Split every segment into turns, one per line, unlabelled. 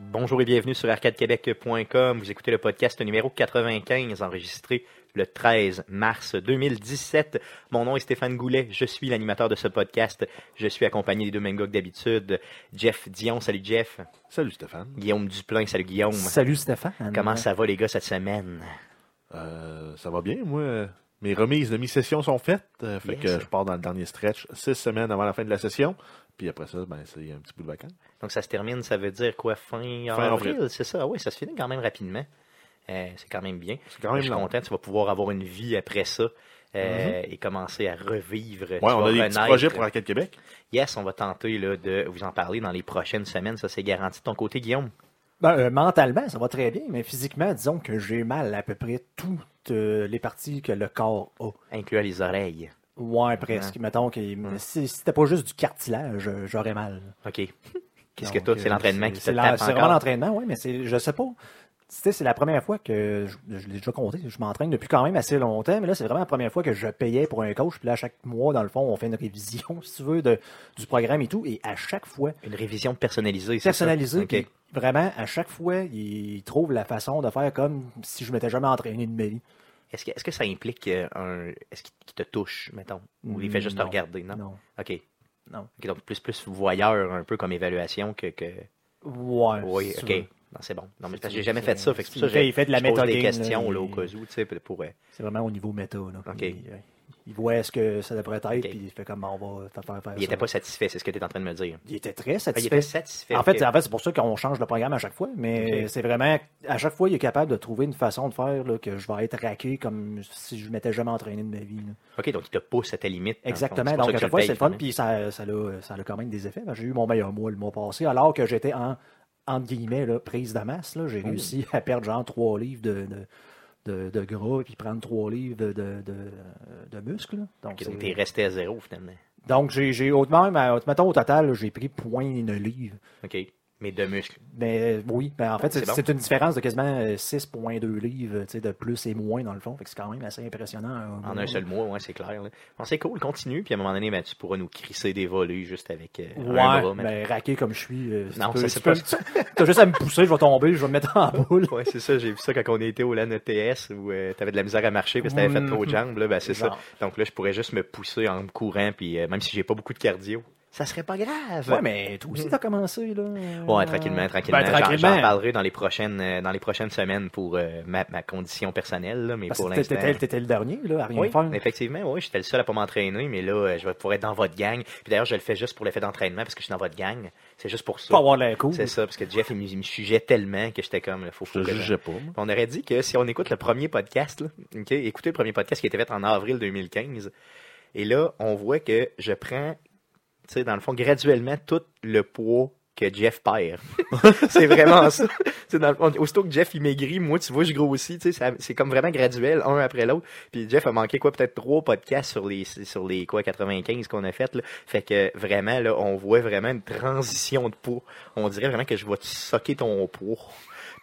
Bonjour et bienvenue sur arcadequebec.com. Vous écoutez le podcast numéro 95 enregistré le 13 mars 2017. Mon nom est Stéphane Goulet, je suis l'animateur de ce podcast. Je suis accompagné des deux mêmes gars que d'habitude. Jeff Dion, salut Jeff.
Salut Stéphane.
Guillaume Duplain, salut Guillaume.
Salut Stéphane.
Comment ça va les gars cette semaine?
Euh, ça va bien, moi. euh, Mes remises de mi-session sont faites. euh, fait
Yes.
que je pars dans le dernier stretch, six semaines avant la fin de la session. Puis après ça, ben, c'est un petit bout de vacances.
Donc ça se termine, ça veut dire quoi, fin,
avril.
avril, c'est ça? Oui, ça se finit quand même rapidement. Euh, c'est quand même bien.
C'est quand même
je suis
long. Mm-hmm.
content, tu vas pouvoir avoir une vie après ça euh, et commencer à revivre.
Ouais, on a des petits projets pour
un...
Arcade Québec.
Yes, on va tenter là, de vous en parler dans les prochaines semaines, ça c'est garanti de ton côté, Guillaume.
Ben, euh, mentalement, ça va très bien, mais physiquement, disons que j'ai mal à peu près toutes euh, les parties que le corps a.
Incluant les oreilles.
Ouais, presque. Mettons que si si c'était pas juste du cartilage, euh, j'aurais mal.
OK. Qu'est-ce que
Donc,
toi, c'est
euh,
l'entraînement qui te
c'est la-
tape
C'est vraiment
encore?
l'entraînement, oui, mais c'est, je sais pas. Tu sais, c'est la première fois que, je, je l'ai déjà compté, je m'entraîne depuis quand même assez longtemps, mais là, c'est vraiment la première fois que je payais pour un coach. Puis là, chaque mois, dans le fond, on fait une révision, si tu veux, de, du programme et tout. Et à chaque fois,
Une révision personnalisée, c'est ça?
personnalisé.
OK.
puis Vraiment, à chaque fois, il trouve la façon de faire comme si je m'étais jamais entraîné de ma vie.
Est-ce que, est-ce que ça implique euh, un... Est-ce qu'il qu'il te touche, mettons? Ou il fait juste te
Non.
regarder, non?
Non.
OK.
Non.
OK, donc plus, plus voyeur un peu comme évaluation que... que...
Ouais.
Oui,
Euh, si tu
OK.
veux.
Non, c'est bon. Non, mais
C'est-
parce que j'ai jamais
c'est-
fait ça. Fait que
c'est-
c'est pour ça
il fait- il fait de la
je pose des
méthodine, là,
questions là, au
il-
cas où, tu sais, pour- pour... euh,
C'est vraiment au niveau méta. Là.
OK.
Il, euh, il voit ce que ça devrait être,
OK.
puis il fait comme on va faire faire, faire
Il
ça.
était pas satisfait, c'est ce que tu es en train de me dire.
Il était très
Ah, Il
satisfait.
était satisfait.
En fait,
ok.
en fait c'est pour ça qu'on change le programme à chaque fois, mais
Ok.
c'est vraiment, à chaque fois, il est capable de trouver une façon de faire là, que je vais être raqué comme si je m'étais jamais entraîné de ma vie. là.
OK, donc il te pousse à ta limite. dans le fond.
Exactement.
C'est pour ça
Donc, à
que je
chaque fois,
paye,
c'est le fun,
finalement.
puis ça, ça, a, ça a quand même des effets. Ben, J'ai eu mon meilleur mois le mois passé, alors que j'étais en, entre guillemets, là, prise de masse. là.
Oh.
J'ai réussi à perdre genre 3 livres de, de, de- de gras, puis prendre 3 livres de, de, de- de muscles. là. Donc,
Ok, Donc,
c'est-
t'es resté à zéro, finalement.
donc j'ai, j'ai au, même, à- mettons, au total, là, j'ai pris point de livres.
OK. Mais de muscles.
Mais oui, ben, en fait,
Oh, C'est
c'est,
bon.
c'est une différence de quasiment euh, 6,2 livres tu sais, de plus et moins, dans le fond. Fait que c'est quand même assez impressionnant. hein.
En un seul mois, ouais, c'est clair. là. Bon, c'est cool, continue. Puis à un moment donné, ben, tu pourras nous crisser des volets juste avec euh, un bras.
Ouais, mais raqué comme je suis. euh,
Non,
tu
ça,
peux-
c'est
tu peux-
pas-
tu- T'as juste à me pousser, je vais tomber, je vais me mettre en boule.
Ouais, c'est ça, j'ai vu ça quand on était au LAN ETS où euh, t'avais de la misère à marcher parce que t'avais fait trop de jambes, là, ben c'est ça.
Genre.
Donc là, je pourrais juste me pousser en me courant, puis euh, même si j'ai pas beaucoup de cardio, ça serait pas grave.
Ouais, mais toi aussi, t'as commencé, là. euh,
Ouais, tranquillement, tranquillement.
Ben,
J'en-
tranquillement.
J'en parlerai dans les prochaines, euh, dans les prochaines semaines pour euh, ma, ma condition personnelle, là, mais
Parce
pour
que t'étais-
l'instant.
t'étais, t'étais le dernier, là, à rien
Oui,
faire.
effectivement, oui, j'étais le seul à pas m'entraîner, mais là, euh, je vais pouvoir être dans votre gang. Puis d'ailleurs, je le fais juste pour l'effet d'entraînement parce que je suis dans votre gang. C'est juste pour ça.
Pas avoir l'air cool.
C'est ça, parce que Jeff, il me, il me jugeait tellement que j'étais comme, là, faut,
Je
faut
te
que je-
jugeais pas. moi.
On aurait dit que si on écoute le premier podcast, là, ok, écoutez le premier podcast qui était fait en avril 2015, et là, on voit que je prends, tu sais, dans le fond, graduellement tout le poids que Jeff perd. c'est vraiment ça. C'est dans le fond, aussitôt que Jeff il maigrit, moi tu vois je grossis, tu sais, ça- c'est comme vraiment graduel un après l'autre. Puis Jeff a manqué quoi peut-être trois podcasts sur les sur les quoi 95 qu'on a fait là. Fait que vraiment là, on voit vraiment une transition de poids. On dirait vraiment que je vais te socker ton poids.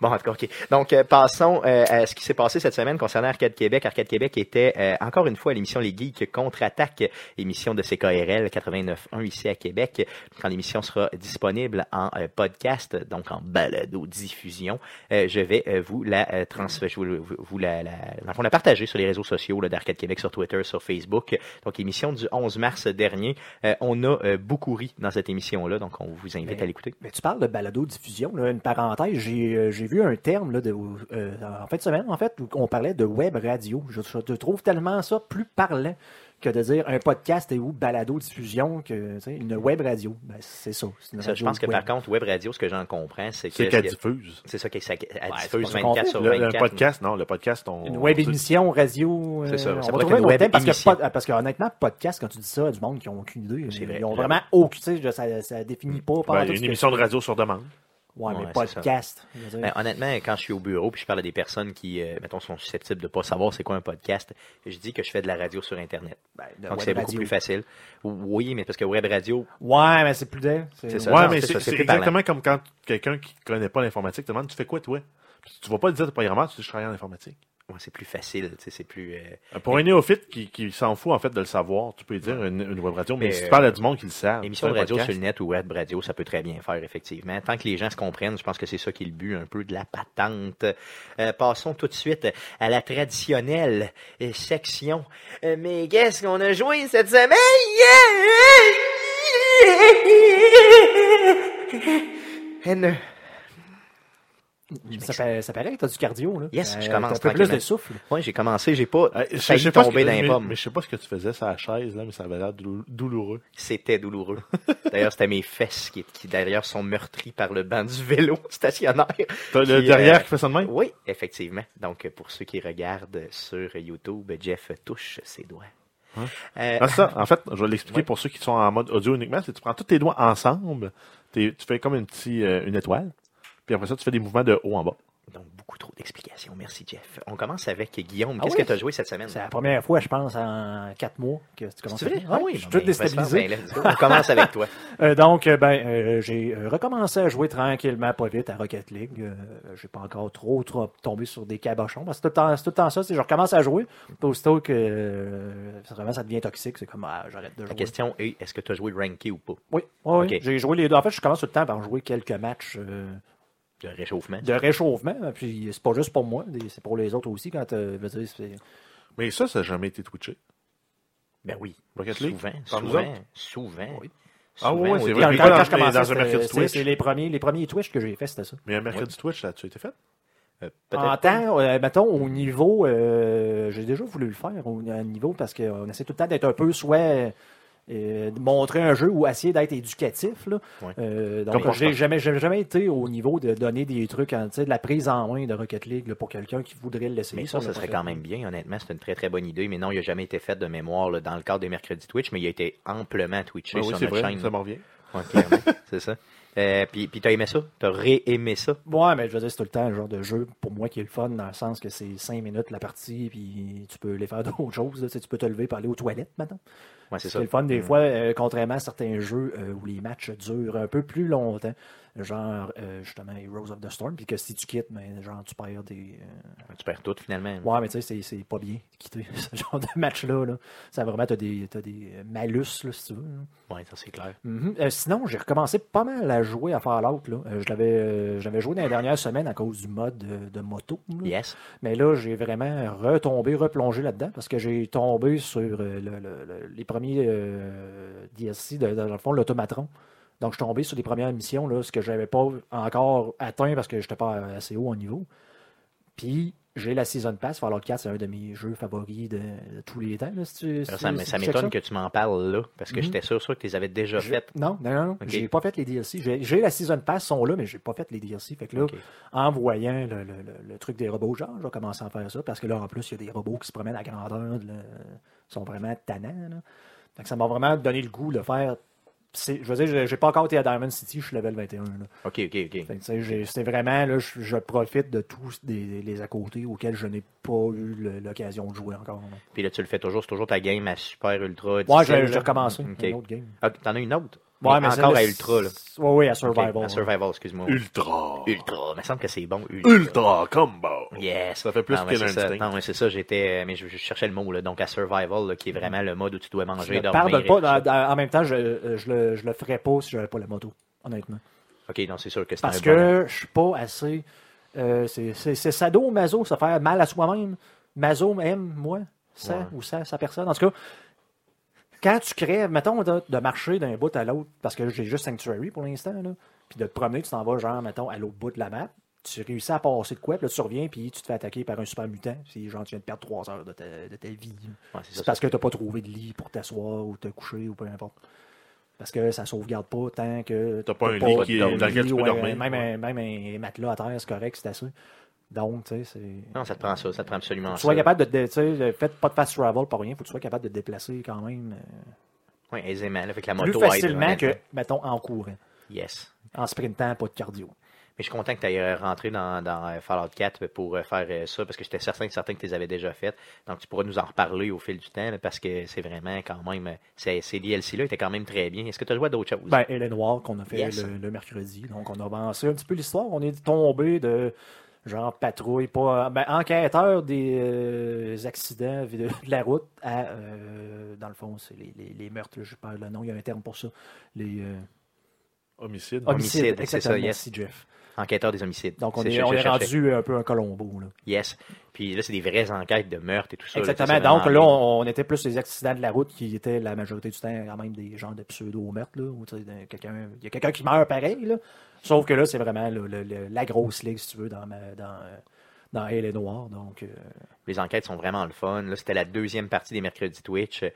Bon, en tout cas, OK. Donc, euh, passons euh, à ce qui s'est passé cette semaine concernant Arcade Québec. Arcade Québec était euh, encore une fois à l'émission Les Geeks contre-attaque, émission de CKRL 89.1 ici à Québec, quand l'émission sera disponible en euh, podcast, donc en balado-diffusion. euh, je vais euh, vous la euh, trans- je vous, vous- vous la, la, dans le fond, la partager sur les réseaux sociaux là, d'Arcade Québec, sur Twitter, sur Facebook. Donc, émission du 11 mars dernier. Euh, on a euh, beaucoup ri dans cette émission-là, donc on vous invite
Mais-
à l'écouter.
Mais tu parles de balado-diffusion, là, une parenthèse. J'ai, euh, j'ai vu un terme, là, de, euh, en fin de semaine, en fait, où on parlait de web radio. Je, je te trouve tellement ça plus parlant que de dire un podcast et ou balado-diffusion que, tu sais, une web radio. Ben, c'est ça. c'est une
Ça, je
radio
pense que
web.
par contre, Web Radio, ce que j'en comprends, c'est que.
C'est qu'elle diffuse.
C'est ça qu'elle elle
Ouais,
diffuse
c'est pas
24
ce
sur
Le, le
24.
podcast, non, le podcast, on.
Une web
on-
émission, radio. euh,
C'est ça, ça
on
pourrait
va
être une
trouver un autre
web
thème parce que,
émission.
pod- parce que honnêtement, podcast, quand tu dis ça, il y a du monde qui ont aucune idée.
C'est
Ils
vrai.
ont
Le-
vraiment aucune, tu sais, ça, ça définit pas.
ben,
par
une émission de radio sur demande.
Ouais, mais
Ouais, c'est ça.
podcast. je veux dire.
Ben, honnêtement, quand je suis au bureau puis je parle à des personnes qui, euh, mettons, sont susceptibles de pas savoir c'est quoi un podcast, je dis que je fais de la radio sur Internet.
Ben, de
Donc
web
c'est beaucoup
radio.
plus facile. Oui, mais parce que Web Radio,
Ouais, mais c'est plus dingue.
C'est ça.
Ouais,
non,
mais
c'est
c'est
ça, c'est
c'est
plus parlant.
exactement comme quand quelqu'un qui connaît pas l'informatique te demande Tu fais quoi, toi Puis Tu vas pas le dire au programmeur, tu dis Je travaille en informatique.
ouais, c'est plus facile, tu sais, c'est plus. euh,
Euh, Pour un néophyte qui, qui s'en fout en fait de le savoir, tu peux lui dire une, une web radio, mais,
Mais,
si tu
euh,
parles à du monde qui le savent.
Émission
c'est
de
un
radio sur
podcast.
le net ou web radio, ça peut très bien faire, effectivement. Tant que les gens se comprennent, je pense que c'est ça qui est le but un peu de la patente. Euh, passons tout de suite à la traditionnelle euh, section. Euh, mais qu'est-ce qu'on a joué cette semaine? And, euh,
Ça, pa- ça paraît que t'as du cardio, là.
Yes, je commence
Euh, T'as un peu plus
tranquillement.
de souffle.
ouais, j'ai commencé, j'ai pas
Euh, je,
failli
je sais pas ce
tomber
que-
dans les
mais-
pommes.
mais je sais pas ce que tu faisais sur la chaise, là, mais ça avait l'air dou- douloureux.
C'était douloureux. D'ailleurs, c'était mes fesses qui, qui d'ailleurs sont meurtries par le banc du vélo stationnaire.
T'as le
Puis,
derrière
euh,
qui fait ça de même?
Oui, effectivement. Donc, pour ceux qui regardent sur YouTube, Jeff touche ses doigts.
Ouais.
Euh,
Ah, ça, en fait, je vais l'expliquer
Ouais.
pour ceux qui sont en mode audio uniquement, c'est que tu prends tous tes doigts ensemble, t'es- tu fais comme une petite euh, une étoile, puis après ça, tu fais des mouvements de haut en bas.
donc, beaucoup trop d'explications. Merci, Jeff. On commence avec Guillaume.
Ah
Qu'est-ce
oui?
que tu as joué cette semaine?
C'est la première fois, je pense, en quatre mois que tu commences
C'est vrai?
à-
Ah oui,
je
bon,
suis tout
ben,
déstabilisé.
ben, let's go. on commence avec toi.
Euh, donc, euh, ben, euh, j'ai euh, recommencé à jouer tranquillement, pas vite, à Rocket League. Euh, j'ai pas encore trop, trop tombé sur des cabochons. Parce que c'est tout le temps, c'est tout le temps ça, c'est je recommence à jouer. puis Aussitôt que euh, vraiment ça devient toxique, c'est comme ah, j'arrête de
La
jouer.
question est, est-ce que tu as joué ranké ou pas?
Oui, oui, oui.
Ok.
j'ai joué les deux. En fait, je commence tout le temps par jouer quelques matchs euh,
Le réchauffement?
de réchauffement. hein, Puis c'est pas juste pour moi, c'est pour les autres aussi. Quand euh, je veux dire, c'est-
Mais ça, ça n'a jamais été twitché.
Ben oui.
Rocket League?
Souvent,
Par nous
souvent, souvent.
Oui.
Ah
Souvent,
oui,
au
c'est
début.
vrai.
quand,
mais
quand-
pas
quand
dans-
je
mais
commençais,
dans un mercredi
c'était-
Twitch.
c'est les premiers, les premiers Twitch que j'ai fait, c'était ça.
Mais un mercredi Twitch, là, tu été fait?
Euh, peut-être
En temps, euh, mettons, au niveau, euh, j'ai déjà voulu le faire au à un niveau parce qu'on essaie tout le temps d'être un peu soit euh, euh, de montrer un jeu ou essayer d'être éducatif. Là.
Ouais.
Euh,
Comme
donc, j'ai
on-
jamais, j'ai jamais été au niveau de donner des trucs, en, tu sais, de la prise en main de Rocket League là, pour quelqu'un qui voudrait l'essayer.
Mais ça,
on
ça
l'a
serait
pas
quand
fait.
même bien. Honnêtement, c'est une très, très bonne idée. Mais non, il n'a jamais été fait de mémoire là, dans le cadre des mercredis Twitch, mais il a été amplement twitché
Ben oui,
sur
c'est
notre
vrai,
chaîne.
ça m'en revient.
Ouais, clairement, c'est ça. Euh, puis puis t'as aimé ça? T'as ré-aimé ça?
Ouais, mais je veux dire, c'est tout le temps le genre de jeu pour moi qui est le fun dans le sens que c'est 5 minutes la partie, puis tu peux les faire d'autres choses. là. Tu sais, tu peux te lever pour aller aux toilettes maintenant.
Ouais, c'est
C'est
ça.
le fun des
Mm.
fois, euh, contrairement à certains jeux euh, où les matchs durent un peu plus longtemps, genre euh, justement Heroes of the Storm, puis que si tu quittes, ben, genre tu perds des. euh,
Tu perds tout finalement.
Ouais, mais tu sais, c'est- c'est pas bien de quitter ce genre de match-là. Là. Ça vraiment, t'as des, t'as des euh, malus, là, si tu veux. là.
Ouais, ça c'est clair.
Mhm. Euh, sinon, j'ai recommencé pas mal à jouer à Fallout. Là. Euh, je l'avais euh, je l'avais joué dans les dernières semaines à cause du mode euh, de, de moto. là.
Yes.
Mais là, j'ai vraiment retombé, replongé là-dedans parce que j'ai tombé sur euh, le- le- le- les premiers euh, DLC, de, dans le fond, l'automatron. Donc, je suis tombé sur les premières missions, là, ce que je n'avais pas encore atteint parce que je n'étais pas assez haut en niveau. Puis, j'ai la Season Pass. Fallout 4, c'est un de mes jeux favoris de, de tous les temps. là, si tu- si
Alors,
tu-
ça m-
si
ça
tu checkes
m'étonne que tu m'en parles là, parce que
Mhm.
j'étais sûr, sûr que tu les avais déjà
Je-
faites.
Non, non, non, non.
Ok.
J'ai pas fait les DLC. J'ai- J'ai la Season Pass, ils sont là, mais j'ai pas fait les DLC. Fait que là,
Ok.
en voyant le, le- le- le truc des robots, genre, je vais commencer à faire ça parce que là, en plus, il y a des robots qui se promènent à grandeur. de le- Ils sont vraiment tannants. là. Fait que ça m'a vraiment donné le goût de faire. c'est- Je veux dire, j'ai- j'ai pas encore été à Diamond City, je suis level 21. là.
Ok, ok, ok.
Fait que, tu sais, j'ai- c'est vraiment, là, je, je profite de tous des- les à côté auxquels je n'ai pas eu le- l'occasion de jouer encore. là.
Puis là, tu le fais toujours, c'est toujours ta game à super ultra.
Ouais,
difficile,
j'ai
là.
j'ai recommencé
Ok.
une autre game.
Ah, T'en as une autre?
Ouais,
Mais
mais
encore
celle-là,
à ultra là.
c'est- Ouais, oui, à
Ok,
Survival.
à
ouais.
survival, excuse-moi.
Ultra.
Ultra. Il me semble que c'est bon. Ultra.
Ultra combo.
Yes.
Ça fait plus
Non, mais
Killer
c'est ça.
Instinct.
Non, mais c'est ça, j'étais. euh, Mais je, je cherchais le mot, là. Donc, à survival, là, qui est vraiment le mode où tu dois
Je
manger,
Mm. ne
dormir.
pardonne
et
pas.
tout ça.
dans- dans- en même temps, je, euh, je le, je le ferais pas si j'avais pas la moto, honnêtement.
Ok, non, c'est sûr que c'est
Parce
un bon-
que je suis pas assez. euh, c'est- c'est c'est sado maso, se faire mal à soi-même. Maso aime, moi, ça
Ouais.
ou ça, sa personne. En tout cas, quand tu crèves, mettons, de, de marcher d'un bout à l'autre, parce que j'ai juste Sanctuary pour l'instant, là, puis de te promener, tu t'en vas, genre, mettons, à l'autre bout de la map, tu réussis à passer de quoi, puis là, tu reviens, puis tu te fais attaquer par un super mutant, puis genre, tu viens de perdre trois heures de ta, de ta vie.
Ouais, c'est ça,
C'est parce que tu n'as pas trouvé de lit pour t'asseoir ou te coucher ou peu importe. Parce que ça sauvegarde pas tant que.
T'as pas un lit qui-
un
dans lequel tu peux
ou un-
dormir.
Même, un, même un matelas à terre, c'est correct, c'est assez. Donc, tu sais, c'est.
Non, ça te prend ça, ça te prend absolument
Tu
ça.
sois capable de. te- Tu sais, faites pas de fast travel pour rien, faut que tu sois capable de te déplacer quand même euh,
Oui, aisément, là, avec la
plus
moto. aide,
hein,
facilement que,
honnêtement.
mettons, en courant.
Yes.
En sprintant, pas de cardio.
Mais je suis content que tu aies rentré dans, dans euh, Fallout 4 pour euh, faire euh, ça, parce que j'étais certain, certain que tu les avais déjà faites. Donc, tu pourras nous en reparler au fil du temps, là, parce que c'est vraiment quand même. euh, Ces, ces DLC-là étaient quand même très bien. Est-ce que tu as joué à d'autres choses?
Ben, Hélène Noire qu'on a fait
Yes.
le, le mercredi. Donc, on a avancé un petit peu l'histoire. On est tombé de. genre patrouille, pas ben, enquêteur des euh, accidents vi- de la route à, euh, dans le fond, c'est les, les- les meurtres, là, je parle le nom, il y a un terme pour ça. Les euh,
Homicide.
Homicide,
homicides,
c'est
exactement.
ça, yes.
Merci, Jeff.
Enquêteur des homicides.
Donc, on
C'est-
est,
je-
on
je
est
cherchais.
rendu un peu un Colombo. Là.
Yes. Puis là, c'est des vraies enquêtes de meurtre et tout ça. là. Ça,
Exactement.
c'est
Donc, là,
vraiment-
on, on était plus les accidents de la route qui étaient la majorité du temps quand même des genres de pseudo-meurtres. là, où, tu sais, d'un- quelqu'un- Il y a quelqu'un qui meurt pareil. là. Sauf que là, c'est vraiment le- le- le- la grosse ligue, si tu veux, dans, ma- dans, euh, dans Elle est Noire. Donc, euh,
Les enquêtes sont vraiment le fun. Là, c'était la deuxième partie des mercredis Twitch. Euh,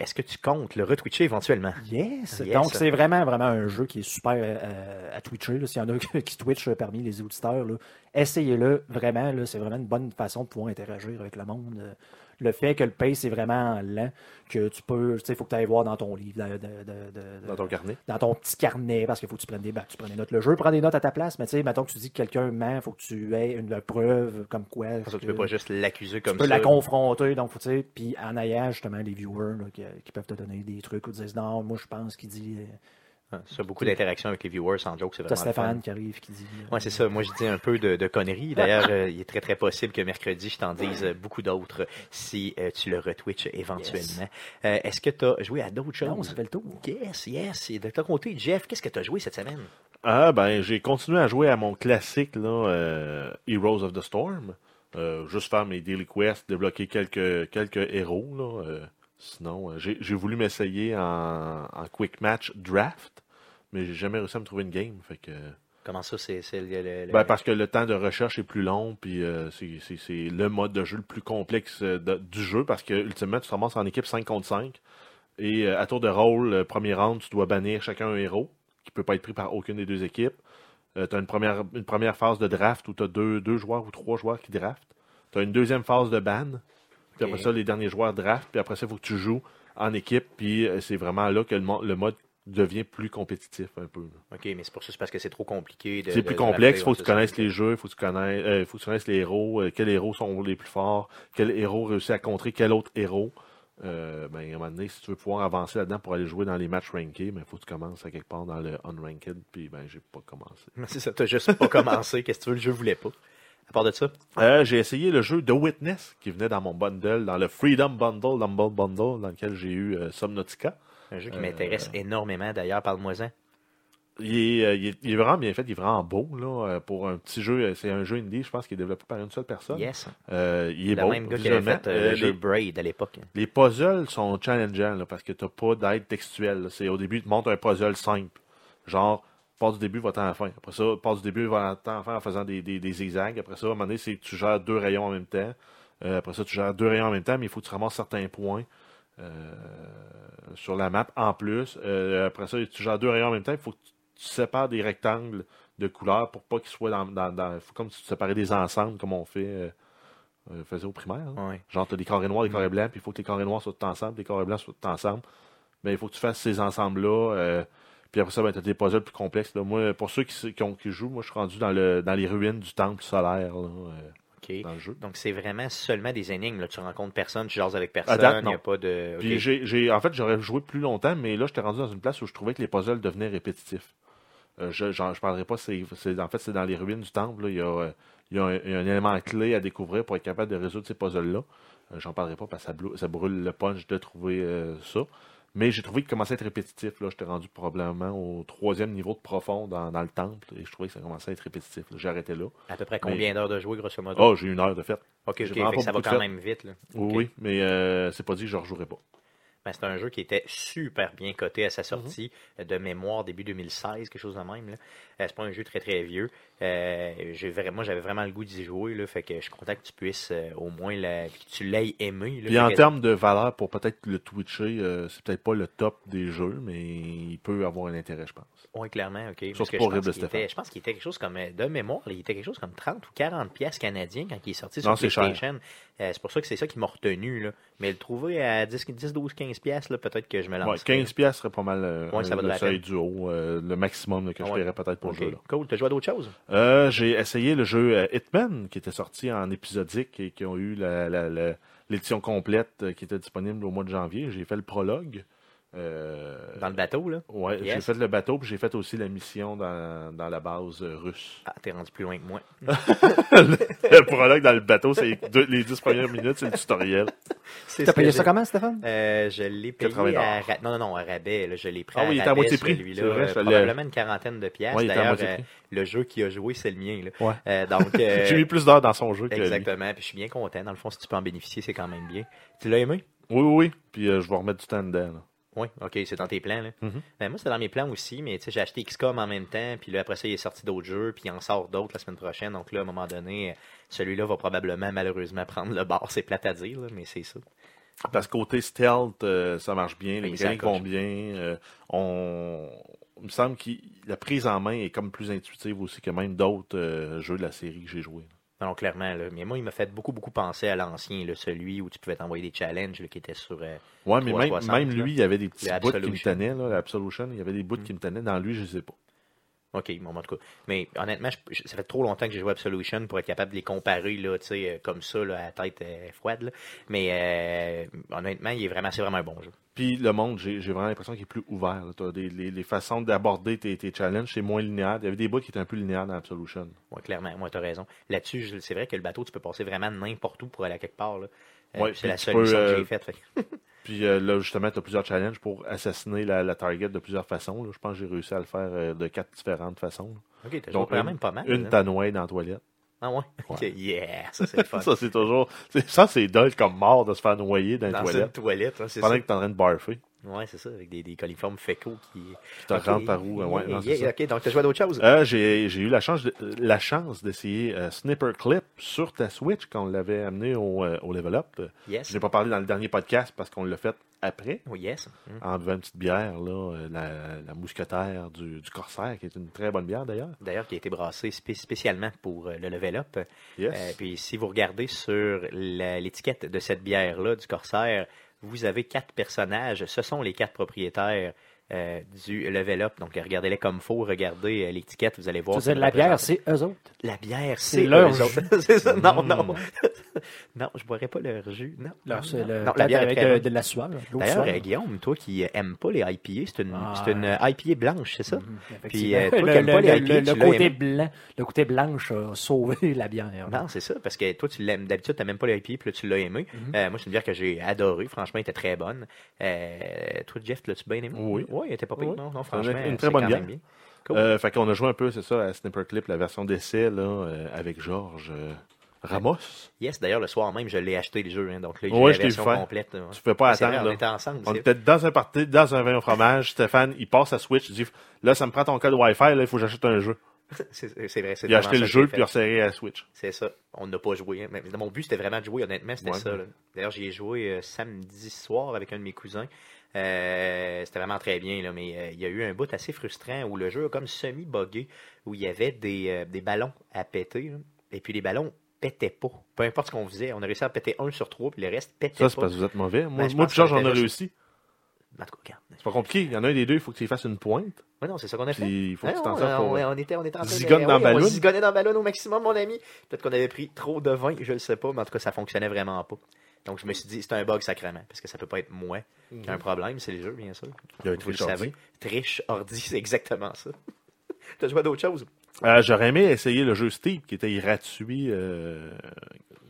Est-ce que tu comptes le retwitcher éventuellement?
Yes.
Yes.
Donc, c'est vraiment, vraiment un jeu qui est super euh, à twitcher. là. S'il y en a qui twitchent parmi les auditeurs, là, essayez-le vraiment. là. C'est vraiment une bonne façon de pouvoir interagir avec le monde. Euh, Le fait que le pace est vraiment lent, que tu peux, tu sais, il faut que tu ailles voir dans ton livre, dans, de- de- de-
Dans ton carnet.
dans ton petit carnet, parce qu'il faut que tu prennes des, ben, tu prennes des notes. Le jeu prend des notes à ta place, mais tu sais, mettons que tu dis que quelqu'un ment, il faut que tu aies une preuve comme quoi.
Parce que tu
que-
peux pas juste l'accuser
tu
comme
peux
ça.
la confronter, donc faut, tu sais, puis en ayant justement les viewers là, qui, qui peuvent te donner des trucs ou te disent non, moi je pense qu'il dit euh,
Ah, Ça, beaucoup d'interactions avec les viewers sans joke, c'est vraiment
t'as
le fun.
Stéphane qui arrive qui dit euh,
Ouais, c'est ça. Moi, je dis un peu de, de conneries. D'ailleurs, euh, il est très, très possible que mercredi, je t'en dise euh, beaucoup d'autres si euh, tu le retwitches éventuellement. Euh, Est-ce que tu as joué à d'autres
non, ça
choses?
fait le tour.
Yes, yes. Et de ton côté, Jeff, qu'est-ce que tu as joué cette semaine?
Ah, ben, j'ai continué à jouer à mon classique, là, euh, Heroes of the Storm. Euh, juste faire mes daily quests, débloquer quelques, quelques héros, là. euh, sinon, euh, j'ai j'ai voulu m'essayer en, en quick match draft, mais j'ai jamais réussi à me trouver une game. Fait que,
Comment ça, c'est c'est le, le- le-
ben, parce que le temps de recherche est plus long, puis euh, c'est- c'est c'est le mode de jeu le plus complexe euh, de- du jeu, parce que ultimement, tu te ramasses en équipe 5 contre 5. Et euh, à tour de rôle, euh, premier round, tu dois bannir chacun un héros qui peut pas être pris par aucune des deux équipes. tu as une première, une première phase de draft où tu as deux, deux joueurs ou trois joueurs qui draftent. Tu as une deuxième phase de ban. Puis
Ok.
après ça, les derniers joueurs draftent. Puis après ça, il faut que tu joues en équipe. Puis euh, c'est vraiment là que le, mo- le mode devient plus compétitif un peu. là.
OK, mais c'est pour ça, c'est parce que c'est trop compliqué. de-
C'est
de-
plus
de
complexe,
drafter,
faut
ouais,
que tu
c'est ça.
connaisses les jeux, faut que tu connaisses, euh, faut que tu connaisses les héros, euh, quels héros sont les plus forts, quel héros réussit à contrer quel autre héros. Euh, ben, à un moment donné, si tu veux pouvoir avancer là-dedans pour aller jouer dans les matchs rankés, ben, faut que tu commences à quelque part dans le unranked, puis ben, j'ai pas commencé.
Mais C'est ça, t'as juste pas commencé. Qu'est-ce que tu veux, le jeu voulait pas. À part de ça,
Euh, j'ai essayé le jeu The Witness, qui venait dans mon bundle, dans le Freedom Bundle, Humble Bundle, dans lequel j'ai eu euh, Somnotica.
un jeu qui
Euh,
m'intéresse énormément d'ailleurs, parle-moi-en.
Il est, euh, il, est, il est vraiment bien fait, il est vraiment beau, là, euh, pour un petit jeu, euh, c'est un jeu indie, je pense qu'il est développé par une seule personne.
Yes.
Euh, il est
Le
beau,
même gars qui avait
visuellement.
fait euh,
Euh,
le jeu
les-
Braid à l'époque.
Les puzzles sont challengeants là, parce que t'as pas d'aide textuelle. là. C'est au début, tu te montres un puzzle simple. Genre, passe du début, va-t'en à la fin. Après ça, passe du début, va-t'en à la fin en faisant des, des- des zigzags. Après ça, à un moment donné, c'est tu gères deux rayons en même temps. Euh, après ça, tu gères deux rayons en même temps, mais il faut que tu ramasses certains points euh, sur la map en plus. Euh, après ça, tu gères deux rayons en même temps, il faut que tu, tu sépares des rectangles de couleurs pour pas qu'ils soient dans. dans, dans- faut comme si tu séparais des ensembles comme on fait euh, euh, faisait au primaire. là.
Ouais.
Genre, t'as des carrés noirs, des carrés blancs, puis il faut que les carrés noirs soient tout ensemble, les carrés blancs soient tout ensemble. Mais il faut que tu fasses ces ensembles-là. euh, puis après ça, ben, t'as des puzzles plus complexes. là. Moi, pour ceux qui, s- qui ont- qui jouent, moi, je suis rendu dans, le, dans les ruines du temple solaire là, euh,
OK.
dans le jeu.
Donc, c'est vraiment seulement des énigmes. Là. Tu rencontres personne, tu jases avec personne.
date,
Il n'y a
non.
pas de. OK.
Puis j'ai- j'ai- en fait, j'aurais joué plus longtemps, mais là, j'étais rendu dans une place où je trouvais que les puzzles devenaient répétitifs. Euh, je, j'en- je parlerai pas, c'est, c'est- en fait, c'est dans les ruines du temple. là. Il y a, euh, il y a un, il y a un élément clé à découvrir pour être capable de résoudre ces puzzles-là. Euh, j'en parlerai pas parce que ça, blou- ça brûle le punch de trouver euh, ça. Mais j'ai trouvé qu'il commençait à être répétitif. Là. J'étais rendu probablement au troisième niveau de profond dans, dans le temple et je trouvais que ça commençait à être répétitif. là. J'ai arrêté là.
À peu près combien d'heures de jouer, grosso modo
Oh, j'ai une heure de fête.
Ok,
j'ai
ok.
vraiment
Fait que
pas
ça va
beaucoup de
quand
fait.
même vite. là.
Oui,
Ok.
oui, mais euh, c'est pas dit que je ne rejouerai pas.
Ben, c'est un jeu qui était super bien coté
Mhm.
à sa sortie euh, de mémoire début 2016, quelque chose de même. là. Euh, c'est pas un jeu très très vieux. Euh, j'ai vraiment, moi, j'avais vraiment le goût d'y jouer. Là, fait que je suis content que tu puisses euh, au moins la- que tu l'aies aimé. là.
Puis en
Fait que-
termes de valeur, pour peut-être le Twitcher, euh, c'est peut-être pas le top des jeux, mais il peut avoir un intérêt, je pense.
Oui, clairement, OK.
Surtout
Parce que
pour
je, pense qu'il
Horrible Stéphane.
était, je pense qu'il était quelque chose comme, euh, de mémoire, là, il était quelque chose comme 30 ou 40 pièces canadiens quand il est sorti sur
Non, c'est cher.
PlayStation. Euh, c'est pour ça que c'est ça qui m'a retenu. Là. Mais le trouver à 10, 10 12, 15 pièces, là, peut-être que je me lance.
Ouais, 15 piastres serait pas mal euh,
Ouais, ça
un-
vaut
le
la
seuil du haut, euh, le maximum là, que
Ah
je
ouais.
paierais peut-être pour
OK.
le jeu. là.
Cool, t'as joué à d'autres choses?
Euh, J'ai essayé le jeu euh, Hitman, qui était sorti en épisodique et qui ont eu la- la- la- l'édition complète euh, qui était disponible au mois de janvier. J'ai fait le prologue. Euh,
Dans le bateau, là.
ouais,
Yes.
j'ai fait le bateau, puis j'ai fait aussi la mission dans, dans la base euh, russe.
Ah, t'es rendu plus loin que moi.
le prologue dans le bateau, c'est les deux- les dix premières minutes, c'est le tutoriel.
C'est
T'as
ce que
payé ça
j'ai-
comment, Stéphane?
Euh, je l'ai payé
80
à ra- non non non à rabais là, je l'ai pris
Ah
à
oui, il est à
rabais,
moitié prix,
celui-là
c'est vrai,
euh,
je l'ai-
probablement une quarantaine de pièces
Ouais, il est à
d'ailleurs
moitié
euh,
prix.
le jeu qu'il a joué c'est le mien là.
Ouais.
Euh, donc euh,
J'ai mis plus d'heures dans son jeu que lui.
exactement puis je suis bien content dans le fond si tu peux en bénéficier c'est quand même bien tu l'as aimé
Oui, oui, oui. Puis euh, je vais remettre du temps dedans. là.
oui ok c'est dans tes plans là
Mhm.
Ben, moi c'est dans mes plans aussi mais tu sais j'ai acheté XCOM en même temps puis là après ça il est sorti d'autres jeux puis il en sort d'autres la semaine prochaine donc là à un moment donné euh, celui-là va probablement malheureusement prendre le bord c'est plate à dire là, mais c'est ça
Parce que côté stealth, euh, ça marche bien, les
Oui, ça
mécaniques
coche.
vont bien. euh, on... Il me semble que la prise en main est comme plus intuitive aussi que même d'autres euh, jeux de la série que j'ai joué.
Non, non, clairement. Là. Mais moi, il m'a fait beaucoup, beaucoup penser à l'ancien, là, celui où tu pouvais t'envoyer des challenges là, qui étaient sur. euh,
Ouais, mais même,
360,
même
là.
lui, il y avait des petits
Le
bouts qui me
Absolution. Mm.
tenaient, là, l'Absolution, il y avait des bouts qui me tenaient. Dans lui, je sais pas.
Ok, bon, en tout cas. Mais honnêtement, je- je- ça fait trop longtemps que j'ai joué à Absolution pour être capable de les comparer là, tu sais, euh, comme ça, là, à tête euh, froide. là. Mais euh, honnêtement, il est vraiment, c'est vraiment un bon jeu.
Puis le monde, j'ai j'ai vraiment l'impression qu'il est plus ouvert. là. T'as des- les, les façons d'aborder tes, tes challenges, c'est moins linéaire. Il y avait des bouts qui étaient un peu linéaires dans Absolution.
Ouais, clairement, moi, t'as raison. Là-dessus, je- c'est vrai que le bateau, tu peux passer vraiment n'importe où pour aller à quelque part. là. Euh,
Ouais,
c'est
puis
la
tu
seule
peux,
mission que
euh,
j'ai faite. fait que-
Puis euh, là, justement, tu as plusieurs challenges pour assassiner la, la target de plusieurs façons. là. Je pense que j'ai réussi à le faire euh, de quatre différentes façons. là.
Ok, t'as joué
Donc,
quand
une-
même pas mal.
Une
hein.
tanouée dans la toilette.
Ah ouais. Ok, yeah, ça c'est le fun.
Ça, c'est toujours. c'est- Ça, c'est dole comme mort de se faire noyer dans la
Dans une
toilette.
toilette, hein, c'est
Pendant
ça.
que t'es en train de barfer.
Ouais, c'est ça, avec des, des coliformes fécaux qui.
Puis tu rentres par où. euh, ouais, non, c'est ça.
Ok, donc t'as joué à d'autres choses.
Euh, j'ai j'ai eu la chance, de- la chance d'essayer euh, Snipper Clip sur ta Switch quand on l'avait amené au, euh, au level up. Je
yes.
n'ai pas parlé dans le dernier podcast parce qu'on l'a fait après,
Oui, yes. Mm.
en buvant une petite bière, là, euh, la, la mousquetaire du, du Corsaire, qui est une très bonne bière d'ailleurs.
D'ailleurs, qui a été brassé spé- spécialement pour euh, le level up. Euh,
Yes.
puis si vous regardez sur la- l'étiquette de cette bière-là, du Corsaire, vous avez quatre personnages. Ce sont les quatre propriétaires euh, du level up. Donc regardez-les comme faux. Regardez euh, l'étiquette, vous allez
Tu
voir.
veux dire,
ça
la bière,
représente-
c'est eux autres.
La bière,
c'est
c'est
leur
leur
jus.
c'est ça. Non,
Mm.
non. non, je boirais pas leur jus. Non,
Là,
non,
c'est
non.
le-
Non, la bière est
avec euh,
très
de,
bonne.
de la sueur. là, l'eau de
D'ailleurs,
sueur.
euh, Guillaume, toi qui aimes pas les IPA, c'est une,
Ah.
c'est une euh, IPA blanche, c'est ça?
Mhm,
Puis,
effectivement.
euh, toi qui
le,
aimes pas
le-
les
le-
IPA,
le
tu l'as
côté
aimé.
blanc, le côté blanche a sauvé la bière. là.
Non, c'est ça, parce que toi, tu l'aimes. D'habitude, tu n'aimes pas l'IPA, puis là, tu l'as aimé.
Mhm.
Euh, moi, c'est une bière que j'ai adorée. Franchement, elle était très bonne. Euh, toi, Jeff, l'as-tu bien aimé?
Oui.
Oui, elle était pas pire.
Oui.
Non, non, franchement,
Une très
c'est
bonne
quand
bière.
même bien. Cool.
Euh, fait qu'on a joué un peu, c'est ça, à Snipper Clip, la version d'essai, là, euh, avec Georges euh, Ramos.
Yes, d'ailleurs, le soir même, je l'ai acheté le jeu. hein, donc là, j'ai
Ouais,
la
je l'ai
version
fait.
complète. ouais.
Tu peux pas
C'est vrai,
attendre,
on
là.
était ensemble.
On
c'est-
était dans un party, dans un vin au fromage. Stéphane, il passe à Switch, il dit Là, ça me prend ton code Wi-Fi, là, il faut que j'achète un jeu.
C'est c'est vrai. c'est
Il
vraiment
a acheté
ça
le
que
jeu,
j'ai
puis
fait.
il a resserré à Switch.
C'est ça. On n'a pas joué. hein. Mais mon but, c'était vraiment de jouer, honnêtement, c'était
Ouais.
ça. là. D'ailleurs, j'y ai joué euh, samedi soir avec un de mes cousins. Euh, c'était vraiment très bien, là, mais euh, il y a eu un bout assez frustrant où le jeu a comme semi-buggé, où il y avait des, euh, des ballons à péter, là. et puis les ballons pétaient pas. Peu importe ce qu'on faisait, on a réussi à péter un sur trois, puis le reste pétait
Ça, c'est
pas.
parce que vous êtes mauvais. Moi,
Ben, je
moi
pense
puis Georges,
que ça
on a
était
réussi.
En tout cas, regarde.
C'est pas compliqué. Il y en a un des deux, il faut que tu y fasses une pointe.
Ouais, non, c'est ça qu'on a fait.
Puis il faut
Ah
que tu
non,
t'en
on,
sers pour.
on était, on était en train
Zigonne
de, eh
dans
oui, on
ballon.
zigonnait dans ballon au maximum, mon ami. Peut-être qu'on avait pris trop de vin, je le sais pas, mais en tout cas, ça fonctionnait vraiment pas. Donc, je me suis dit, c'est un bug sacrément, parce que ça peut pas être moi qui a un
Mhm.
problème, c'est les jeux, bien sûr.
Il y a un
Vous le
triche
savez. Triche, ordi, c'est exactement ça. T'as joué à d'autres choses?
Euh, J'aurais aimé essayer le jeu Steep qui était gratuit euh,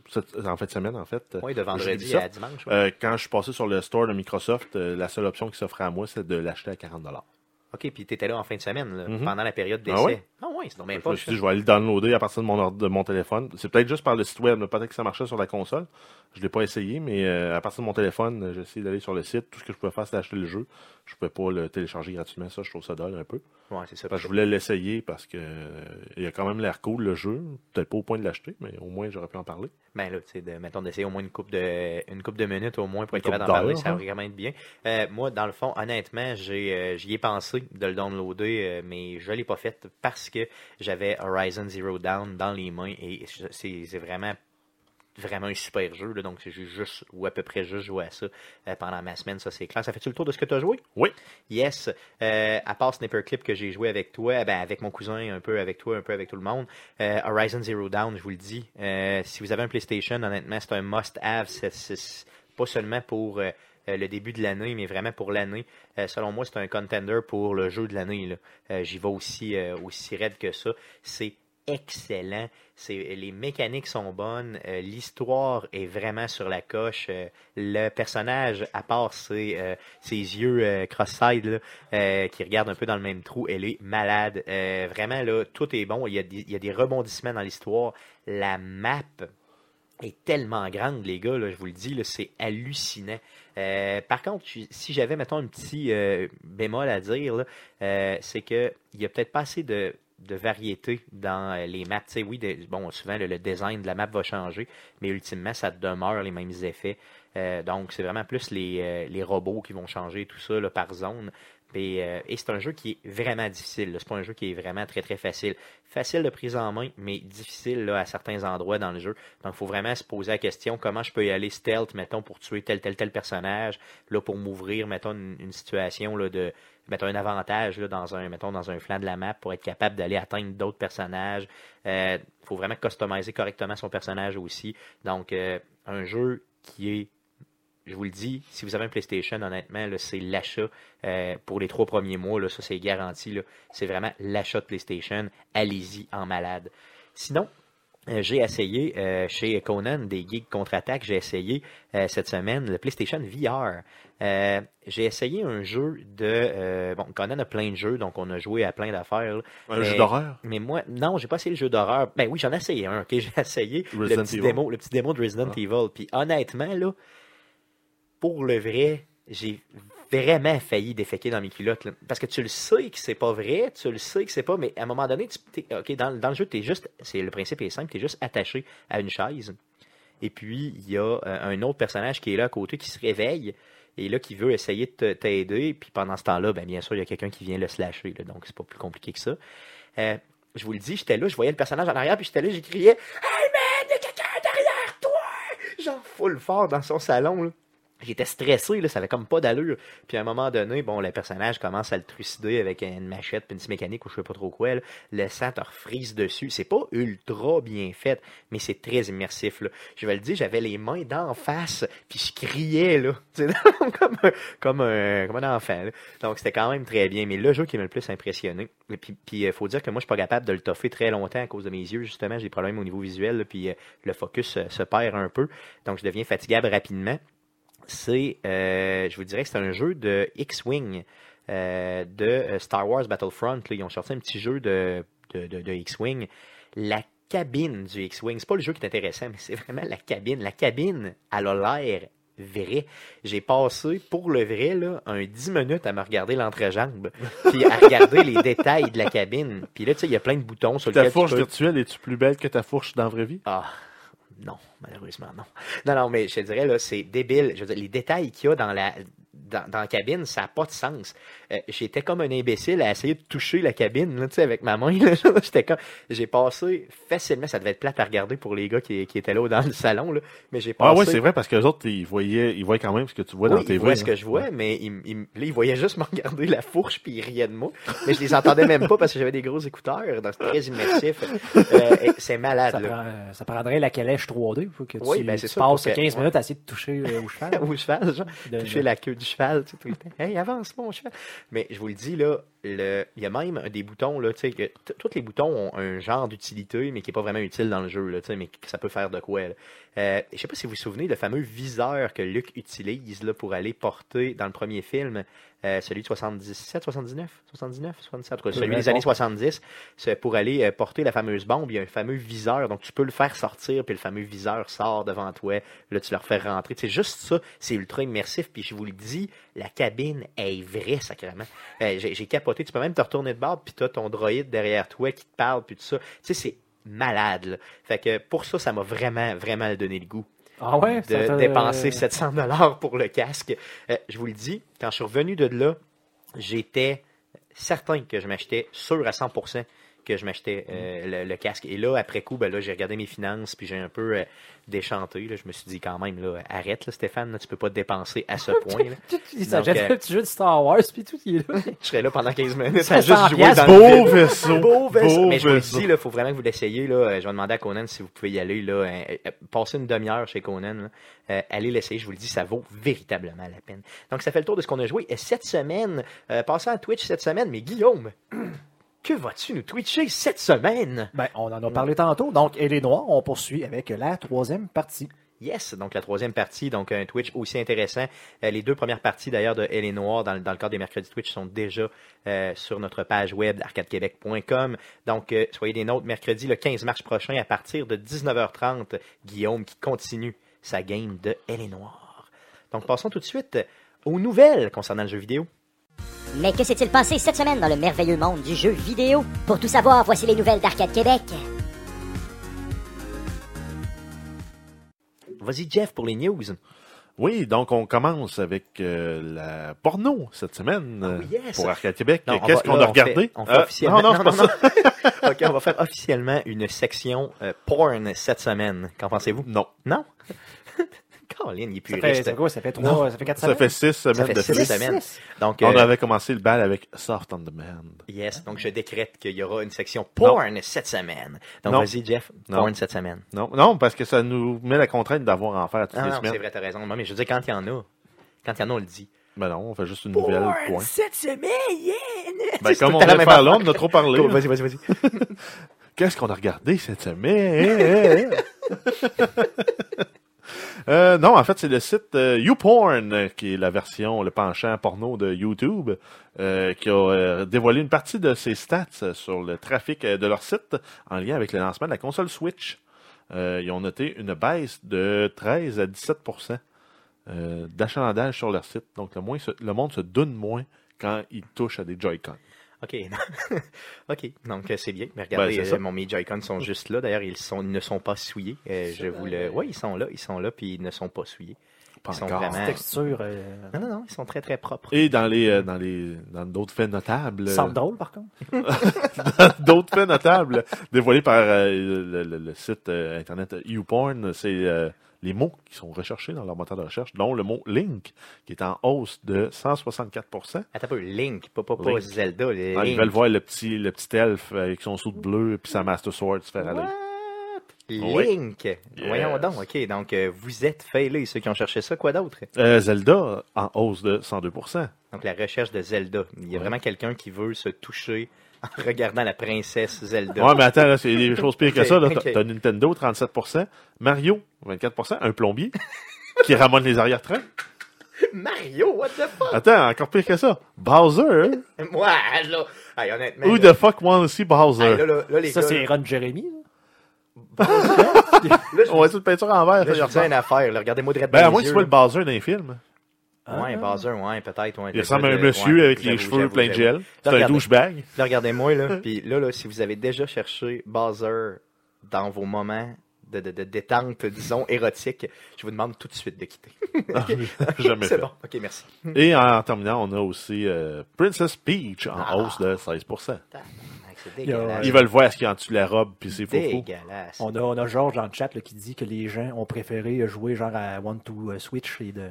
cette- en fin de semaine, en fait.
Oui, de vendredi
Ubisoft.
à dimanche. ouais.
Euh, quand je suis passé sur le store de Microsoft, euh, la seule option qui s'offrait à moi, c'est de l'acheter à 40$.
OK, puis t'étais là en fin de semaine, là,
Mhm.
pendant la période d'essai.
Ah ouais?
Ah ouais, c'est donc bien
je
pas.
me suis dit, je vais aller le downloader à partir de mon, ordi- de mon téléphone. C'est peut-être juste par le site web, là. peut-être que ça marchait sur la console. Je ne l'ai pas essayé, mais euh, à partir de mon téléphone, euh, j'ai essayé d'aller sur le site. Tout ce que je pouvais faire, c'était acheter le jeu. Je ne pouvais pas le télécharger gratuitement. Ça, je trouve ça dole un peu.
Ouais, c'est ça.
Parce que je voulais l'essayer parce que euh, il a quand même l'air cool, le jeu. Peut-être pas au point de l'acheter, mais au moins, j'aurais pu en parler.
Ben là, tu sais, de- mettons d'essayer au moins une coupe de une coupe de minutes au moins pour être
Une
capable d'en
coupe
parler,
d'heure,
ça
hein.
va vraiment être bien. Euh, moi, dans le fond, honnêtement, j'ai euh, j'y ai pensé de le downloader, euh, mais je l'ai pas fait parce que j'avais Horizon Zero Dawn dans les mains et je- c'est c'est vraiment vraiment un super jeu, là, donc j'ai juste ou à peu près juste joué à ça euh, pendant ma semaine, ça c'est clair. Ça fait-tu le tour de ce que tu as joué?
Oui.
Yes. Euh, à part Sniper Clip que j'ai joué avec toi, ben avec mon cousin, un peu avec toi, un peu avec tout le monde, euh, Horizon Zero Dawn, je vous le dis. euh, si vous avez un PlayStation, honnêtement, c'est un must-have. C'est- c'est- c'est Pas seulement pour euh, euh, le début de l'année, mais vraiment pour l'année. euh, selon moi, c'est un contender pour le jeu de l'année. là. Euh, J'y vais aussi, euh, aussi raide que ça. C'est excellent. hein. C'est- Les mécaniques sont bonnes. euh, L'histoire est vraiment sur la coche. euh, le personnage, à part ses, euh, ses yeux euh, cross-side là, euh, qui regarde un peu dans le même trou, elle est malade. Euh, vraiment, là, tout est bon. Il y a des, il y a des rebondissements dans l'histoire. La map est tellement grande, les gars, là, je vous le dis, là, c'est hallucinant. Euh, par contre, si si j'avais, mettons, un petit euh, bémol à dire, là, euh, c'est que il y a peut-être pas assez de, de variété dans euh, les maps. Tu sais, oui, de- bon, souvent, le, le design de la map va changer, mais ultimement, ça demeure les mêmes effets. Euh, donc, c'est vraiment plus les, euh, les robots qui vont changer tout ça là, par zone. Mais, euh, et c'est un jeu qui est vraiment difficile. là. C'est pas un jeu qui est vraiment très très facile. Facile de prise en main, mais difficile là, à certains endroits dans le jeu. Donc, il faut vraiment se poser la question comment je peux y aller stealth, mettons, pour tuer tel tel tel personnage, là pour m'ouvrir, mettons, une, une situation là, de mettons un avantage là, dans un mettons dans un flanc de la map pour être capable d'aller atteindre d'autres personnages. Il faut vraiment customiser correctement son personnage aussi. Donc, euh, un jeu qui est je vous le dis, si vous avez un PlayStation, honnêtement, là, c'est l'achat euh, pour les trois premiers mois. Là, ça, c'est garanti. là. C'est vraiment l'achat de PlayStation. Allez-y en malade. Sinon, euh, j'ai essayé euh, chez Conan des Geeks contre-attaque. J'ai essayé euh, cette semaine le PlayStation VR. Euh, j'ai essayé un jeu de. euh, bon, Conan a plein de jeux, donc on a joué à plein d'affaires. là.
Un
Mais-
jeu d'horreur.
Mais moi, non, j'ai pas essayé le jeu d'horreur. Ben oui, j'en ai essayé un, ok? J'ai essayé le
Resident
petit,
Evil. Ah.
démo, le petit démo de Resident Evil. Puis honnêtement, là, pour le vrai, j'ai vraiment failli déféquer dans mes culottes. là. Parce que tu le sais que c'est pas vrai, tu le sais que c'est pas, mais à un moment donné, tu, t'es- ok, dans, dans le jeu, t'es juste, c'est le principe est simple, t'es juste attaché à une chaise. Et puis, il y a euh, un autre personnage qui est là à côté qui se réveille et là qui veut essayer de te- t'aider. Puis pendant ce temps-là, ben, bien sûr, il y a quelqu'un qui vient le slasher. là. donc, c'est pas plus compliqué que ça. Euh, je vous le dis, j'étais là, je voyais le personnage en arrière, puis j'étais là, j'ai crié Hey man, il y a quelqu'un derrière toi Genre full fort dans son salon. là. J'étais stressé, là, ça avait comme pas d'allure. Puis à un moment donné, bon, le personnage commence à le trucider avec une machette, puis une petite mécanique ou je sais pas trop quoi. Là. Le sang te refrise dessus. C'est pas ultra bien fait, mais c'est très immersif. Là. Je vais le dire, j'avais les mains d'en face, puis je criais, là. Tu sais, comme, un, comme, un, comme un enfant. là. Donc c'était quand même très bien. Mais le jeu qui m'a le plus impressionné, et puis il faut dire que moi je suis pas capable de le toffer très longtemps à cause de mes yeux, justement, j'ai des problèmes au niveau visuel, là, puis euh, le focus euh, se perd un peu. Donc je deviens fatigable rapidement. C'est, euh, je vous dirais que c'est un jeu de X-Wing euh, de euh, Star Wars Battlefront. là. Ils ont sorti un petit jeu de, de, de- de X-Wing. La cabine du X-Wing, c'est pas le jeu qui est intéressant, mais c'est vraiment la cabine. La cabine, elle a l'air vraie j'ai passé pour le vrai là, un 10 minutes à me regarder l'entrejambe, puis à regarder les détails de la cabine. Puis là, tu sais, il y a plein de boutons sur
Ta
lesquels tu
fourche
peux-
virtuelle, es-tu plus belle que ta fourche dans la vraie vie?
Ah, non, malheureusement, non. Non, non, mais je te dirais, là, c'est débile. Je veux dire, les détails qu'il y a dans la, dans, dans la cabine, ça n'a pas de sens. Euh, J'étais comme un imbécile à essayer de toucher la cabine, là, tu sais, avec ma main. là. J'étais comme... J'ai passé facilement, ça devait être plate à regarder pour les gars qui, qui étaient là dans le salon, là, mais j'ai passé...
Ah ouais, c'est vrai, parce que les autres, ils voyaient, ils voyaient quand même ce que tu vois dans
Oui,
tes
ils voyaient
vraies,
ce
hein.
que je vois, mais ils, m- ils m- là, ils voyaient juste me regarder la fourche puis ils riaient de moi. Mais je les entendais même pas parce que j'avais des gros écouteurs, donc c'est très immersif. Euh, et c'est malade,
Ça,
là.
prend- euh, ça prendrait la calèche 3D, faut que tu,
Oui, ben, c'est
tu
ça,
passes
pour que-
15 minutes à essayer de toucher euh, au cheval.
Où je fais, genre.
De-
toucher la queue du cheval, tu sais, tout le temps. Hey, avance, mon cheval. Mais je vous le dis, là, le- il y a même des boutons, là, tu sais, que t- tous les boutons ont un genre d'utilité, mais qui n'est pas vraiment utile dans le jeu, là, tu sais, mais que ça peut faire de quoi, là. Euh, je sais pas si vous vous souvenez le fameux viseur que Luc utilise, là, pour aller porter dans le premier film, euh, celui de 77, 79, 79, 77, en tout cas, celui
bien
des
bon.
années 70, c'est pour aller euh, porter la fameuse bombe, il y a un fameux viseur, donc tu peux le faire sortir, puis le fameux viseur sort devant toi, Là, tu leur fais rentrer. C'est juste ça. C'est ultra immersif. Puis je vous le dis, la cabine est vraie, sacrément. Euh, J'ai j'ai capoté. Tu peux même te retourner de bord, puis t'as ton droïde derrière toi qui te parle, puis tout ça. Tu sais, c'est malade. là. Fait que pour ça, ça m'a vraiment, vraiment donné le goût
Ah ouais? ça euh,
de
te-
dépenser 700 dollars pour le casque. Euh, je vous le dis, quand je suis revenu de là, j'étais certain que je m'achetais sûr à 100% que je m'achetais euh, le, le casque. Et là, après coup, ben là, j'ai regardé mes finances, puis j'ai un peu euh, déchanté. là. Je me suis dit quand même, là, arrête, là, Stéphane, là, tu peux pas te dépenser à ce point. là.
Tout, il
Donc,
s'achète
euh,
un petit jeu de Star Wars, puis tout, il est là.
Je serais là pendant 15 minutes à
700
juste jouer dans
piastres,
le vide.
Ah, Beau vaisseau.
Beau vaisseau. Mais je vous le
vaisseau.
dis, il faut vraiment que vous l'essayiez. là. Euh, Je vais demander à Conan si vous pouvez y aller. Là. Euh, euh, Passez une demi-heure chez Conan. là. Euh, allez l'essayer, je vous le dis, ça vaut véritablement la peine. Donc, ça fait le tour de ce qu'on a joué Et cette semaine. euh, passons à Twitch cette semaine. Mais Guillaume, que vas-tu nous twitcher cette semaine?
Ben, on en a parlé tantôt. Donc, et les Noirs, on poursuit avec la troisième partie.
Yes, donc la troisième partie, donc un Twitch aussi intéressant. Euh, les deux premières parties d'ailleurs de Elle est Noire dans, le- dans le cadre des mercredis Twitch sont déjà euh, sur notre page web arcadequebec.com. Donc euh, soyez des nôtres mercredi le 15 mars prochain à partir de 19h30. Guillaume qui continue sa game de Elle est Noire. Donc passons tout de suite aux nouvelles concernant le jeu vidéo.
Mais que s'est-il passé cette semaine dans le merveilleux monde du jeu vidéo Pour tout savoir, voici les nouvelles d'Arcade Québec.
Vas-y Jeff pour les news.
Euh, Oui, donc on commence avec euh, la porno cette semaine
Ah oui,
euh,
yes.
pour Arcade Québec.
Non, on
Qu'est-ce
va-
qu'on
là,
a
on fait-
regardé
on fait
Euh,
officiellement-
Non, non, c'est pas
non,
ça.
OK, on va faire officiellement une section euh, porn cette semaine. Qu'en pensez-vous?
Non,
Non? Colin, il est
Ça
puriste.
fait, ça fait quoi? Ça fait trois, ça fait quatre
ça fait
semaines?
six
Ça
semaines
fait
de
six
plus.
semaines. Donc,
On
euh,
avait commencé le bal avec Soft on Demand.
yes, donc je décrète qu'il y aura une section porn cette semaine. Donc,
Non.
vas-y, Jeff,
Non.
porn cette semaine.
Non, non, parce que ça nous met la contrainte d'avoir à en faire toutes
Ah,
les
non, c'est
semaines.
vrai, t'as raison. Moi, Mais je veux dire, quand il y en a, quand il y en a, on le dit.
Ben non, on fait juste une nouvelle point.
cette semaine, yeah!
Ben,
C'est
comme
tout
on
à la
vient de
même
faire là,
affaire.
on en a trop parlé.
Vas-y, vas-y, vas-y.
Qu'est-ce qu'on a regardé cette semaine? Euh, non, en fait, c'est le site euh, YouPorn, euh, qui est la version, le penchant porno de YouTube, euh, qui a euh, dévoilé une partie de ses stats euh, sur le trafic euh, de leur site en lien avec le lancement de la console Switch. Euh, ils ont noté une baisse de 13 à 17 euh, d'achalandage sur leur site. Donc, le, moins se- le monde se donne moins quand il touche à des Joy-Con.
OK. OK. Donc, euh, c'est bien. Mais regardez,
Ben, c'est ça.
euh, mon, mes Joy-Con sont juste là. D'ailleurs, ils, sont, ils ne sont pas souillés. Euh, je vous le... Oui, ils sont là. Ils sont là, puis ils ne sont pas souillés.
Pas
Ils sont
encore.
vraiment-
Texture, euh,
Non, non, non. Ils sont très, très propres.
Et dans les euh, dans les dans d'autres faits notables, euh,
semble drôle, par contre.
d'autres faits notables dévoilés par euh, le, le- le site euh, internet YouPorn, c'est euh, les mots qui sont recherchés dans leur moteur de recherche, dont le mot link qui est en hausse de 164
Attends un peu. Link. Pas, pas, pas
Link.
Zelda. les
Ah, Ils
Link.
veulent voir le petit le petit elfe avec son soude bleu puis sa master sword se faire aller. Oui.
Link. Voyons donc. OK. Donc, euh, vous êtes failés, ceux qui ont cherché ça. Quoi d'autre?
Euh, Zelda en hausse de 102
Donc, la recherche de Zelda. Il y a
Ouais.
vraiment quelqu'un qui veut se toucher en regardant la princesse Zelda.
Ouais, mais attends, là, c'est des choses pires que
Ok,
ça. Là. T'as-
ok.
T'as Nintendo, 37 Mario, 24 un plombier qui ramène les arrière-trains.
Mario, what the fuck?
Attends, encore pire que ça. Bowser.
Moi, là. Hey, honnêtement.
Who
là,
the fuck wants to see
hey, là,
Bowser?
là, là, les
Ça,
gars,
c'est
là,
Ron Jeremy. là.
là, je
On va une peinture en
Là,
vert. ça,
je
il
vous dis
ressemble.
une affaire, là. regardez-moi direct
Ben, à
dans
moins
les
que
yeux.
tu vois le Bowser dans les films.
là.
Ah.
Ouais, un Bowser, ouais, peut-être. Ouais,
Il ressemble à un
Ouais,
monsieur
ouais,
avec
j'avoue,
les cheveux
j'avoue,
plein de
j'avoue.
gel. C'est un
regardez.
douchebag.
Là, regardez-moi, là. Puis là, là, si vous avez déjà cherché Bowser dans vos moments de, de- de détente, disons, érotique, je vous demande tout de suite de quitter.
Ah, Jamais
C'est
fait.
bon. OK, merci.
Et en terminant, on a aussi euh, Princess Peach en
Ah.
hausse de 16
Tabarnak, C'est
y a-
dégueulasse.
Ils veulent voir ce qu'il y a en dessous de la robe, puis c'est faux faux.
Dégueulasse.
On a, on a Georges dans le chat là, qui dit que les gens ont préféré jouer genre à One to euh, Switch et de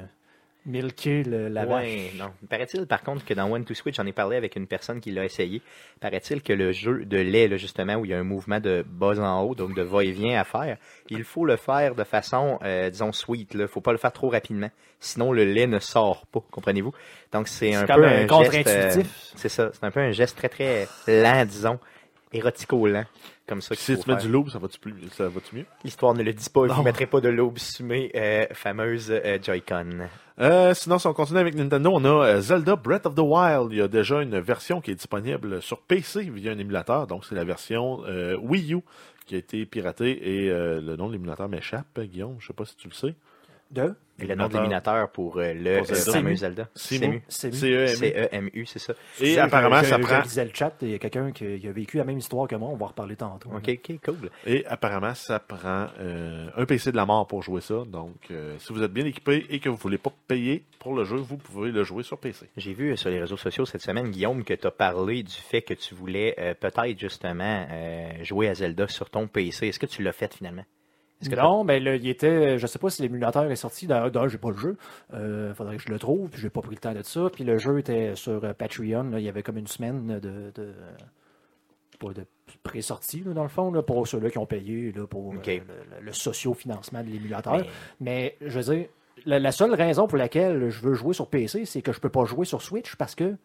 milker le- la
Ouais,
vache.
non. Paraît-il, par contre, que dans One to Switch, j'en ai parlé avec une personne qui l'a essayé. Paraît-il que le jeu de lait, là, justement, où il y a un mouvement de bas en haut, donc de va-et-vient à faire, il faut le faire de façon, euh, disons, sweet. Il faut pas le faire trop rapidement. Sinon, le lait ne sort pas, comprenez-vous? Donc, c'est un
C'est
peu
comme
un
un
geste... euh,
contre-intuitif.
c'est ça. C'est un peu un geste très, très lent, disons. Érotico-lent. Comme ça
Puis
qu'il
Si
faut
tu mets
faire.
du loup, ça va-tu plus- ça va-tu mieux?
L'histoire ne le dit pas. Vous
Non.
ne mettrez pas de l'aube sumée, euh, fameuse euh, Joy-Con.
Euh, sinon, si on continue avec Nintendo, on a euh, Zelda Breath of the Wild. Il y a déjà une version qui est disponible sur PC via un émulateur. Donc, c'est la version euh, Wii U qui a été piratée. Et euh, le nom de l'émulateur m'échappe, Guillaume. Je sais pas si tu le sais.
De
Et le nom de
Dominateur.
l'éminateur pour euh, le
Pour
euh,
Zelda.
fameux Zelda.
Simu. E
Simu.
C-E-M-U.
C-E-M-U, c'est ça.
euh, Et apparemment,
Je- je-
ça
je
prend.
lisais le chat, il y a quelqu'un qui a vécu la même histoire que moi, on va en reparler
Mhm.
tantôt.
OK, OK, cool.
Et apparemment, ça prend euh, un PC de la mort pour jouer ça. Donc, euh, si vous êtes bien équipé et que vous voulez pas payer pour le jeu, vous pouvez le jouer sur PC.
J'ai vu euh, sur les réseaux sociaux cette semaine, Guillaume, que tu as parlé du fait que tu voulais euh, peut-être justement euh, jouer à Zelda sur ton PC. Est-ce que tu l'as fait finalement? Est-ce que t'as-
non, mais là, il était. euh, Je sais pas si l'émulateur est sorti. D'un, d'un, j'ai pas le jeu. Euh, faudrait que je le trouve. Puis j'ai pas pris le temps de ça. Puis le jeu était sur euh, Patreon. là, il y avait comme une semaine de. de pas de pré-sortie, là, dans le fond, là, pour ceux-là qui ont payé là, pour euh,
Ok.
le, le- le socio-financement de l'émulateur.
Mais-
Mais, je veux dire, la, la seule raison pour laquelle je veux jouer sur PC, c'est que je peux pas jouer sur Switch parce que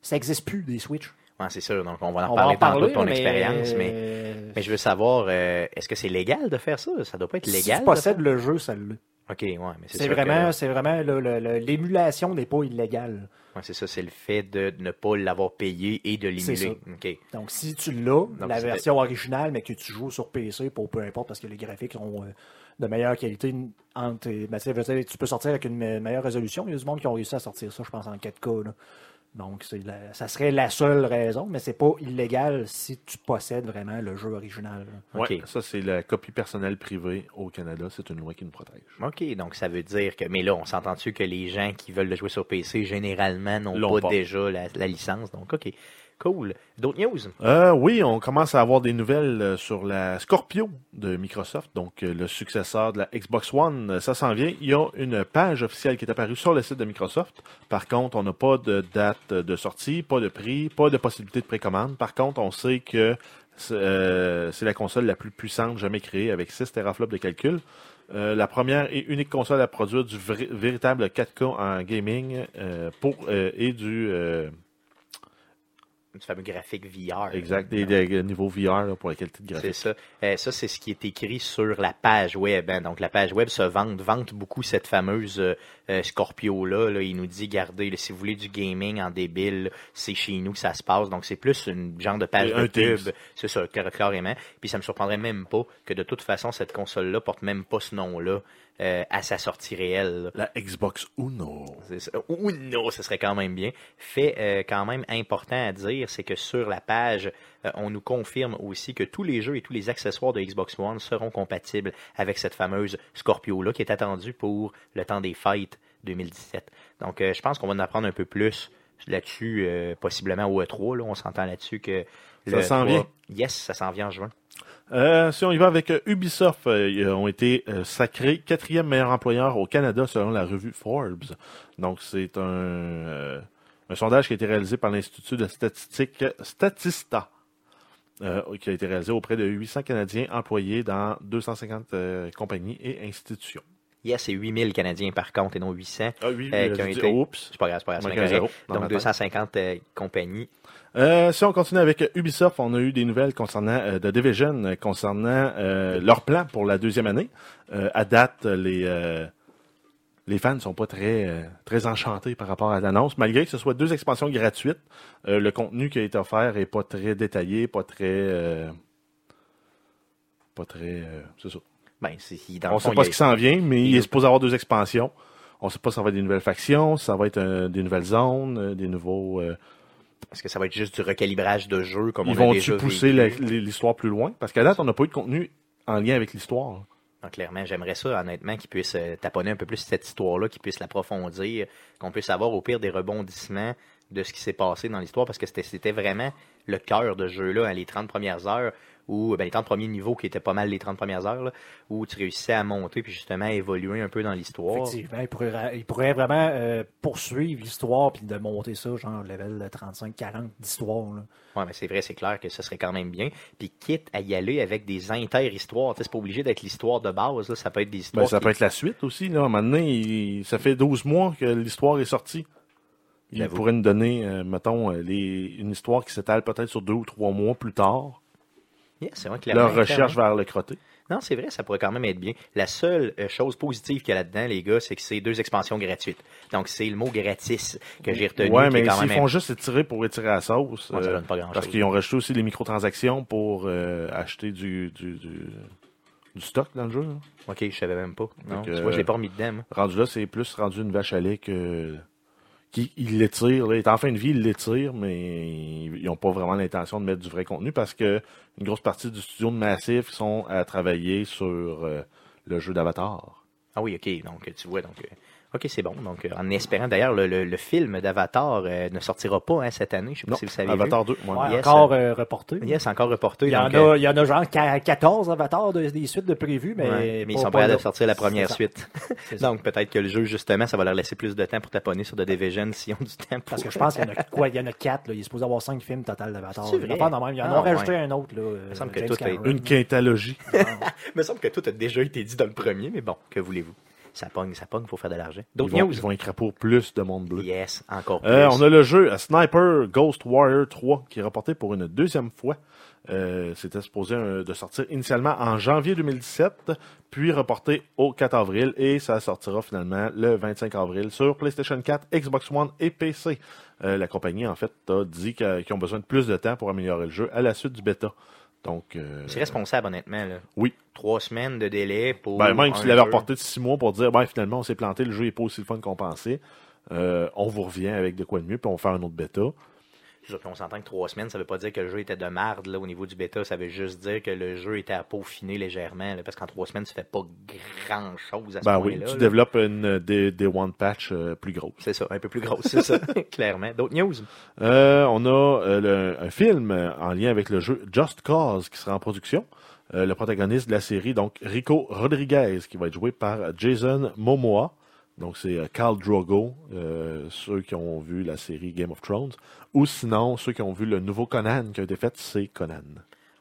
ça existe plus des Switch.
Ouais, c'est sûr, donc on va en
On
parler
va
tantôt
en parler,
de ton
mais-
expérience, mais, mais je veux savoir, euh, est-ce que c'est légal de faire ça? Ça doit pas être
Si
légal.
tu
de
possèdes le jeu, ça l'est.
faire- OK, ouais, mais c'est
C'est
sûr
vraiment,
que-
c'est vraiment là, le- le- l'émulation n'est pas illégale.
ouais, c'est ça, c'est le fait de ne pas l'avoir payé et de
C'est
l'émuler. OK.
Donc si tu l'as, la
c'était-
version originale, mais que tu joues sur PC pour peu importe parce que les graphiques sont euh, de meilleure qualité entre tes- ben, tu sais, je veux dire, tu peux sortir avec une me- meilleure résolution. Il y a du monde qui ont réussi à sortir ça, je pense, en 4K. là. Donc c'est la- ça serait la seule raison, mais c'est pas illégal si tu possèdes vraiment le jeu original. là.
Ok.
Ouais, ça, c'est la copie personnelle privée au Canada. C'est une loi qui nous protège.
OK, donc ça veut dire que. Mais là, on s'entend-tu que les gens qui veulent le jouer sur PC, généralement, n'ont
L'ont
pas,
pas.
déjà la, la licence. Donc, OK. Cool. D'autres news?
Euh, oui, on commence à avoir des nouvelles euh, sur la Scorpio de Microsoft, donc euh, le successeur de la Xbox One. Euh, Ça s'en vient. Il y a une page officielle qui est apparue sur le site de Microsoft. Par contre, on n'a pas de date euh, de sortie, pas de prix, pas de possibilité de précommande. Par contre, on sait que c'est euh, c'est la console la plus puissante jamais créée avec 6 teraflops de calcul. Euh, la première et unique console à produire du vrai- véritable 4K en gaming euh, pour, euh, et du... euh,
Du fameux graphique VR.
Exact, des, des niveaux VR là, pour la qualité de graphique.
C'est ça. Euh, ça, c'est ce qui est écrit sur la page web. hein. Donc, la page web se vante, vante beaucoup cette fameuse euh, euh, Scorpio-là. là. Il nous dit, gardez, là, si vous voulez du gaming en débile, c'est chez nous que ça se passe. Donc, c'est plus une genre de page
Et un
de pub.
Teams.
C'est ça, car- carrément. Puis, ça me surprendrait même pas que, de toute façon, cette console-là porte même pas ce nom-là euh, à sa sortie réelle. là.
La Xbox Uno.
C'est ça. Ou non, ce serait quand même bien. Fait euh, quand même important à dire, c'est que sur la page, euh, on nous confirme aussi que tous les jeux et tous les accessoires de Xbox One seront compatibles avec cette fameuse Scorpio-là qui est attendue pour le temps des fêtes 2017. Donc, euh, je pense qu'on va en apprendre un peu plus là-dessus, euh, possiblement au E3. Là. On s'entend là-dessus que...
Ça s'en
3
vient.
Yes, ça s'en vient en juin.
Euh, si on y va avec euh, Ubisoft, euh, ils ont été euh, sacrés quatrième meilleur employeur au Canada selon la revue Forbes. Donc c'est un, euh, un sondage qui a été réalisé par l'Institut de statistique Statista, euh, qui a été réalisé auprès de 800 Canadiens employés dans 250 euh, compagnies et institutions.
Yes, c'est 8000 Canadiens par contre et non 800.
Ah oui,
Euh,
j'ai
qui ont
dit,
été-
oups.
C'est pas grave, c'est pas grave, c'est
manqué
bien
un
correct.
zéro dans ma
Donc,
tête.
250 euh, compagnies
Euh, si on continue avec Ubisoft, on a eu des nouvelles concernant euh, de Division, euh, concernant euh, leur plan pour la deuxième année. Euh, à date, les euh, les fans sont pas très euh, très enchantés par rapport à l'annonce, malgré que ce soit deux expansions gratuites. euh, le contenu qui a été offert est pas très détaillé, pas très euh, pas très euh, c'est ça.
Ben, c'est, il- dans
On
le
sait
fond,
pas
il y
ce
a-
qui s'en vient, mais
il
il
y
est
a-
supposé avoir deux expansions. On sait pas si ça va être des nouvelles factions, si ça va être euh, des nouvelles zones, euh, des nouveaux euh,
Est-ce que ça va être juste du recalibrage de jeu comme
Ils
on a
vont-tu
déjà
pousser la-
vécu?
l'histoire plus loin? Parce qu'à date, on n'a pas eu de contenu en lien avec l'histoire.
Donc, clairement, j'aimerais ça, honnêtement, qu'ils puissent euh, taponner un peu plus cette histoire-là, qu'ils puissent l'approfondir, qu'on puisse avoir au pire des rebondissements de ce qui s'est passé dans l'histoire, parce que c'était, c'était vraiment le cœur de ce jeu-là, hein, les 30 premières heures, ou ben, les 30 premiers niveaux qui étaient pas mal les 30 premières heures, là, où tu réussissais à monter puis justement à évoluer un peu dans l'histoire.
Effectivement, il pourrait, ra- il pourrait vraiment euh, poursuivre l'histoire puis de monter ça, genre level 35-40 d'histoire. là.
Ouais, mais c'est vrai, c'est clair que ce serait quand même bien. Puis quitte à y aller avec des inter-histoires, tu sais, c'est pas obligé d'être l'histoire de base, là, ça peut être des
Ben,
histoires
ça
qui-
peut être la suite aussi. Là. À un moment donné, il- ça fait 12 mois que l'histoire est sortie. Il
J'avoue.
pourrait nous donner, euh, mettons, euh, les- une histoire qui s'étale peut-être sur deux ou trois mois plus tard.
Yeah, c'est vrai, clairement,
Leur
clairement.
recherche vers le crotté.
Non, c'est vrai, ça pourrait quand même être bien. La seule euh, chose positive qu'il y a là-dedans, les gars, c'est que c'est deux expansions gratuites. Donc, c'est le mot gratis que j'ai retenu.
Ouais,
qui est
mais
quand
s'ils
même
font juste étirer pour étirer la sauce,
Ouais, ça
euh,
donne pas grand-chose.
parce qu'ils ont rajouté aussi les microtransactions pour euh, acheter du, du, du- du stock dans le jeu. là.
Ok, je savais même pas. Non,
Donc, euh,
tu vois, je l'ai pas remis dedans. moi.
Rendu là, c'est plus rendu une vache à lait que. Qui, il l'étire, là. Il est en fin de vie, il l'étire, mais ils n'ont pas vraiment l'intention de mettre du vrai contenu parce que une grosse partie du studio de Massif sont à travailler sur euh, le jeu d'Avatar.
Ah oui, ok. Donc, tu vois, donc. euh, Ok, c'est bon. Donc, euh, en espérant, d'ailleurs, le, le- le film d'Avatar euh, ne sortira pas hein, cette année. Je sais pas
Non,
si vous savez.
Avatar 2, moi.
Ouais,
Yes,
encore euh, reporté.
Yes, encore reporté.
Il y, en
donc, euh,
a, il y en a genre qua- 14 avatars de- des suites de prévues, mais,
ouais, mais ils
pas-
sont
pas
prêts
là.
à sortir la première
C'est ça.
suite.
C'est ça.
Donc, peut-être que le jeu, justement, ça va leur laisser plus de temps pour taponner sur The Division s'ils ont du temps pour.
Parce que je pense qu'il y en a quoi? Il y en a 4, là. Il est supposé avoir 5 films total d'Avatar.
C'est vrai?
Ils en parlent dans même. Ils en
Ah,
ont rajouté
ouais.
un autre, là. euh, Il
me semble que tout est-
Une quintalogie.
Il me semble que tout a déjà été dit dans le premier, mais bon, que voulez-vous? Ça pogne, ça pogne, faut faire de l'argent.
Ils
D'autres
vont,
news?
ils vont écrapour plus de monde bleu.
Yes, encore plus.
Euh, on a le jeu euh, Sniper Ghost Warrior 3 qui est reporté pour une deuxième fois. Euh, C'était supposé euh, de sortir initialement en janvier 2017, puis reporté au 4 avril et ça sortira finalement le 25 avril sur PlayStation 4, Xbox One et PC. Euh, la compagnie en fait a dit qu'a- qu'ils ont besoin de plus de temps pour améliorer le jeu à la suite du bêta. Donc euh,
C'est responsable, honnêtement. Là.
Oui.
Trois semaines de délai pour.
ben, même
un
s'il l'avait
jeu.
reporté de 6 mois pour dire ben, finalement on s'est planté, le jeu n'est pas aussi le fun qu'on pensait. euh, on vous revient avec de quoi de mieux, puis on fait un autre bêta.
C'est sûr qu'on s'entend que trois semaines, ça veut pas dire que le jeu était de marde là, au niveau du bêta. Ça veut juste dire que le jeu était à peaufiner légèrement. là, parce qu'en trois semaines, tu fais pas grand chose à ce
Ben oui,
point-là.
tu
là.
développes une, euh, des, des One Patch euh, plus grosses.
C'est ça, un peu plus gros, c'est ça, clairement. D'autres news?
Euh, on a euh, le- un film euh, en lien avec le jeu Just Cause qui sera en production. Euh, le protagoniste de la série, donc Rico Rodriguez, qui va être joué par Jason Momoa. Donc c'est euh, Khal Drogo, euh, ceux qui ont vu la série Game of Thrones. Ou sinon, ceux qui ont vu le nouveau Conan qui a été fait, c'est Conan.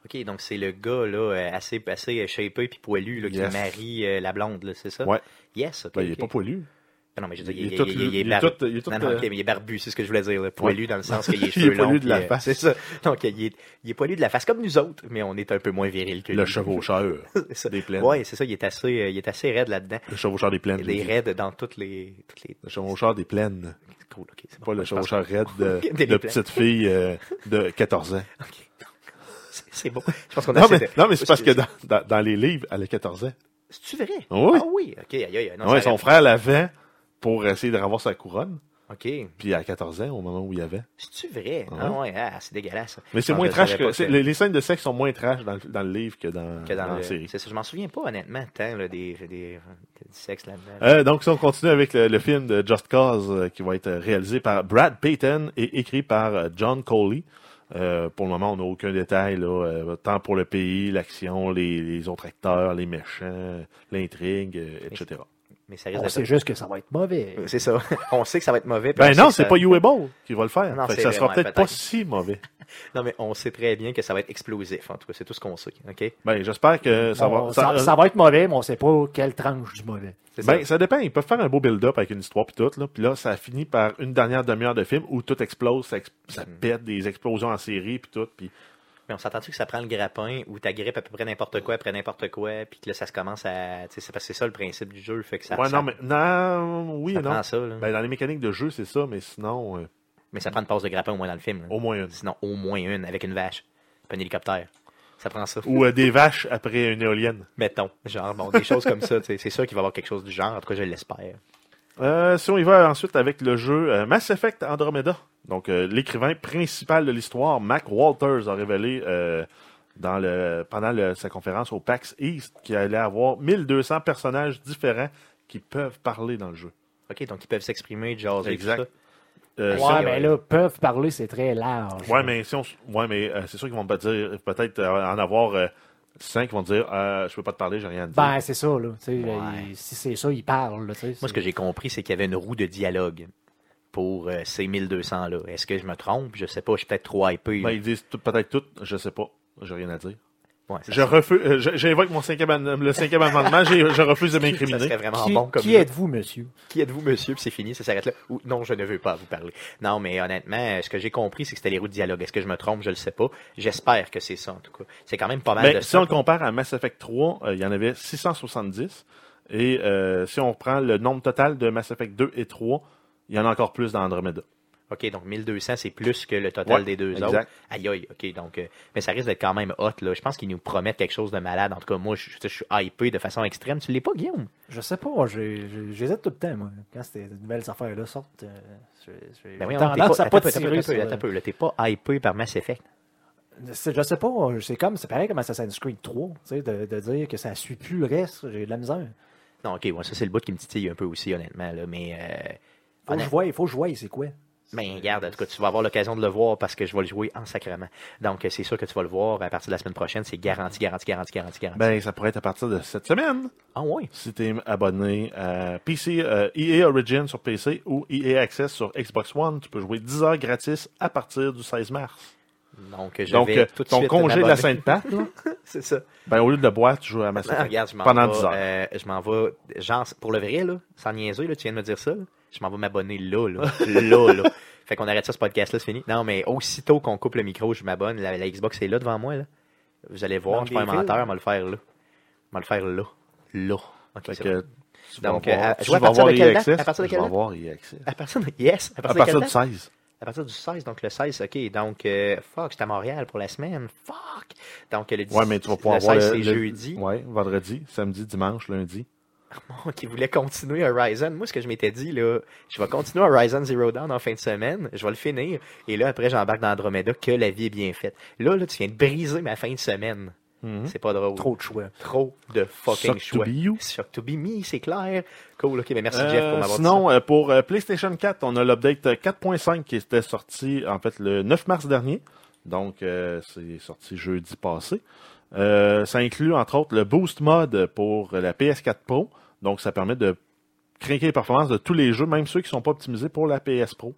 Ok, donc c'est le gars là, euh, assez, assez shapé puis poilu là, qui
Yes.
marie euh, la blonde, là, c'est ça?
Ouais.
Yes, ok.
Ben, il est
ok.
pas poilu.
Ah non, mais je veux dire,
Il
il,
est
il-
tout-
il- il est
il est
barbu.
tout- il est tout,
non, non,
euh,
ok, mais il est barbu, c'est ce que je voulais dire. là, Poilu dans le sens qu'il est
Il est poilu de la
face. C'est ça. Donc, il est, il est poilu de la face comme nous autres, mais on est un peu moins viril que lui.
Le chevaucheur.
C'est ça.
des plaines.
Ouais, c'est ça, il est assez, euh, il est assez raide là-dedans.
le chevaucheur des plaines.
Il est
j'ai dit.
raide dans toutes les. Toutes les...
Le chevaucheur des plaines.
Cool, ok, c'est bon.
Pas le
Je pense-
chevaucheur raide de,
Des
de
plaines.
petite fille euh, de 14 ans.
ok. C'est- C'est bon. Je pense qu'on a
Non
assez
mais,
de-
non, mais c'est parce que dans, dans- dans les livres, elle a 14 ans.
C'est-tu vrai?
Oui.
Ah oui, ok, aïe, aïe, non,
ouais,
ça
son
aurait-
frère l'avait pour essayer de revoir sa couronne,
Ok.
puis à 14 ans, au moment où il y avait.
C'est-tu vrai?
Ouais.
Ah ouais, ah, c'est dégueulasse.
Mais c'est
Non,
moins
je
trash
savais
que.
pas
c'est- Les, les scènes de sexe sont moins trash dans, le- dans le livre que dans,
que dans
dans
le-
la série.
C'est ça, je m'en souviens pas honnêtement tant là, des, des, des- du sexe là-dedans.
Euh, donc, si on continue avec le, le film de Just Cause, euh, qui va être réalisé par Brad Payton et écrit par euh, John Coley. Euh, pour le moment, on n'a aucun détail, là, euh, tant pour le pays, l'action, les, les autres acteurs, les méchants, l'intrigue, euh, etc.
Mais ça risque
On sait
d'être-
juste que ça va être mauvais.
C'est ça. on sait que ça va être mauvais. puis
Ben
on sait
non,
que
c'est
ça-
pas Uable qui va le faire.
Non,
Fait que
c'est
ça
vrai,
sera
ouais,
peut-être pas
peut-être.
si mauvais.
Non, mais on sait très bien que ça va être explosif. En tout cas, c'est tout ce qu'on sait. OK?
Ben, j'espère que ça
On-
va. ça-
ça va être mauvais, mais on sait pas quelle tranche du mauvais.
C'est
ben,
ça.
ça dépend. Ils peuvent faire un beau build-up avec une histoire puis tout, là. Puis là, ça finit par une dernière demi-heure de film où tout explose, ça, ex- ça
Mm.
pète, des explosions en série puis tout. Puis
Mais on s'entend-tu que ça prend le grappin ou t'agrippes à peu près n'importe quoi après n'importe quoi, puis que là, ça se commence à. tu sais, C'est parce que c'est ça le principe du jeu. Fait que ça,
ouais,
ça-
non, mais non, oui,
ça
et non.
prend ça. là.
Ben, dans les mécaniques de jeu, c'est ça, mais sinon, euh,
mais ça prend une passe de grappin au moins dans le film. là.
au moins une.
Sinon, au moins une avec une vache, puis un hélicoptère. Ça prend ça.
Ou euh, des vaches après une éolienne.
Mettons. Genre, bon, des choses comme ça. tu sais. C'est sûr qu'il va y avoir quelque chose du genre. En tout cas, je l'espère.
Euh, si on y va ensuite avec le jeu euh, Mass Effect Andromeda. Donc, euh, l'écrivain principal de l'histoire, Mac Walters, a révélé euh, dans le, pendant le- sa conférence au PAX East qu'il allait avoir 1200 personnages différents qui peuvent parler dans le jeu.
OK, donc ils peuvent s'exprimer, jaser,
Exact.
tout ça.
Euh,
Ouais,
si on-
ça,
mais
ouais.
là, peuvent parler, c'est très large.
Ouais, mais si on s- ouais, mais euh, c'est sûr qu'ils vont pas dire peut-être euh, en avoir euh, cinq qui vont dire euh, je peux pas te parler, j'ai rien à te dire.
Ben, c'est ça, là. Tu sais,
Ouais.
il- si c'est ça, ils parlent, là. tu sais,
Moi, ce que j'ai compris, c'est qu'il y avait une roue de dialogue pour euh, ces 1200-là. Est-ce que je me trompe? Je sais pas, je suis peut-être trop hypé.
Ben, ils disent tout- peut-être tout, je sais pas, j'ai rien à dire.
Ouais, ça,
Je refuse, euh, je- j'évoque mon cinquième, an- le cinquième amendement, j'ai- je refuse de
ça
m'incriminer.
serait vraiment
Qui,
bon comme
qui
jeu.
êtes-vous, monsieur?
Qui êtes-vous, monsieur? Puis c'est fini, ça s'arrête là. Ou non, je ne veux pas vous parler. Non, mais honnêtement, ce que j'ai compris, c'est que c'était les roues de dialogue. Est-ce que je me trompe? Je le sais pas. J'espère que c'est ça, en tout cas. C'est quand même pas mal
Ben,
de
si
ça.
on le compare à Mass Effect 3, euh, il y en avait 670. Et euh, si on reprend le nombre total de Mass Effect 2 et 3, il y en a encore plus dans Andromeda.
OK, donc 1200, c'est plus que le total
Ouais,
des deux
exact.
autres. Aïe, aïe, OK. Donc, euh, mais ça risque d'être quand même hot, là. Je pense qu'ils nous promettent quelque chose de malade. En tout cas, moi, je, je suis hypé de façon extrême. Tu l'es pas, Guillaume?
Je sais pas, j'ai- j'ai- j'hésite tout le temps, moi. Quand ces nouvelles affaires-là sortent, euh, j'ai- j'ai
Ben oui, on
tendance à pas
t'es
tirer
attends un peu,
sur- euh,
attends un peu, là. T'es pas hypé par Mass Effect.
C'est- Je sais pas, c'est comme, c'est pareil comme Assassin's Creed 3, tu sais, de, de dire que ça suit plus le reste, j'ai de la misère.
Non, OK, ouais, ça, c'est le bout qui me titille un peu aussi, honnêtement, là. Mais, euh,
Faut que je voie, faut que je voie, c'est quoi?
Ben, regarde, en tout cas, tu vas avoir l'occasion de le voir parce que je vais le jouer en sacrement. Donc, euh, c'est sûr que tu vas le voir à partir de la semaine prochaine. C'est garanti, garanti, garanti, garanti, garanti.
Ben, ça pourrait être à partir de cette semaine.
ah ouais?
Si t'es abonné à PC, euh, EA Origin sur PC ou EA Access sur Xbox One, tu peux jouer 10 heures gratis à partir du 16 mars.
Donc, euh, je
Donc,
vais
euh,
tout de
ton
suite
congé de la
m'abonner.
Sainte-Pâte, là,
c'est ça.
ben, au lieu de le boire, tu joues à Mass
Ah,
Effect
regarde, je m'en
pendant
vais,
10 heures.
euh, je m'en vais, genre, pour le vrai, là, sans niaiser, là, tu viens de me dire ça, là, je m'en vais m'abonner là, là, là, là. Fait qu'on arrête ça, ce podcast-là, c'est fini. Non, mais aussitôt qu'on coupe le micro, je m'abonne. La, la Xbox est là devant moi, là. Vous allez voir,
Dans
je suis pas un
des villes.
menteur, on va le faire là. On va le faire là. Là. Ok,
Fait
c'est
que
bon.
tu
Donc,
vas
euh,
voir,
à-
tu
jouer à
vas
partir
voir
de
EA
quel date?
Access,
À partir de
tu
quel
vas
date?
voir EA Access.
À partir de... Yes! À
À
partir, de
partir
quel
du
temps?
16.
À partir du 16, donc le 16, ok. Donc, euh, fuck, c'est à Montréal pour la semaine. Fuck! Donc, le 10,
Ouais, mais tu vas pouvoir
le
voir
16,
le-
c'est
le-
jeudi.
Ouais, vendredi, samedi, dimanche, lundi.
qui voulait continuer Horizon. Moi, ce que je m'étais dit, là, je vais continuer Horizon Zero Dawn en fin de semaine, je vais le finir, et là, après, j'embarque dans Andromeda, que la vie est bien faite. Là, là, tu viens de briser ma fin de semaine. C'est pas drôle.
Trop de choix.
Trop de fucking
Suck Mhm. to
choix.
be you.
Suck to be me, c'est clair. Cool, ok, mais merci
Euh,
Jeff pour m'avoir dit
sinon, euh, pour euh, PlayStation 4, on a l'update euh, 4.5 qui était sorti en fait le 9 mars dernier. Donc, euh, c'est sorti jeudi passé. Euh, ça inclut entre autres le Boost Mode pour la PS4 Pro. Donc, ça permet de craquer les performances de tous les jeux, même ceux qui sont pas optimisés pour la PS Pro.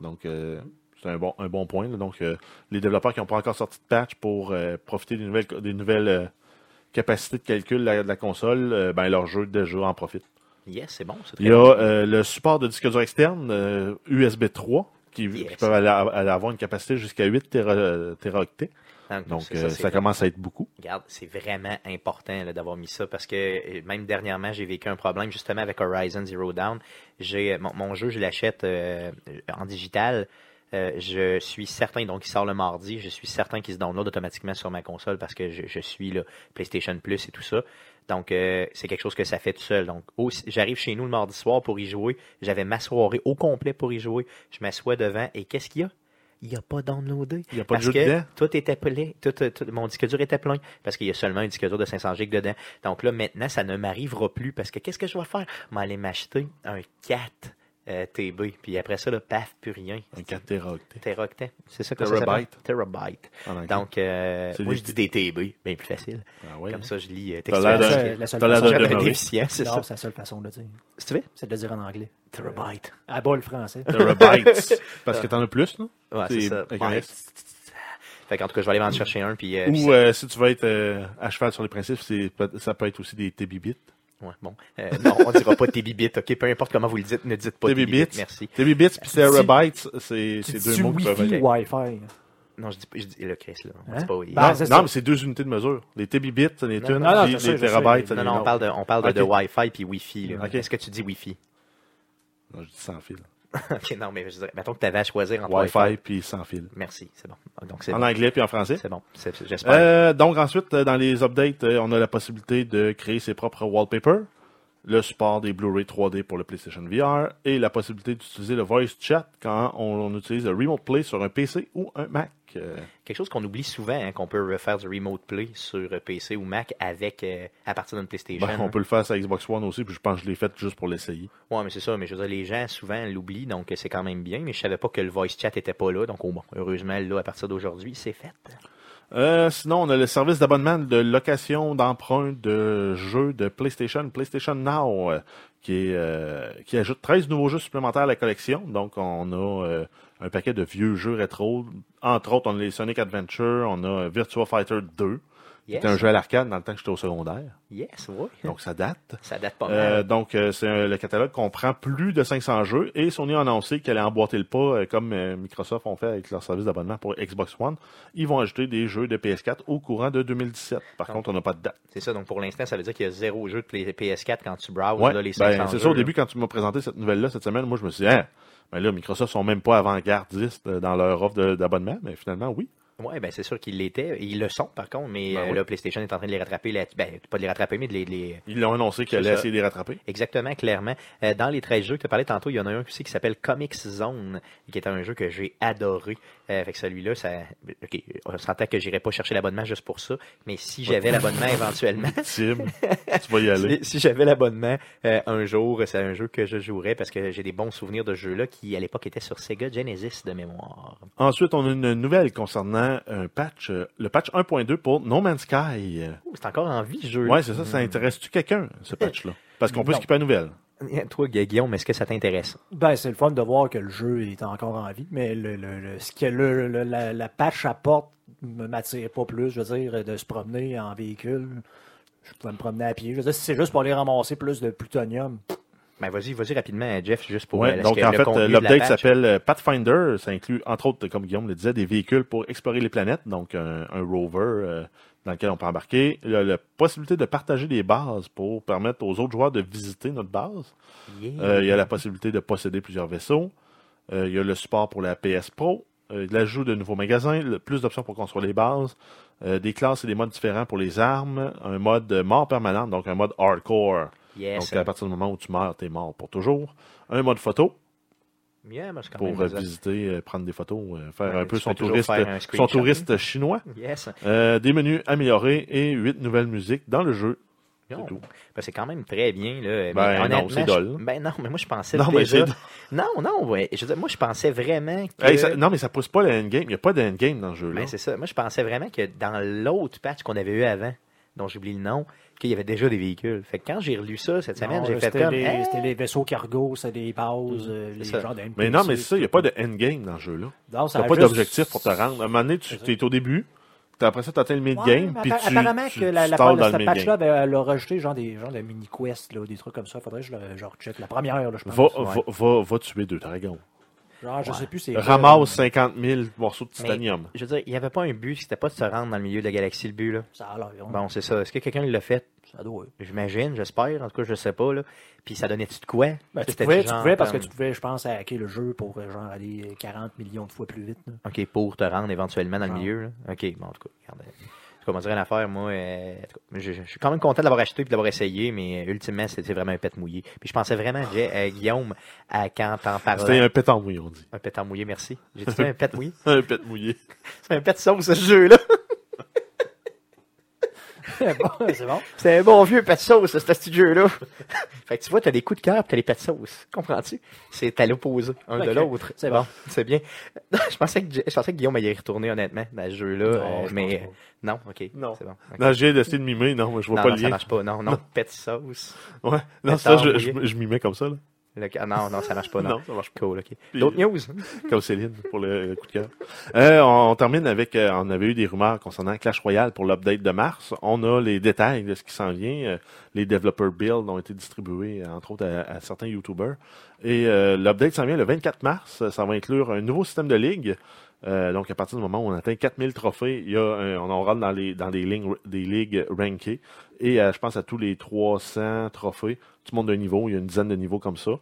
Donc, euh, c'est un bon, un bon point. là. Donc, euh, les développeurs qui n'ont pas encore sorti de patch pour euh, profiter des nouvelles, des nouvelles euh, capacités de calcul de la, de la console, euh, ben, leur jeu déjà en profite.
ça. Yes, c'est bon, c'est très
Il y a
bon.
euh, le support de disque dur externe, euh, USB 3, qui, qui
Yes.
peuvent aller, aller avoir une capacité jusqu'à 8 téra- euh, téraoctets. Donc,
c'est
euh,
c'est
ça commence à être beaucoup.
Regarde, c'est vraiment important là, d'avoir mis ça parce que euh, même dernièrement, j'ai vécu un problème justement avec Horizon Zero Dawn. J'ai euh, mon, mon jeu, je l'achète euh, en digital. Euh, je suis certain, donc il sort le mardi, je suis certain qu'il se download automatiquement sur ma console parce que je, je suis là, PlayStation Plus et tout ça. Donc euh, c'est quelque chose que ça fait tout seul. Donc aussi- j'arrive chez nous le mardi soir pour y jouer. J'avais ma soirée au complet pour y jouer. Je m'assois devant et qu'est-ce qu'il y a? Il n'y a pas downloadé.
Il n'y a pas
Parce
de jeu
que
dedans.
Tout était plein. Tout, euh, tout- mon disque dur était plein parce qu'il y a seulement un disque dur de 500 gigs dedans. Donc là, maintenant, ça ne m'arrivera plus parce que qu'est-ce que je vais faire? Je vais aller m'acheter un 4 euh, TB. Puis après ça, le paf, plus rien.
Un 4 téraoctets.
Teraoctet. C'est ça que ça s'appelle? Terabyte.
en anglais.
Donc, euh,
C'est
moi,
des
je dis des TB, bien plus facile.
Ah ouais,
Comme ça, je lis euh,
T'as l'air
textuellement.
La
d'un-
seule- la seule
t'as l'air
façon-
d'un
J'avais un
demeuré.
déficient, c'est
Non,
ça.
c'est la seule façon de le dire.
Si tu veux?
C'est de le dire en anglais. Euh,
Terabyte.
À bas le français.
Terabytes. Parce que t'en as plus, non?
Ouais, c'est ça.
avec un
Ouais.
S.
Fait qu'en tout cas, je vais aller m'en chercher un. Puis, euh, puis
Ou euh, si tu veux être euh, à cheval sur les principes, c'est peut- ça peut être aussi des TBBits.
Ouais, bon. Euh, non, on dira pas tes bibites, ok? Peu importe comment vous le dites, ne dites pas tes bibites.
TBBits.
Merci.
TBBits puis Terabytes, c'est
Tu
c'est
dis
deux mots qui peuvent
Wi-Fi
être.
ou Wi-Fi.
Non, je dis pas, je dis, là, Chris, là, on
Hein?
dit pas oui.
Ah,
Non,
c'est ça.
non, mais c'est deux unités de mesure. Les TBBits, c'est les
Non,
tunes,
non, non,
puis
je sais,
les
je sais.
Terabytes, c'est
non,
les
non, on
nombres.
parle de, on parle de, de
Ok.
Wi-fi puis Wi-Fi, là.
Ok.
Est-ce que tu dis Wi-Fi?
Non, je dis sans fil.
ok, non, mais je dirais, mettons que t'avais à choisir entre Wi-Fi.
Wi-Fi puis sans fil.
Merci, c'est bon. Donc, c'est
En
bon.
anglais puis en français.
C'est bon. C'est- c'est- J'espère.
Euh, donc ensuite, euh, dans les updates, euh, on a la possibilité de créer ses propres wallpapers, le support des Blu-ray 3D pour le PlayStation VR et la possibilité d'utiliser le voice chat quand on, on utilise le remote play sur un PC ou un Mac. Euh,
Quelque chose qu'on oublie souvent, hein, qu'on peut faire du remote play sur euh, PC ou Mac avec, euh, à partir d'une PlayStation.
ben, on peut le faire sur Xbox One aussi, puis je pense que je l'ai fait juste pour l'essayer.
Ouais, mais c'est ça. Mais je veux dire, les gens souvent l'oublient, donc euh, c'est quand même bien. Mais je savais pas que le voice chat était pas là. Donc, oh, bon, heureusement, là, à partir d'aujourd'hui, c'est fait.
Euh, sinon, on a le service d'abonnement de location d'emprunts de jeux de PlayStation, PlayStation Now, euh, qui, est, euh, qui ajoute 13 nouveaux jeux supplémentaires à la collection. Donc, on a euh, un paquet de vieux jeux rétro. Entre autres, on a les Sonic Adventure, on a Virtua Fighter 2,
Yes.
C'était un jeu à l'arcade dans le temps que j'étais au secondaire.
Yes, oui.
Donc, ça date.
Ça date pas mal.
Euh, donc, euh, c'est un- le catalogue comprend plus de 500 jeux et Sony a annoncé qu'elle allait emboîter le pas, euh, comme euh, Microsoft ont fait avec leur service d'abonnement pour Xbox One. Ils vont ajouter des jeux de PS4 au courant de 2017. Par
Donc,
contre, on n'a pas de date.
C'est ça, donc pour l'instant, ça veut dire qu'il y a zéro jeu de Play- PS4 quand tu browses
Ouais,
là, les
ben,
500
c'est
jeux,
ça, au
là.
début, quand tu m'as présenté cette nouvelle-là cette semaine, moi, je me suis dit, Hein, ben là, Microsoft sont même pas avant-gardistes euh, dans leur offre de- d'abonnement, mais finalement, oui.
Oui, ben c'est sûr qu'ils l'étaient. Ils le sont, par contre, mais
Ben
euh,
oui.
là, PlayStation est en train de les rattraper. là- ben, pas de les rattraper, mais de les. de les-
Ils l'ont annoncé qu'ils
C'est
allaient
ça.
essayer de les rattraper.
Exactement, clairement. Euh, dans les 13 jeux que tu parlais tantôt, il y en a un aussi qui s'appelle Comics Zone, qui est un jeu que j'ai adoré. Euh, fait que celui-là, ça. OK, on s'entend que j'irai pas chercher l'abonnement juste pour ça, mais si j'avais l'abonnement éventuellement.
Tim, tu vas y aller.
Si, si j'avais l'abonnement euh, un jour, c'est un jeu que je jouerais parce que j'ai des bons souvenirs de ce jeu-là qui, à l'époque, était sur Sega Genesis de mémoire.
Ensuite, on a une nouvelle concernant un patch, euh, le patch 1.2 pour No Man's Sky.
Ouh, c'est encore en vie, ce jeu
Ouais, c'est ça. Ça intéresse-tu quelqu'un, ce patch-là? Parce qu'on peut
euh, Non.
skipper la nouvelle.
Mm. Toi, Guillaume, est-ce que ça t'intéresse?
Ben, c'est le fun de voir que le jeu est encore en vie, mais le, le- le- ce que le- le- la, la patch apporte ne m'attire pas plus. Je veux dire, de se promener en véhicule, je pouvais me promener à pied. Je veux dire, si c'est juste pour aller ramasser plus de plutonium,
Ben vas-y, vas-y rapidement, Jeff, juste pour
Ouais,
euh, parce
donc
que
en
le
fait,
contenu
euh,
de la
l'update
patch-
s'appelle euh, Pathfinder. Ça inclut, entre autres, comme Guillaume le disait, des véhicules pour explorer les planètes, donc un, un rover euh, dans lequel on peut embarquer. La, la possibilité de partager des bases pour permettre aux autres joueurs de visiter notre base.
Yeah.
Euh, Il y a la possibilité de posséder plusieurs vaisseaux. Euh, Il y a le support pour la PS Pro. Euh, L'ajout de nouveaux magasins, le- plus d'options pour construire les bases, euh, des classes et des modes différents pour les armes, un mode euh, mort permanent, donc un mode hardcore,
Yes.
donc, à partir du moment où tu meurs, tu es mort pour toujours. Un mode photo
Yeah, mais c'est quand
pour
même
euh,
bizarre.
visiter, euh, prendre des photos, euh, faire
Ouais,
un peu
tu
son
peux toujours
touriste,
faire un
son
screenshot.
touriste chinois.
Yes.
Euh, des menus améliorés et huit nouvelles musiques dans le jeu. C'est
Non,
tout.
ben, c'est quand même très bien. Là. Mais
Ben, non,
honnêtement,
c'est
je-
dol.
Ben non, mais moi je pensais
Non, mais
déjà...
c'est-
Non, non, ouais. Je veux dire, moi je pensais vraiment que...
Hey, ça- non, mais ça pousse pas le endgame. Il n'y a pas d'endgame dans le jeu. Là.
Euh, Ben, c'est ça. Moi je pensais vraiment que dans l'autre patch qu'on avait eu avant, dont j'oublie le nom, qu'il y avait déjà des véhicules. Fait que quand j'ai relu ça cette semaine,
non,
j'ai fait
c'était
comme...
les,
Hey!
c'était les vaisseaux cargo, c'était les bases, euh, les
ça.
gens d'
mais
NPC,
non, mais c'est ça, il n'y a pas de endgame dans le jeu. là.
Non, ça
Tu
a
pas
juste-
d'objectif pour te rendre. À un moment donné, tu es au début, puis après ça, tu atteins le
Ouais,
mid-game,
mais
puis
appa-
tu,
apparemment
tu-
que la,
tu
la
tords
part
dans
de
le
cette patch-là,
mid-game.
ben, elle a rejeté genre des, genre des mini-quests, là, des trucs comme ça. Faudrait que je, le- je recheck la première, là, je pense.
Va, va,
Ouais.
va, va tuer deux dragons.
Genre, je sais plus c'est. quoi,
Ramasse
là,
50 000 morceaux de
Mais,
titanium.
Je veux dire, il n'y avait pas un but, c'était pas de se rendre dans le milieu de la galaxie, le but. Là.
mais Ça a l'air.
Bon, c'est ça. Est-ce que quelqu'un l'a fait?
Ça doit.
J'imagine, j'espère. En tout cas, je sais pas. Là. Puis ça donnait-tu de quoi?
Ben, tu
C'était
pouvais,
du
tu
genre
pouvais parce que
comme-
tu pouvais, je pense, hacker le jeu pour euh, genre aller 40 millions de fois plus vite. là.
OK, pour te rendre éventuellement dans le
Genre.
milieu. là. OK, bon, en tout cas, regarde. euh, En tout cas, on dirait une affaire, moi, euh, en tout cas, je, je suis quand même content de l'avoir acheté et de l'avoir essayé, mais euh, ultimement, c'était vraiment un pet mouillé. Puis je pensais vraiment, Jay, euh, Guillaume, à quand t'en
C'était
parlais.
un pet mouillé, on dit.
Un pet en mouillé, merci. J'ai dit un pet mouillé.
Un pet mouillé.
C'est un pet sauce, ce jeu-là.
Bon, c'est bon.
C'est un bon vieux pet sauce, ce petit jeu-là. fait que tu vois, t'as des coups de cœur pis t'as les pet sauce. Comprends-tu? C'est à l'opposé, un de
Ok,
l'autre. Ah,
c'est bon.
c'est bien. je, pensais que, je pensais que Guillaume allait y retourner, honnêtement, dans ce jeu-là.
Non,
euh,
Oh, je
mais
pense pas.
non, ok.
Non.
C'est bon. ok.
Non, j'ai d'essayer de mimer, non, mais je vois
Non,
pas
non,
le
ça
lien.
marche pas. Non, non, pet sauce.
Ouais. Non,
Pétard
ça, je,
mouillé.
je, je mimais comme ça, là.
Le- ah, non, non, ça marche pas. Non,
Non, ça marche
Cool, ok.
Puis- euh,
D'autres news?
Comme Céline, pour le, le coup de cœur. Euh, on, on termine avec, euh, on avait eu des rumeurs concernant Clash Royale pour l'update de mars. On a les détails de ce qui s'en vient. Euh, les developer builds ont été distribués, euh, entre autres, à, à certains YouTubers. Et euh, l'update s'en vient le 24 mars. Ça va inclure un nouveau système de ligue. Euh, donc, à partir du moment où on atteint 4000 trophées, il y a un- on en rentre dans, les, dans des, lignes, des ligues rankées. Et euh, je pense à tous les 300 trophées, tout le monde d'un niveau, il y a une dizaine de niveaux comme ça.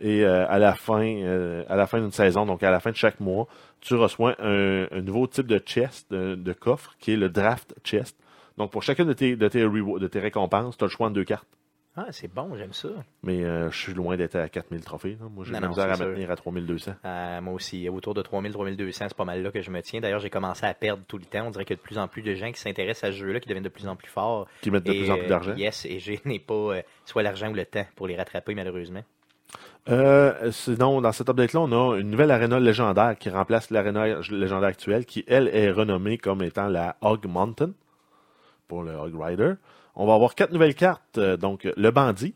Et euh, à la fin, euh, à la fin d'une saison, donc à la fin de chaque mois, tu reçois un, un nouveau type de chest, de, de coffre, qui est le draft chest. Donc pour chacune de tes, de tes, rewa- de tes récompenses, tu as le choix de deux cartes.
Ah, c'est bon, j'aime ça.
Mais euh, je suis loin d'être à 4000 trophées. là. Moi, j'ai
Non,
de
non,
la misère à
c'est sûr.
maintenir à 3200.
Euh, moi aussi, autour de 3000, 3200, c'est pas mal là que je me tiens. D'ailleurs, j'ai commencé à perdre tout le temps. On dirait qu'il y a de plus en plus de gens qui s'intéressent à ce jeu-là, qui deviennent de plus en plus forts.
Qui mettent de
Et,
plus en plus
euh,
d'argent.
Yes, et je n'ai pas euh, soit l'argent ou le temps pour les rattraper, malheureusement.
Euh, sinon, dans cette update-là, on a une nouvelle aréna légendaire qui remplace l'aréna légendaire actuelle, qui, elle, est renommée comme étant la Hog Mountain pour le Hog Rider. On va avoir quatre nouvelles cartes, euh, donc euh, le bandit,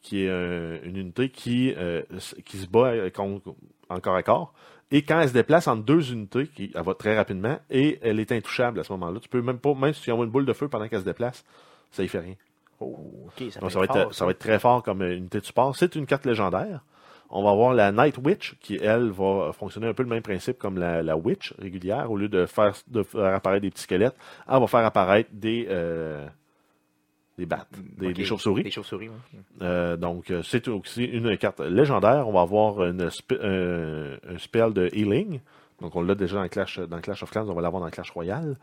qui est un- une unité qui, euh, s- qui se bat euh, contre- en corps à corps. Et quand elle se déplace entre deux unités, qui, elle va très rapidement, et elle est intouchable à ce moment-là. Tu peux même pas, même si tu envoies une boule de feu pendant qu'elle se déplace, ça y fait rien.
Oh, ok, ça,
Donc,
peut
ça, va
être
être,
fort,
ça va être très fort comme euh, unité de support. C'est une carte légendaire. On va avoir la Night Witch, qui, elle, va fonctionner un peu le même principe comme la, la Witch régulière. Au lieu de faire, de faire apparaître des petits squelettes, elle va faire apparaître des, euh, des bats, des,
Ok,
Mm, des chauves-souris.
Des chauves-souris, oui.
Euh, donc, euh, c'est aussi une carte légendaire. On va avoir une spe- euh, un spell de healing. Donc, on l'a déjà dans Clash, dans Clash of Clans, on va l'avoir dans Clash Royale.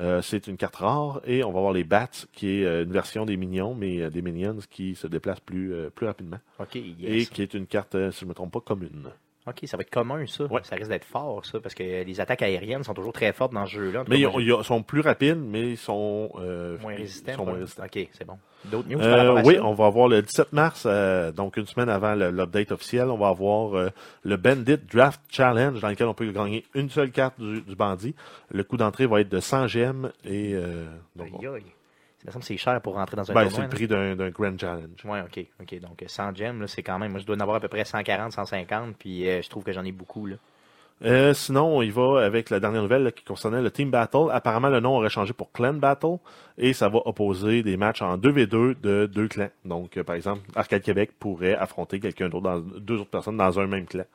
Euh, c'est une carte rare et on va avoir les Bats, qui est euh, une version des Minions, mais euh, des Minions qui se déplacent plus, euh, plus rapidement.
Ok,
Et
yes.
qui est une carte, euh, si je ne me trompe pas, commune.
Ok, ça va être commun, ça.
Ouais.
Ça risque d'être fort, ça, parce que les attaques aériennes sont toujours très fortes dans ce jeu-là. En tout
Mais
cas,
ils,
moi,
ont- ils ont- sont plus rapides, mais ils sont, euh,
j'ai- moins
ils
résistants.
sont moins
probablement.
résistants.
Ok, c'est bon. D'autres news par
Euh,
rapport à
oui,
ça?
on va avoir le 17 mars, euh, donc une semaine avant le- l'update officiel, on va avoir euh, le Bandit Draft Challenge dans lequel on peut gagner une seule carte du, du bandit. Le coût d'entrée va être de 100 gemmes et euh, donc,
Aïe, aïe. Ça me semble que c'est cher pour rentrer dans un
ben, c'est
tournoi.
le prix d'un d'un Grand Challenge.
Oui, ok, ok. Donc euh, 100 gems, là, c'est quand même. Moi, je dois en avoir à peu près 140, 150, puis euh, je trouve que j'en ai beaucoup. Là.
Euh, sinon, on y va avec la dernière nouvelle là, qui concernait le Team Battle. Apparemment, le nom aurait changé pour Clan Battle et ça va opposer des matchs en 2v2 de deux clans. Donc, euh, par exemple, Arcade Québec pourrait affronter quelqu'un d'autre, dans- deux autres personnes dans un même clan.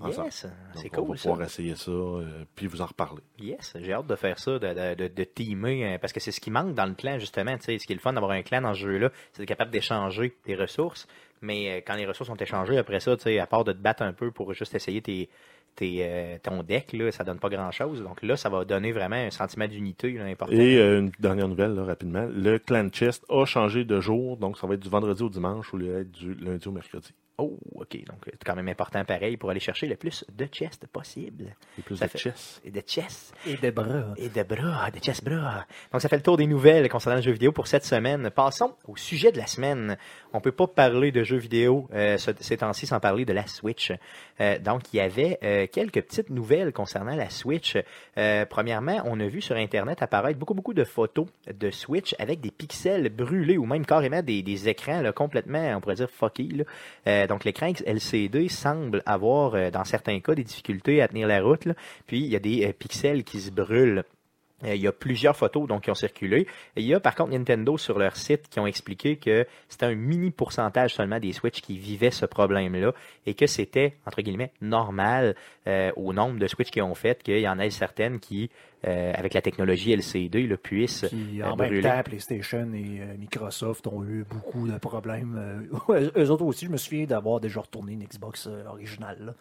ensemble.
Yes,
Donc,
c'est
on Ah, va
cool ça.
pouvoir essayer ça, euh, puis vous en reparler.
Yes, j'ai hâte de faire ça, de, de, de, de teamer, hein, parce que c'est ce qui manque dans le clan, justement. tu sais, Ce qui est le fun d'avoir un clan dans ce jeu-là, c'est d'être capable d'échanger des ressources. Mais euh, quand les ressources sont échangées, après ça, tu sais, à part de te battre un peu pour juste essayer tes, tes, euh, ton deck, là, ça donne pas grand-chose. Donc là, ça va donner vraiment un sentiment d'unité là, important.
Et euh, une dernière nouvelle, là, rapidement. Le clan chest a changé de jour, donc ça va être du vendredi au dimanche au lieu d'être du lundi au mercredi.
Oh, OK. Donc, c'est quand même important pareil pour aller chercher le plus de chest possible.
Et plus
Ça
de
fait-
chess.
Et de chest.
Et des bras.
Et de bras, de chess bras. Donc, ça fait le tour des nouvelles concernant le jeu vidéo pour cette semaine. Passons au sujet de la semaine. On peut pas parler de jeux vidéo euh, ce- ces temps-ci sans parler de la Switch. Euh, donc, il y avait euh, quelques petites nouvelles concernant la Switch. Euh, premièrement, on a vu sur Internet apparaître beaucoup, beaucoup de photos de Switch avec des pixels brûlés ou même carrément des, des écrans là, complètement, on pourrait dire, fucky. là. Euh, donc, l'écran LCD semble avoir, euh, dans certains cas, des difficultés à tenir la route. là. Puis, il y a des euh, pixels qui se brûlent. Euh, Il y a plusieurs photos donc, qui ont circulé. Il y a par contre Nintendo sur leur site qui ont expliqué que c'était un mini pourcentage seulement des Switch qui vivaient ce problème-là et que c'était, entre guillemets, normal euh, au nombre de Switch qu'ils ont fait qu'il y en ait certaines qui, euh, avec la technologie LCD, le puissent.
Puis
euh,
en même
brûlé.
temps, PlayStation et euh, Microsoft ont eu beaucoup de problèmes. Euh, eux autres aussi, je me souviens d'avoir déjà retourné une Xbox euh, originale. là.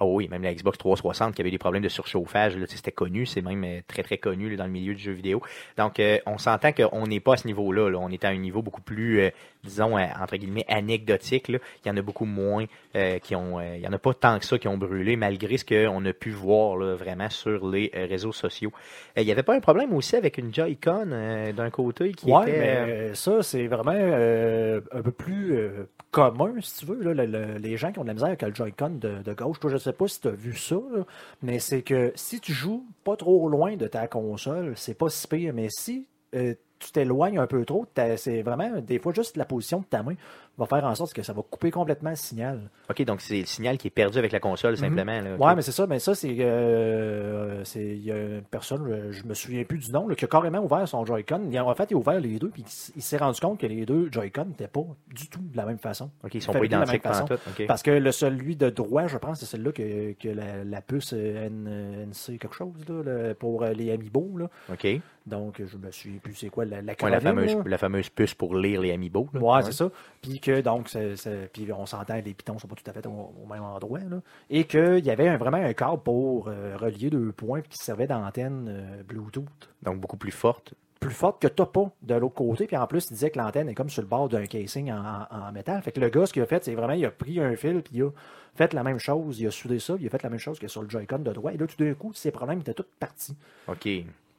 Ah oui, même la Xbox 360 qui avait des problèmes de surchauffage, là, tu sais, c'était connu, c'est même euh, très très connu là, dans le milieu du jeu vidéo. Donc euh, on s'entend qu'on n'est pas à ce niveau-là, là. on est à un niveau beaucoup plus, euh, disons, euh, entre guillemets, anecdotique. là. Il y en a beaucoup moins euh, qui ont, euh, il y en a pas tant que ça qui ont brûlé, malgré ce qu'on a pu voir là, vraiment sur les euh, réseaux sociaux. Euh, Il n'y avait pas un problème aussi avec une Joy-Con euh, d'un côté qui
ouais,
était...
mais
euh,
euh, ça, c'est vraiment euh, un peu plus euh, commun, si tu veux. là, le- le- les gens qui ont de la misère avec le Joy-Con de, de gauche, toi, je sais pas si tu as vu ça, là, mais c'est que si tu joues pas trop loin de ta console, c'est pas si pire, mais si euh, tu t'éloignes un peu trop, t'as- c'est vraiment des fois juste la position de ta main va faire en sorte que ça va couper complètement le signal.
Ok, donc c'est le signal qui est perdu avec la console simplement. là. Ok.
Mhm. Ouais, mais c'est ça, mais ça, c'est. euh, c'est- Il y a une personne, euh, je me souviens plus du nom, là, qui a carrément ouvert son Joy-Con. Il a- En fait, il a ouvert les deux, puis il s- il s'est rendu compte que les deux Joy-Con n'étaient pas du tout de la même façon.
Ok, ils sont pas
fabriqués de la même
identiques
façon.
en tout. ok.
Parce que le celui de droit, je pense, c'est celui-là que, que la, la puce euh, N- NC quelque chose, là, le- pour euh, les Amiibo. Là.
Ok. Ouais,
Donc, je me souviens plus c'est quoi la, la,
la,
acronyme,
fameuse,
là.
la fameuse puce pour lire les amiibo. là.
Ouais, c'est ça. Puis que donc, c'est- c'est- puis on s'entend, les pitons sont pas tout à fait au, au même endroit. Là. Et qu'il y avait un- vraiment un câble pour euh, relier deux points qui servait d'antenne euh, Bluetooth
Donc beaucoup plus forte.
plus forte que t'as pas de l'autre côté. Puis en plus, il disait que l'antenne est comme sur le bord d'un casing en, en- en métal. Fait que le gars, ce qu'il a fait, c'est vraiment, il a pris un fil, puis il a fait la même chose, il a soudé ça, puis il a fait la même chose que sur le Joy-Con de droit. Et là, tout d'un coup, ses problèmes étaient tous partis.
OK.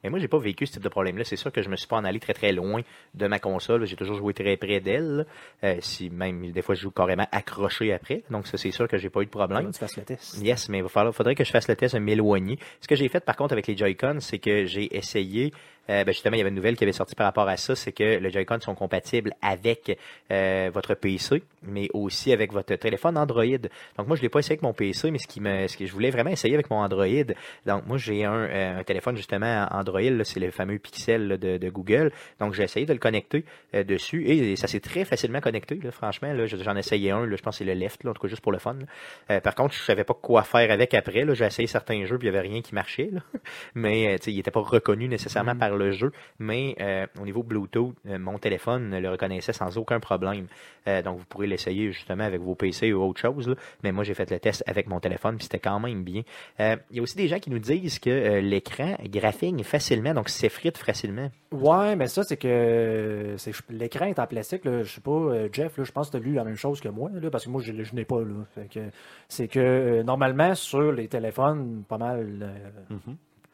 Mais moi, j'ai pas vécu ce type de problème-là. C'est sûr que je me suis pas en allé très très loin de ma console. J'ai toujours joué très près d'elle. Euh, si même des fois je joue carrément accroché après. Donc ça, c'est sûr que j'ai pas eu de
Faudrait
problème.
que tu fasses le test.
Yes, mais il va falloir- faudrait que je fasse le test de m'éloigner. Ce que j'ai fait par contre avec les Joy-Con, c'est que j'ai essayé Euh, ben, justement, il y avait une nouvelle qui avait sorti par rapport à ça, c'est que les Joy-Con sont compatibles avec euh, votre PC, mais aussi avec votre téléphone Android. Donc moi, je l'ai pas essayé avec mon PC, mais ce qui me, ce que je voulais vraiment essayer avec mon Android. Donc moi, j'ai un, euh, un téléphone justement Android, là, c'est le fameux Pixel là, de, de Google. Donc j'ai essayé de le connecter euh, dessus et ça s'est très facilement connecté. Là, franchement, là, j'en ai essayé un, là, je pense que c'est le left, là, en tout cas juste pour le fun. là. Euh, par contre, je savais pas quoi faire avec après. là. J'ai essayé certains jeux, puis il y avait rien qui marchait. là. Mais euh, tu sais, il n'était pas reconnu nécessairement par le jeu. Mais euh, au niveau Bluetooth, euh, mon téléphone le reconnaissait sans aucun problème. Euh, donc, vous pourrez l'essayer justement avec vos PC ou autre chose. là. Mais moi, j'ai fait le test avec mon téléphone, puis c'était quand même bien. Euh, Il y a aussi des gens qui nous disent que euh, l'écran graphigne facilement, donc s'effrite facilement.
Ouais, mais ça, c'est que euh, c'est- je- l'écran est en plastique. Là, je sais pas, euh, Jeff, là, je pense que tu as lu la même chose que moi, là, parce que moi, je, l'ai- je n'ai pas. Là, Fait que, c'est que euh, normalement, sur les téléphones, pas mal euh,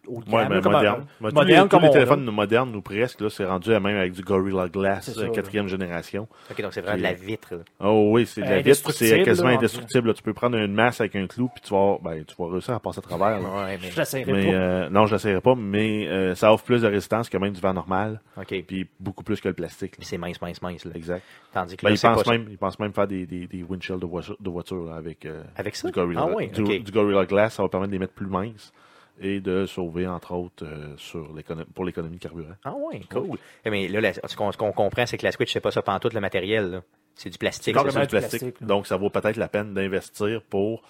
haut de
Ouais,
gamme,
ben,
là, comme,
moderne.
euh,
Ben, tous
moderne
les, tous
comme
les
on a.
téléphones modernes ou presque, là, c'est rendu à même avec du Gorilla
C'est
Glass,
ça,
euh,
là. Euh,
quatrième génération.
OK, donc c'est vraiment de la vitre. là.
Oh oui, c'est de la vitre, c'est
Indestructible,
quasiment
là, en-
indestructible. là. Tu peux prendre une masse avec un clou, puis tu vas, ben, tu vas réussir à passer à travers. là.
Ouais, mais-
Je l'essayerai
Mais,
pas.
euh, non, je l'essayerai pas, mais euh, ça offre plus de résistance que même du vent normal,
OK.
et puis beaucoup plus que le plastique. là.
Puis c'est mince, mince, mince. Là.
Exact.
Tandis que
Ben,
là,
ils,
c'est
pensent
pas-
même, ils pensent même faire des, des, des windshields de voiture, de voiture là, avec, euh,
Avec ça?
du, Gorilla,
Ah oui,
du-
ok.
du Gorilla Glass. Ça va permettre de les mettre plus minces et de sauver, entre autres, euh, sur l'écono- pour l'économie de carburant.
Ah ouais, cool. Mais là, la- ce qu'on ce qu'on comprend, c'est que la Switch, c'est pas ça pantoute le matériel. là. C'est du plastique.
Exactement.
c'est ça.
C'est du plastique.
plastique, là.
donc, ça vaut peut-être la peine d'investir pour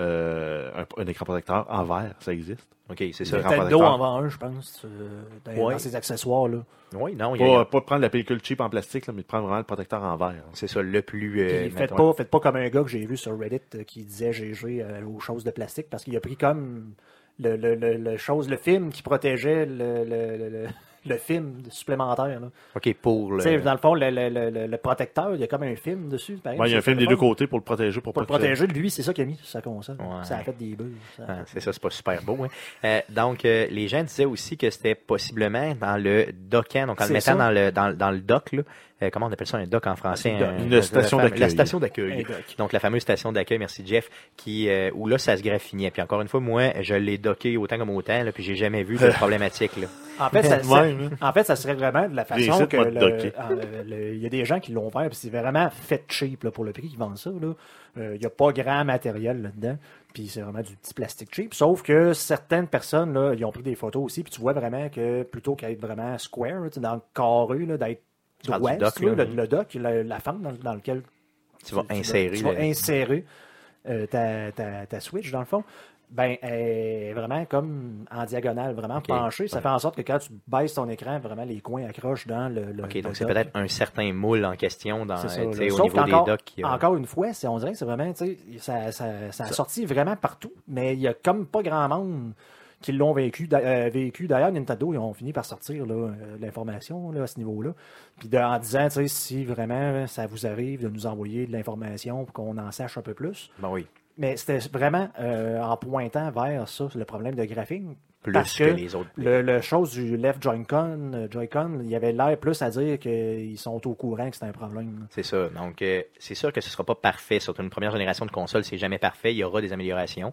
euh, un, un écran protecteur en verre. Ça existe.
OK, c'est ça.
Mais- grand
Nintendo
protecteur.
en vend un, je pense, euh, dans,
Ouais.
dans ses accessoires. Là.
Oui, non, il y a-
euh,
Pas, pas prendre la pellicule cheap en plastique, là, mais de prendre vraiment le protecteur en verre.
c'est ça le plus...
Puis
euh,
faites,
mettons-
pas, faites pas comme un gars que j'ai vu sur Reddit euh, qui disait GG euh, aux choses de plastique parce qu'il a pris comme le, le, le, le chose, le film qui protégeait le, le, le- le- le film supplémentaire. là.
OK, pour
Tu sais,
le...
dans le fond, le, le- le- le- le protecteur, il y a comme un film dessus. pareil,
Ouais, Ben, il y a un
sur
film
le
des deux
téléphone.
côtés pour le protéger. Pour,
Pour
pas
le
que ça-
protéger, lui, c'est ça qu'il a mis sur sa console.
Ouais.
Ça a fait des bulles. ça a
Ah,
fait-
c'est ça, c'est pas super beau. Hein. Euh, donc, euh, les gens disaient aussi que c'était possiblement dans le dockant, donc en le
C'est
mettant
ça.
dans le, dans, dans le dock, là, euh, comment on appelle ça un dock en français?
Ah, dock.
un-
Une
la-
station
la- La
d'accueil.
station d'accueil.
Un dock.
Donc, la fameuse station d'accueil, merci Jeff, qui, euh, où là, ça se graffinait. Puis encore une fois, moi, je l'ai docké autant comme autant, là, puis j'ai jamais vu de problématique. Là.
En fait, ça,
Ouais,
ça-
ouais.
en fait, ça serait vraiment de la
Des
façon
sites
que
mode
le-
docké.
en- le- le- il y a des gens qui l'ont fait, puis c'est vraiment fait cheap là, pour le prix qu'ils vendent ça. là. Euh, Il n'y a pas grand matériel là-dedans, puis c'est vraiment du petit plastique cheap. Sauf que certaines personnes, là, ils ont pris des photos aussi, puis tu vois vraiment que plutôt qu'être vraiment square, tu sais, dans le carré, là, d'être
parles du
droit,
dock,
si tu veux,
là.
le, le dock, la, la fente dans, dans laquelle
Tu vas insérer.
tu vas
le-
insérer, euh, ta, ta- ta Switch, dans le fond, ben, elle est vraiment comme en diagonale, vraiment
Ok.
penchée. Ça fait en sorte que quand tu baisses ton écran, vraiment les coins accrochent dans le. le-
OK,
le
donc c'est
dock.
peut-être un certain moule en question dans,
C'est ça,
euh,
là.
tu sais, au
Sauf
niveau des
qu'encore-
docks. il y a-
Encore une fois, c'est- on dirait que c'est vraiment, tu sais, ça, ça, ça a sorti vraiment partout, mais il n'y a comme pas grand monde qui l'ont vécu. D'a- euh, vécu. D'ailleurs, Nintendo, ils ont fini par sortir là, euh, l'information là, à ce niveau-là. Puis de- en disant, tu sais, si vraiment ça vous arrive de nous envoyer de l'information pour qu'on en sache un peu plus,
Ben oui,
mais c'était vraiment euh, en pointant vers ça, le problème de graphisme.
plus
parce
que,
que
les autres.
Le, le chose du left Joy-Con, euh, Joy-Con, il y avait l'air plus à dire qu'ils sont au courant que c'est un problème.
C'est ça. Donc, euh, c'est sûr que ce ne sera pas parfait. Surtout une première génération de consoles, c'est jamais parfait. Il y aura des améliorations.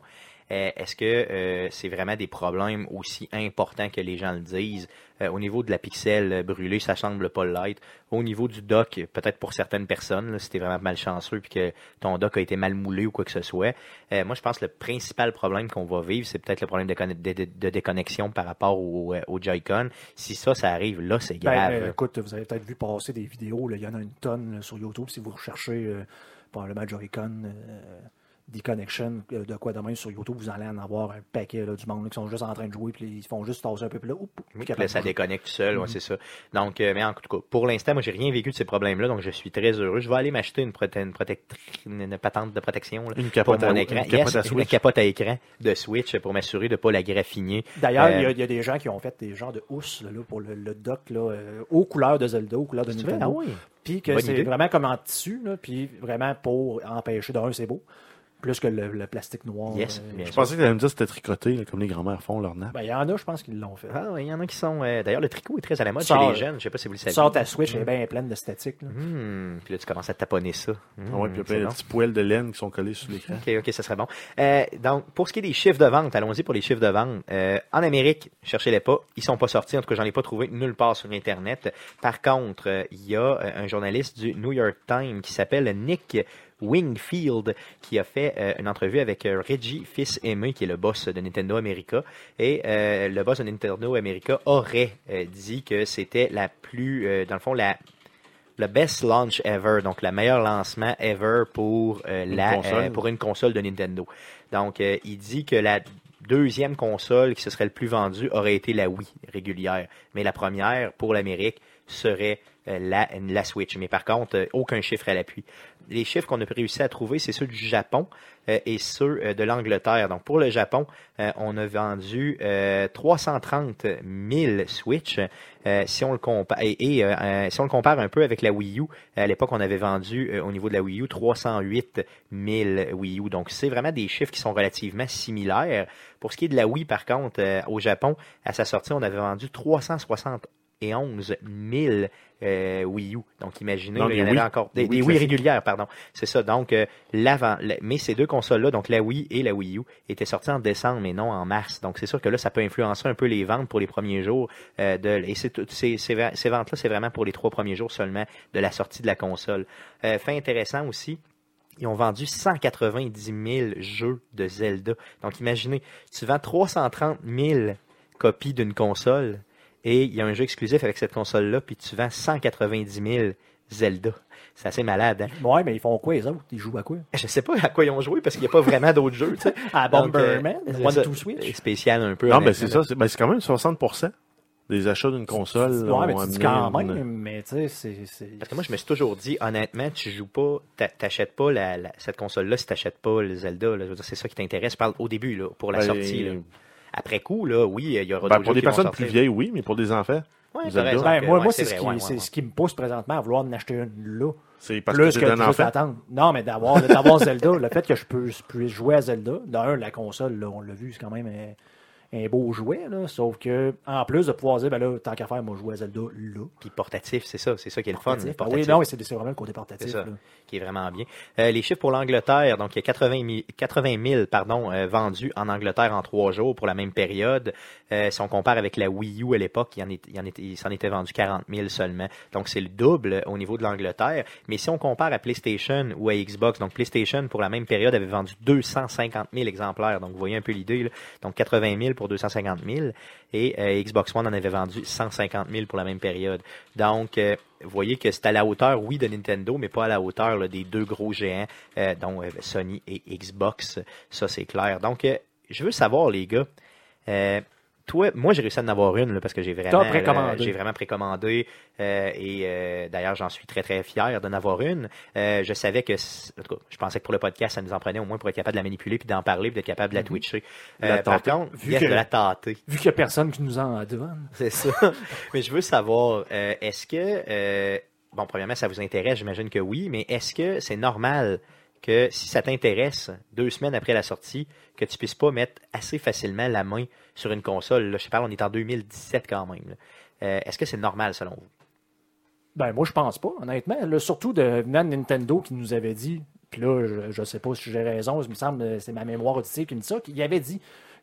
Euh, Est-ce que euh, c'est vraiment des problèmes aussi importants que les gens le disent? Euh, au niveau de la pixel euh, brûlée, ça semble pas l'être. Au niveau du dock, peut-être pour certaines personnes, là, si t'es vraiment malchanceux puis que ton dock a été mal moulé ou quoi que ce soit. Euh, moi, je pense que le principal problème qu'on va vivre, c'est peut-être le problème de, conne- de- de- de déconnexion par rapport au, euh, au Joy-Con. Si ça, ça arrive, là, c'est
Ben,
grave.
euh, écoute, vous avez peut-être vu passer des vidéos, là, il y en a une tonne là, sur YouTube si vous recherchez euh, probablement Joy-Con. euh, Deconnection, euh, de quoi demain sur YouTube, vous allez en avoir un paquet là, du monde là, qui sont juste en train de jouer, puis ils font juste tasser un peu, puis là, oups,
Oui,
puis
puis là, ça déconnecte tout seul, ouais,
Mm-hmm.
c'est ça. Donc, euh, mais en tout cas, pour l'instant, moi, j'ai rien vécu de ces problèmes-là, donc je suis très heureux. Je vais aller m'acheter une, prote- une, protectri- une patente de protection là,
Une capote
pour mon
à-
écran.
une capote
Yes,
à
Une
Switch.
capote à écran de Switch pour m'assurer de ne pas la graffiner.
D'ailleurs,
Euh,
il y a- il y, a des gens qui ont fait des genres de housses là, là, pour le, le doc là, euh, aux couleurs de Zelda, aux couleurs de
C'est vrai?
Nintendo.
Ah oui.
Puis que
Bonne
c'est
idée.
vraiment comme en tissu, là, puis vraiment pour empêcher, d'un, c'est beau. Plus que le, le plastique noir.
Yes,
euh,
bien
Je
sûr.
pensais que tu me dire que c'était tricoté, là, comme les grands-mères font leur nappe.
ben, il y en a, je pense qu'ils l'ont fait.
Ah, oui, il y en a qui sont. euh, D'ailleurs, le tricot est très à la mode
Sors.
chez les jeunes. Je sais pas si vous le
Tu
savez.
sors ta Switch, elle est bien pleine de statique. là.
Hmm, Puis là, tu commences à taponner ça. Hmm,
Ah ouais, puis il y a
c'est
plein de
bon.
petits poils de laine qui sont collés sur l'écran.
OK, OK, ça serait bon. Euh, donc, pour ce qui est des chiffres de vente, allons-y pour les chiffres de vente. Euh, en Amérique, cherchez-les pas. Ils sont pas sortis. En tout cas, j'en ai pas trouvé nulle part sur Internet. Par contre, euh, il y a euh, un journaliste du New York Times qui s'appelle Nick Wingfield qui a fait euh, une entrevue avec euh, Reggie Fils-Aimé, qui est le boss de Nintendo America. Et euh, le boss de Nintendo America aurait euh, dit que c'était la plus, euh, dans le fond, la le best launch ever, donc le meilleur lancement ever pour, euh, la,
console.
euh, pour une console de Nintendo. Donc, euh, il dit que la deuxième console qui se serait le plus vendue aurait été la Wii régulière, mais la première pour l'Amérique serait euh, la, la Switch. Mais par contre, euh, aucun chiffre à l'appui. Les chiffres qu'on a réussi à trouver, c'est ceux du Japon euh, et ceux euh, de l'Angleterre. Donc, pour le Japon, euh, on a vendu euh, 330 000 Switch. Euh, si on le compare et, et, euh, euh, si on le compare un peu avec la Wii U, à l'époque on avait vendu euh, au niveau de la Wii U 308 000 Wii U. Donc c'est vraiment des chiffres qui sont relativement similaires. Pour ce qui est de la Wii par contre, euh, au Japon, à sa sortie, on avait vendu 371 000 euh, Wii U. Donc imaginez,
Non,
là, il y
des
en avait
Wii.
encore des,
Des
des
Wii
Wii
classiques.
régulières, pardon. C'est ça. Donc euh, l'avant, la- mais ces deux consoles-là, donc la Wii et la Wii U, étaient sorties en décembre mais non en mars. Donc c'est sûr que là, ça peut influencer un peu les ventes pour les premiers jours. euh, de, et c'est tout- ces, ces, vra- ces ventes-là, c'est vraiment pour les trois premiers jours seulement de la sortie de la console. Euh, fait intéressant aussi. Ils ont vendu 190 000 jeux de Zelda. Donc imaginez, tu vends 330 000 copies d'une console et il y a un jeu exclusif avec cette console-là, puis tu vends 190 000 Zelda. C'est assez malade. Hein?
Ouais, mais ils font quoi, les autres Ils jouent à quoi
Je sais pas à quoi ils ont joué parce qu'il n'y a pas vraiment d'autres jeux. tu sais.
À
Donc, euh,
Bomberman
c'est
One
ça.
Two Switch
Spécial un peu.
Non, ben
honnêtement,
c'est ça. C'est ben, c'est quand même 60% des achats d'une console. ont
Ouais, mais tu dis
amené
quand
une-
même, mais tu sais, c'est. c'est-
Parce que moi, je me suis toujours dit, honnêtement, tu joues pas, t'a- t'achètes pas la, la- cette console-là si t'achètes pas le Zelda. là. Je veux dire, c'est ça qui t'intéresse. Je parle au début, là, pour la
Ben,
sortie. là. Après coup, là, oui, il y aura
ben,
d'autres
pour
jeux
des
qui vont
personnes plus
sortir.
vieilles, oui, mais pour des enfants,
Ouais, t'as
Zelda.
raison
Ben,
que-
moi,
ouais,
moi,
c'est
c'est ce,
vrai,
qui-
ouais, ouais,
c'est
ouais.
ce qui me pousse présentement à vouloir en acheter une là.
c'est parce
plus
que
que
t'es un
juste
enfant.
d'attendre. Non, mais d'avoir d'avoir Zelda, le fait que je peux- je puisse jouer à Zelda, d'un, la console, là, on l'a vu, c'est quand même un, un beau jouet, là, sauf que en plus de pouvoir dire, ben là, tant qu'à faire, moi, jouer à Zelda là.
Puis portatif, c'est ça, c'est ça qui est le fun.
Portatif.
le
Ah oui,
portatif.
non, mais c'est c'est vraiment le côté portatif.
C'est ça.
là.
qui est vraiment bien. Euh, les chiffres pour l'Angleterre, donc il y a 80 000, 80 000, pardon, euh, vendus en Angleterre en trois jours pour la même période. Euh, si on compare avec la Wii U à l'époque, il, y en est- il, y en est- il s'en était vendu 40 000 seulement. Donc c'est le double euh, au niveau de l'Angleterre. Mais si on compare à PlayStation ou à Xbox, donc PlayStation pour la même période avait vendu 250 000 exemplaires. Donc vous voyez un peu l'idée. là. Donc 80 000 pour 250 000 et euh, Xbox One en avait vendu 150 000 pour la même période. Donc euh, vous voyez que c'est à la hauteur, oui, de Nintendo, mais pas à la hauteur là, des deux gros géants, euh, dont euh, Sony et Xbox. Ça, c'est clair. Donc, euh, je veux savoir, les gars, euh, toi, moi, j'ai réussi à en avoir une là, parce que j'ai vraiment,
T'as précommandé.
là, j'ai vraiment précommandé. euh, et euh, d'ailleurs, j'en suis très, très fier d'en avoir une. Euh, je savais que, c- en tout cas, je pensais que pour le podcast, ça nous en prenait au moins pour être capable de la manipuler, puis d'en parler, puis d'être capable de la twitcher.
De la
Euh, par
tâter.
contre,
Mhm. Vu
yes,
que-
de la tâter.
Vu qu'il n'y a personne qui nous en donne.
C'est ça. Mais je veux savoir, euh, est-ce que, euh, bon, premièrement, ça vous intéresse, j'imagine que oui, mais est-ce que c'est normal que si ça t'intéresse, deux semaines après la sortie, que tu puisses pas mettre assez facilement la main sur une console? Là, je parle, on est en 2017 quand même. là. Euh, est-ce que c'est normal selon vous?
Ben, moi, je pense pas, honnêtement. là, surtout de venant de Nintendo qui nous avait dit, puis là, je, je sais pas si j'ai raison, il me semble euh, c'est ma mémoire auditive qui me dit ça, qu'il avait dit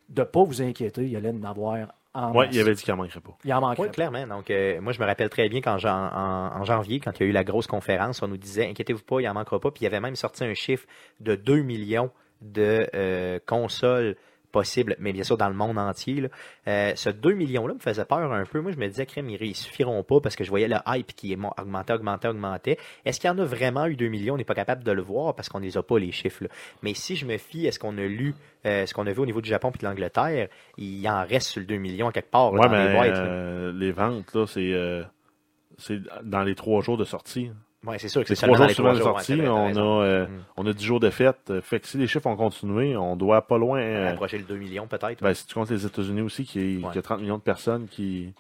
de pas vous inquiéter, il y allait en avoir en
Ouais,
masse.
il avait dit qu'il en manquerait pas.
Il en manquerait.
Oui, clairement. Donc, euh, moi, je me rappelle très bien quand jan- en, en janvier, quand il y a eu la grosse conférence, on nous disait inquiétez-vous pas, il en manquera pas. Puis il y avait même sorti un chiffre de 2 millions de euh, consoles possibles, mais bien sûr dans le monde entier. là. Euh, ce 2 millions-là me faisait peur un peu. Moi, je me disais, crème, ils ils suffiront pas parce que je voyais le hype qui émo- augmentait, augmentait, augmentait. Est-ce qu'il y en a vraiment eu 2 millions On n'est pas capable de le voir parce qu'on les a pas, les chiffres. là. Mais si je me fie à ce qu'on a lu, euh, ce qu'on a vu au niveau du Japon puis de l'Angleterre, il en reste sur le 2 millions quelque part là,
Ouais,
dans les
mais
boîtes, là.
euh, les ventes, là, c'est euh, c'est dans les trois jours de sortie.
Oui, c'est sûr que c'est
Les
seulement
trois
dans
jours
les trois
suivant la
jours. ouais,
sortie,
t'as- t'as
on,
raison.
a, euh,
Mm.
on a 10 jours de fête. Euh, Fait que si les chiffres ont continué, on doit pas loin. euh,
Approcher le 2 millions peut-être.
ben, si tu comptes les États-Unis aussi, qui,
Ouais.
qui a 30 millions de personnes qui.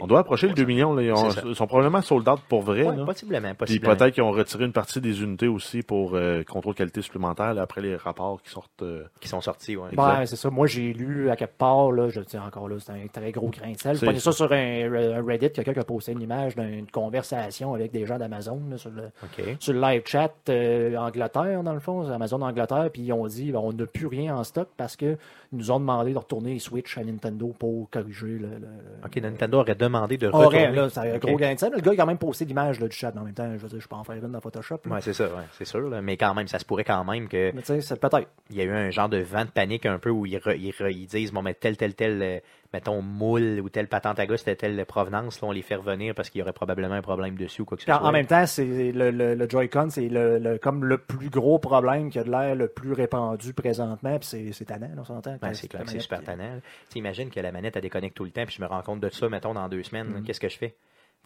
On doit approcher le 2 millions. là. Ils, ont-
C'est ça.
ils sont probablement sold out pour vrai.
Ouais,
là.
possiblement,
Puis
possiblement.
peut-être qu'ils ont retiré une partie des unités aussi pour euh, contrôle qualité supplémentaire là, après les rapports qui sortent. euh,
Qui sont sortis, ouais.
Exact.
Ouais, Ben, c'est ça. Moi, j'ai lu à quelque part, là, je le dis encore là, c'est un très gros grain de sel. Je
C'est-
prenais ça sur un, un Reddit, quelqu'un qui a posté une image d'une conversation avec des gens d'Amazon là, sur, le,
OK.
sur le live chat euh, Angleterre, dans le fond, Amazon Angleterre, puis ils ont dit ben, on n'a plus rien en stock parce que ils nous ont demandé de retourner les Switch à Nintendo pour corriger le. le- le-
OK, Nintendo aurait demandé de
Aurait,
retourner.
là, c'est un
OK.
gros grain de sel. Le gars a quand même posté l'image là, du chat, mais en même temps, je veux dire, je peux en faire une dans Photoshop. là.
Ouais, c'est ça, ouais, c'est sûr. là. Mais quand même, ça se pourrait quand même que
Mais tu sais, c'est peut-être.
il y a eu un genre de vent de panique un peu où ils, re- ils re- ils disent bon mais tel tel tel euh, mettons moule ou tel patente à gosse, telle telle provenance, là, on les fait revenir parce qu'il y aurait probablement un problème dessus ou quoi que ce
Puis en-
soit.
en même temps, c'est le, le- le Joy-Con, c'est le, le- comme le plus gros problème qui a de l'air le plus répandu présentement. Puis c'est- c'est tannant, on s'entend.
Ben,
Quand
c'est clair que c'est
manette
super
qui-
tannant. là. Tu sais, imagine que la manette, elle déconnecte tout le temps, puis je me rends compte de ça, mettons, dans deux semaines. là, Qu'est-ce que je fais?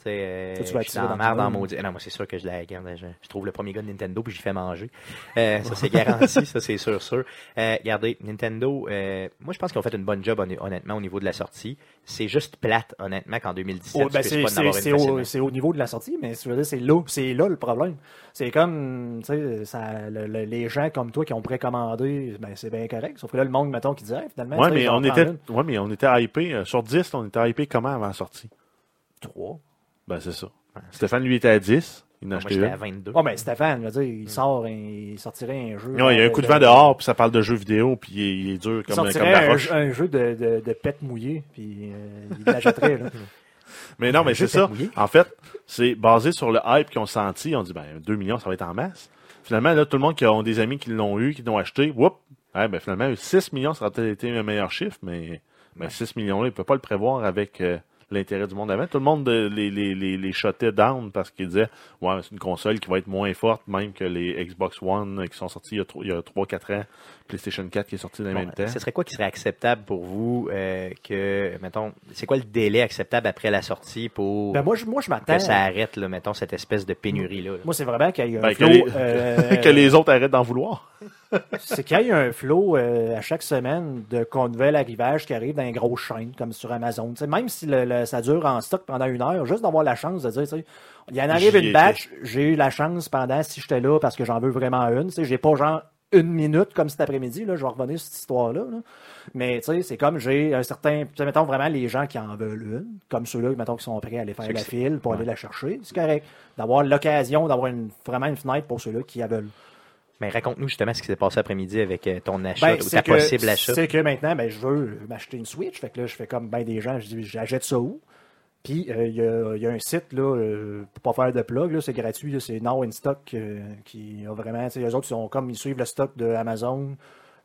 Tu sais, euh,
Mm-hmm. Toi, tu vas
je suis
attirer
dans la
dans
merde,
ton
dans
monde.
maudit. Ah Non, moi, c'est sûr que je la garde. Je, je trouve le premier gars de Nintendo, puis j'y fais manger. Euh, ça, c'est garanti, ça, c'est sûr, sûr. Euh, regardez, Nintendo, euh, moi, je pense qu'ils ont fait une bonne job, honn- honnêtement, au niveau de la sortie. C'est juste plate, honnêtement, qu'en 2017,
Oh, ben,
tu
c'est
puisses pas en avoir
c'est-
une
c'est
facilement.
au, c'est au niveau de la sortie, mais je veux dire, c'est là, c'est là le problème. C'est comme, tu sais, ça- le- le- les gens comme toi qui ont précommandé, ben, c'est bien correct. Sauf que là, le monde, mettons, qui disait, Hey, finalement,
Ouais,
tu sais,
mais
j'en
on
prends
était,
une.
ouais, mais on était hypé. euh, sur 10, on était hypé comment avant la sortie?
trois.
Ben, c'est ça. Stéphane, lui, était à 10. Il en a
Moi,
acheté
j'étais
une.
à 22.
Ouais, ben, Stéphane, je veux dire, il sort, un- il sortirait un jeu.
Non, Hmm. il y a un coup de vent dehors, puis ça parle de jeux vidéo, puis il est, il est dur
Il
comme, comme
sortirait
la
un,
roche.
un jeu de, de, de pète mouillée, puis euh, il l'achèterait, là.
Mais non, mais
jeu
c'est ça.
peut-être mouillé.
En fait, c'est basé sur le hype qu'ils ont senti. On dit, ben, 2 millions, ça va être en masse. Finalement, là, tout le monde qui a des amis qui l'ont eu, qui l'ont acheté, whoop, ouais, ben, finalement, 6 millions, ça aurait peut-être été un meilleur chiffre, mais ben, 6 millions, là, il ne peut pas le prévoir avec euh, l'intérêt du monde avant. Tout le monde euh, les, les, les, les shotait down parce qu'ils disaient, ouais, c'est une console qui va être moins forte, même que les Xbox One euh, qui sont sortis il y a tro- il y a 3-4 ans, PlayStation 4 qui est sorti dans le
Bon,
ben,
même temps.
Ce serait quoi qui serait acceptable pour vous euh, que, mettons, c'est quoi le délai acceptable après la sortie pour
Ben moi, je, moi, je m'attends.
que ça arrête, là, mettons, cette espèce de pénurie-là? là?
Moi, c'est vraiment qu'il y a un
Ben, que,
flow.
les,
euh,
que les autres arrêtent d'en vouloir.
c'est qu'il y a un flow euh, à chaque semaine de con- nouvel arrivage qui arrive dans les grosses chaînes, comme sur Amazon. Tu sais, même si le- le- ça dure en stock pendant une heure, juste d'avoir la chance de dire, tu sais, il y en arrive
J'y
une
étais.
batch, j'ai eu la chance pendant, si j'étais là, parce que j'en veux vraiment une. Tu sais, j'ai pas genre une minute comme cet après-midi, là, je vais revenir sur cette histoire-là. là. Mais tu sais, c'est comme j'ai un certain. tu sais, mettons vraiment les gens qui en veulent une, comme ceux-là, mettons, qui sont prêts à aller faire
Ceux
la
qui-
file pour aller la chercher, c'est correct. D'avoir l'occasion, d'avoir une, vraiment une fenêtre pour ceux-là qui la veulent.
Mais raconte-nous justement ce qui s'est passé après-midi avec euh, ton achat
Ben,
ou
c'est
ta
que-
possible achat.
C'est que maintenant, ben, je veux m'acheter une Switch. Fait que là, je fais comme ben des gens, je dis, j'achète ça où? Puis, euh, il y a- il y, a un site, là, euh, pour pas faire de plug, là, c'est gratuit, là, c'est Now in Stock, euh, qui a vraiment, tu sais, eux autres, ils sont comme, ils suivent le stock de Amazon,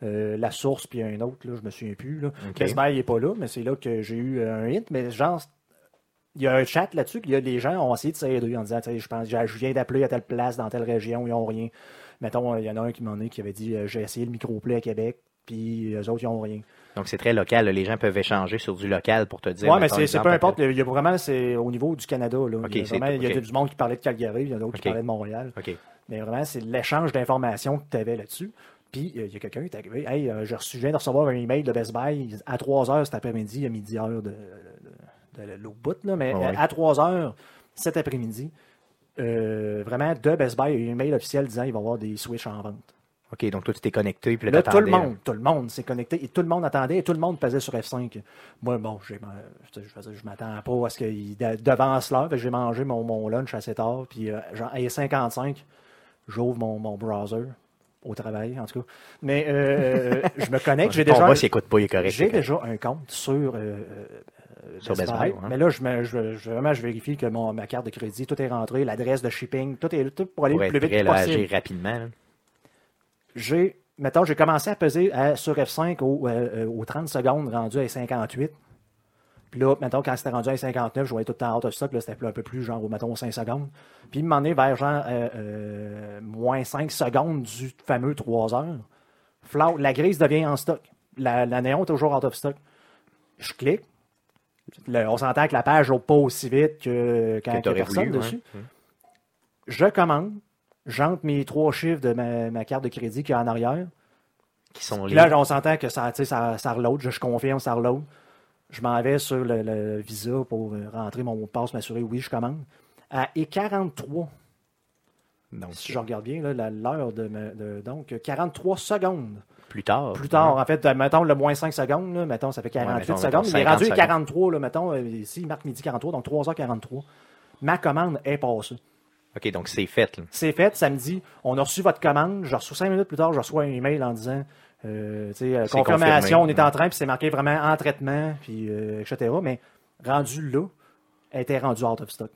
euh, la source, puis un autre, là, je me souviens plus, là. Best Buy, il est pas là, mais c'est là que j'ai eu euh, un hit, mais genre, il y a un chat là-dessus, que les gens ont essayé de s'aider en disant, tu sais, je pense, je viens d'appeler à telle place, dans telle région, ils ont rien. Mettons, euh, il y en a un qui m'en est qui avait dit euh, j'ai essayé le microplay à Québec, puis les autres, ils ont rien.
Donc c'est très local, là. les gens peuvent échanger sur du local pour te dire.
ouais, mais
mettons,
c'est c'est
exemple,
peu importe. Il y a vraiment, c'est au niveau du Canada. Là,
Ok,
il, y a
c'est-
vraiment- il y a
ok.
du monde qui parlait de Calgary, il y en a
Ok.
d'autres qui parlaient de Montréal.
OK.
Mais vraiment, c'est l'échange d'informations que tu avais là-dessus. Puis, euh, il y a quelqu'un qui est arrivé. Hey, euh, j'ai reçu, je viens de recevoir un email de Best Buy à 3 h cet après-midi, à midi heure de, de, de l'autre bout, là, mais
Ouais.
euh, à 3 h cet après-midi, euh, vraiment de Best Buy, un email officiel disant il va y avoir des Switch en vente.
OK, donc toi tu t'es connecté puis là,
Là, tout le
t'attendais, là.
monde, tout le monde s'est connecté et tout le monde attendait et tout le monde pesait sur F5. Moi, bon, j'ai, euh, je, veux dire, je m'attends pas à ce qu'il de- devance l'heure. fait que J'ai mangé mon, mon lunch assez tard. Puis, euh, genre, à 55, j'ouvre mon, mon browser au travail, en tout cas. Mais euh, je me connecte. J'ai
Ton
déjà,
boss, il écoute pas, il est correct.
j'ai
c'est correct.
déjà un compte sur, euh, euh, euh,
Sur
Best
Best
Buy,
Buy, ouais.
Mais là, je, me, je, je- vraiment, je vérifie que mon, ma carte de crédit, tout est rentré, l'adresse de shipping, tout est tout pour aller
Pour
le
être
plus vite
prêt là, à
possible
agir rapidement. là.
j'ai, mettons, j'ai commencé à peser à- sur F5 au, euh, euh, aux 30 secondes, rendu à 58. Puis là, mettons, quand c'était rendu à 59, je voyais tout le temps out of stock, là, c'était un peu plus genre, mettons, aux 5 secondes. Puis il m'en est vers genre euh, euh, moins 5 secondes du fameux 3 heures. Flau- la grise devient en stock. La, la néon est toujours out of stock. Je clique. Le- on s'entend que la page n'ouvre pas aussi vite que quand
Que
il n'y
t'aurais
a personne
voulu,
dessus.
ouais.
Je commande. J'entre mes trois chiffres de ma, ma carte de crédit qui est en arrière.
Qui sont
Puis
là.
là, on s'entend que ça, tu sais, ça, ça reload. Je, je confirme, ça reload. je m'en vais sur le, le visa pour euh, rentrer mon mot de passe, m'assurer, oui, je commande. À E43,
Donc,
si je regarde bien, là, la- l'heure de, ma- de- Donc, 43 secondes.
plus tard. hein?
Plus tard, en fait, euh, mettons le moins 5 secondes, là, mettons, ça fait 48
mettons,
secondes.
mettons,
il est rendu
50
à 43, là, mettons, euh, ici, il marque midi 43, donc 3h43. Ma commande est passée.
OK, donc c'est fait. là.
C'est fait, samedi, on a reçu votre commande. Je reçois 5 minutes plus tard, je reçois un email en disant euh, tu sais, euh,
C'est
confirmation, on
confirmé.
est en train, puis c'est marqué vraiment en traitement, puis euh, etc. Mais rendu là, elle était rendue out of stock.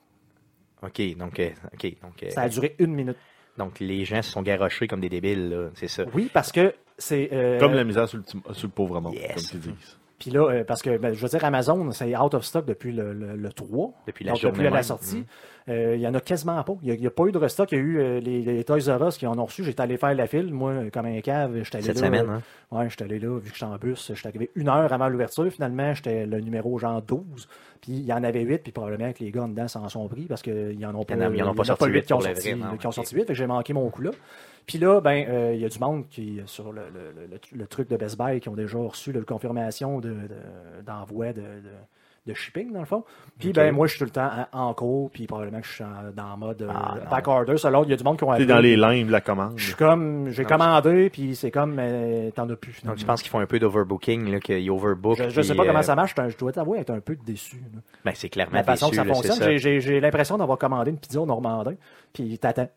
OK, donc, euh, ok, donc, euh,
Ça a duré une minute.
donc les gens se sont garochés comme des débiles, là, c'est ça.
Oui, parce que c'est. euh,
Comme la misère sur le, petit- sur le pauvre monde,
Yes.
comme ils disent.
Puis là, euh, parce que ben, je veux dire, Amazon, c'est out of stock depuis le, le- le 3.
Depuis la
donc,
journée
Depuis la
même.
sortie.
Mhm.
Euh, Il y en a quasiment pas. Il n'y a, pas eu de restock. Il y a eu euh, les, les Toys R Us qui en ont reçu. J'étais allé faire la file, moi, comme un cave. J'étais allé
Cette
là,
semaine,
euh,
hein?
Ouais, j'étais allé là, vu que j'étais en bus. J'étais arrivé une heure avant l'ouverture. Finalement, j'étais le numéro genre 12. Puis il y en avait 8, puis probablement que les gars en dedans s'en sont pris parce qu'ils en ont pas.
en a- ils en ont
il y en a
pas sorti
huit
huit
qui ont
pour le
sorti,
vrai, non,
qui ont
ok.
sorti 8, fait que j'ai manqué mon coup là. Puis là, ben, euh, il y a du monde qui, sur le, le- le- le- le truc de Best Buy, qui ont déjà reçu la confirmation de- de- d'envoi de, de- de shipping, dans le fond. Puis
Ok.
ben, moi, je suis tout le temps en, en cours, puis probablement que je suis en- dans le mode euh,
Ah, non.
back order. Ça, l'autre, il y a du monde qui ont
T'es
appelé.
dans les limbes de la commande.
Je suis comme, j'ai
Non,
commandé, puis c'est comme, euh, t'en as plus finalement.
Donc, tu penses qu'ils font un peu d'overbooking, là, qu'ils overbookent.
Je, je sais
puis,
pas comment
euh,
ça marche, je dois t'avouer être un peu déçu. là.
Ben, c'est clairement
La façon que
déçu,
ça
là, c'est
fonctionne,
ça.
j'ai- j'ai j'ai l'impression d'avoir commandé une pizza au Normandin, puis t'attends.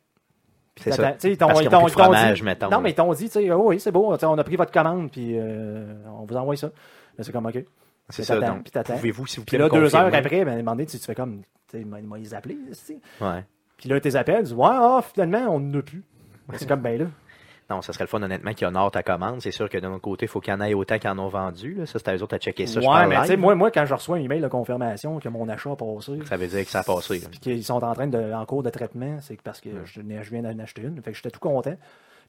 Puis
C'est ça.
t'attends. Tu sais, Ils t'ont
Parce
ils
qu'ils ont
t'ont-
plus
ils
de
t'ont
fromage,
dit,
mettons,
Non,
là.
mais ils t'ont dit, tu sais, oh oui, c'est beau, tu sais, on a pris votre commande, puis euh, on vous envoie ça. Là, c'est comme, OK.
C'est
Puis
ça,
t'attends,
donc,
puis t'attends.
pouvez-vous, s'il vous
Puis
plaît,
là,
me
deux heures
confirmer?
après, ben, demander, tu tu fais comme, tu sais, ils m'ont ils m'ont appelé, tu sais.
Ouais.
Puis là, tes appels, tu dis, ouais, ah, finalement, on ne plus. C'est comme, ben là.
Non, ça serait le fun, honnêtement, qu'ils honorent ta commande. C'est sûr que de notre côté, il faut qu'il y en ait autant qu'ils en ont vendu. Là. Ça, c'est à eux autres à checker ça. je
ouais,
parle
mais tu sais,
live.
moi, moi, quand je reçois un email de confirmation que mon achat a passé,
Ça veut dire que ça a passé. là.
puis qu'ils sont en train de, en cours de traitement, c'est que parce que je, n'ai- je viens d'en acheter une. Fait que j'étais tout content.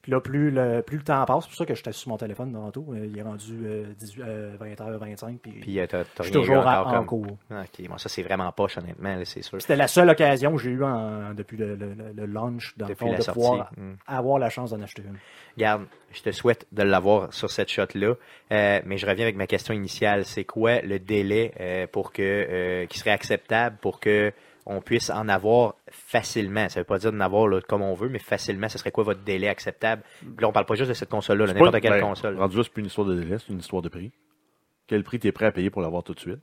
Puis là, plus le, plus le temps passe, c'est pour ça que j'étais sur mon téléphone tantôt. euh, Il est rendu euh, 18, euh, 20h25, puis,
Puis, euh, t'as,
je
t'as
suis
rien eu
toujours en,
encore
en
comme- Ah,
cours.
OK, bon, ça, c'est vraiment poche, honnêtement, là, c'est sûr.
C'était la seule occasion que j'ai eue en- depuis le, le- le- le launch, dans le
Depuis
fond,
la
de
sortie.
pouvoir
Mm.
avoir la chance d'en acheter une.
Garde, je te souhaite de l'avoir sur cette shot-là. Euh, mais je reviens avec ma question initiale. C'est quoi le délai euh, pour que euh, qui serait acceptable pour que on puisse en avoir facilement? Ça veut pas dire d'en avoir là, comme on veut, mais facilement, ce serait quoi votre délai acceptable? Puis Là, on parle pas juste de cette console-là, là,
C'est
n'importe
pas-
quelle
ben,
console.
Rendu là, c'est plus une histoire de délai, c'est une histoire de prix. Quel prix t'es prêt à payer pour l'avoir tout de suite?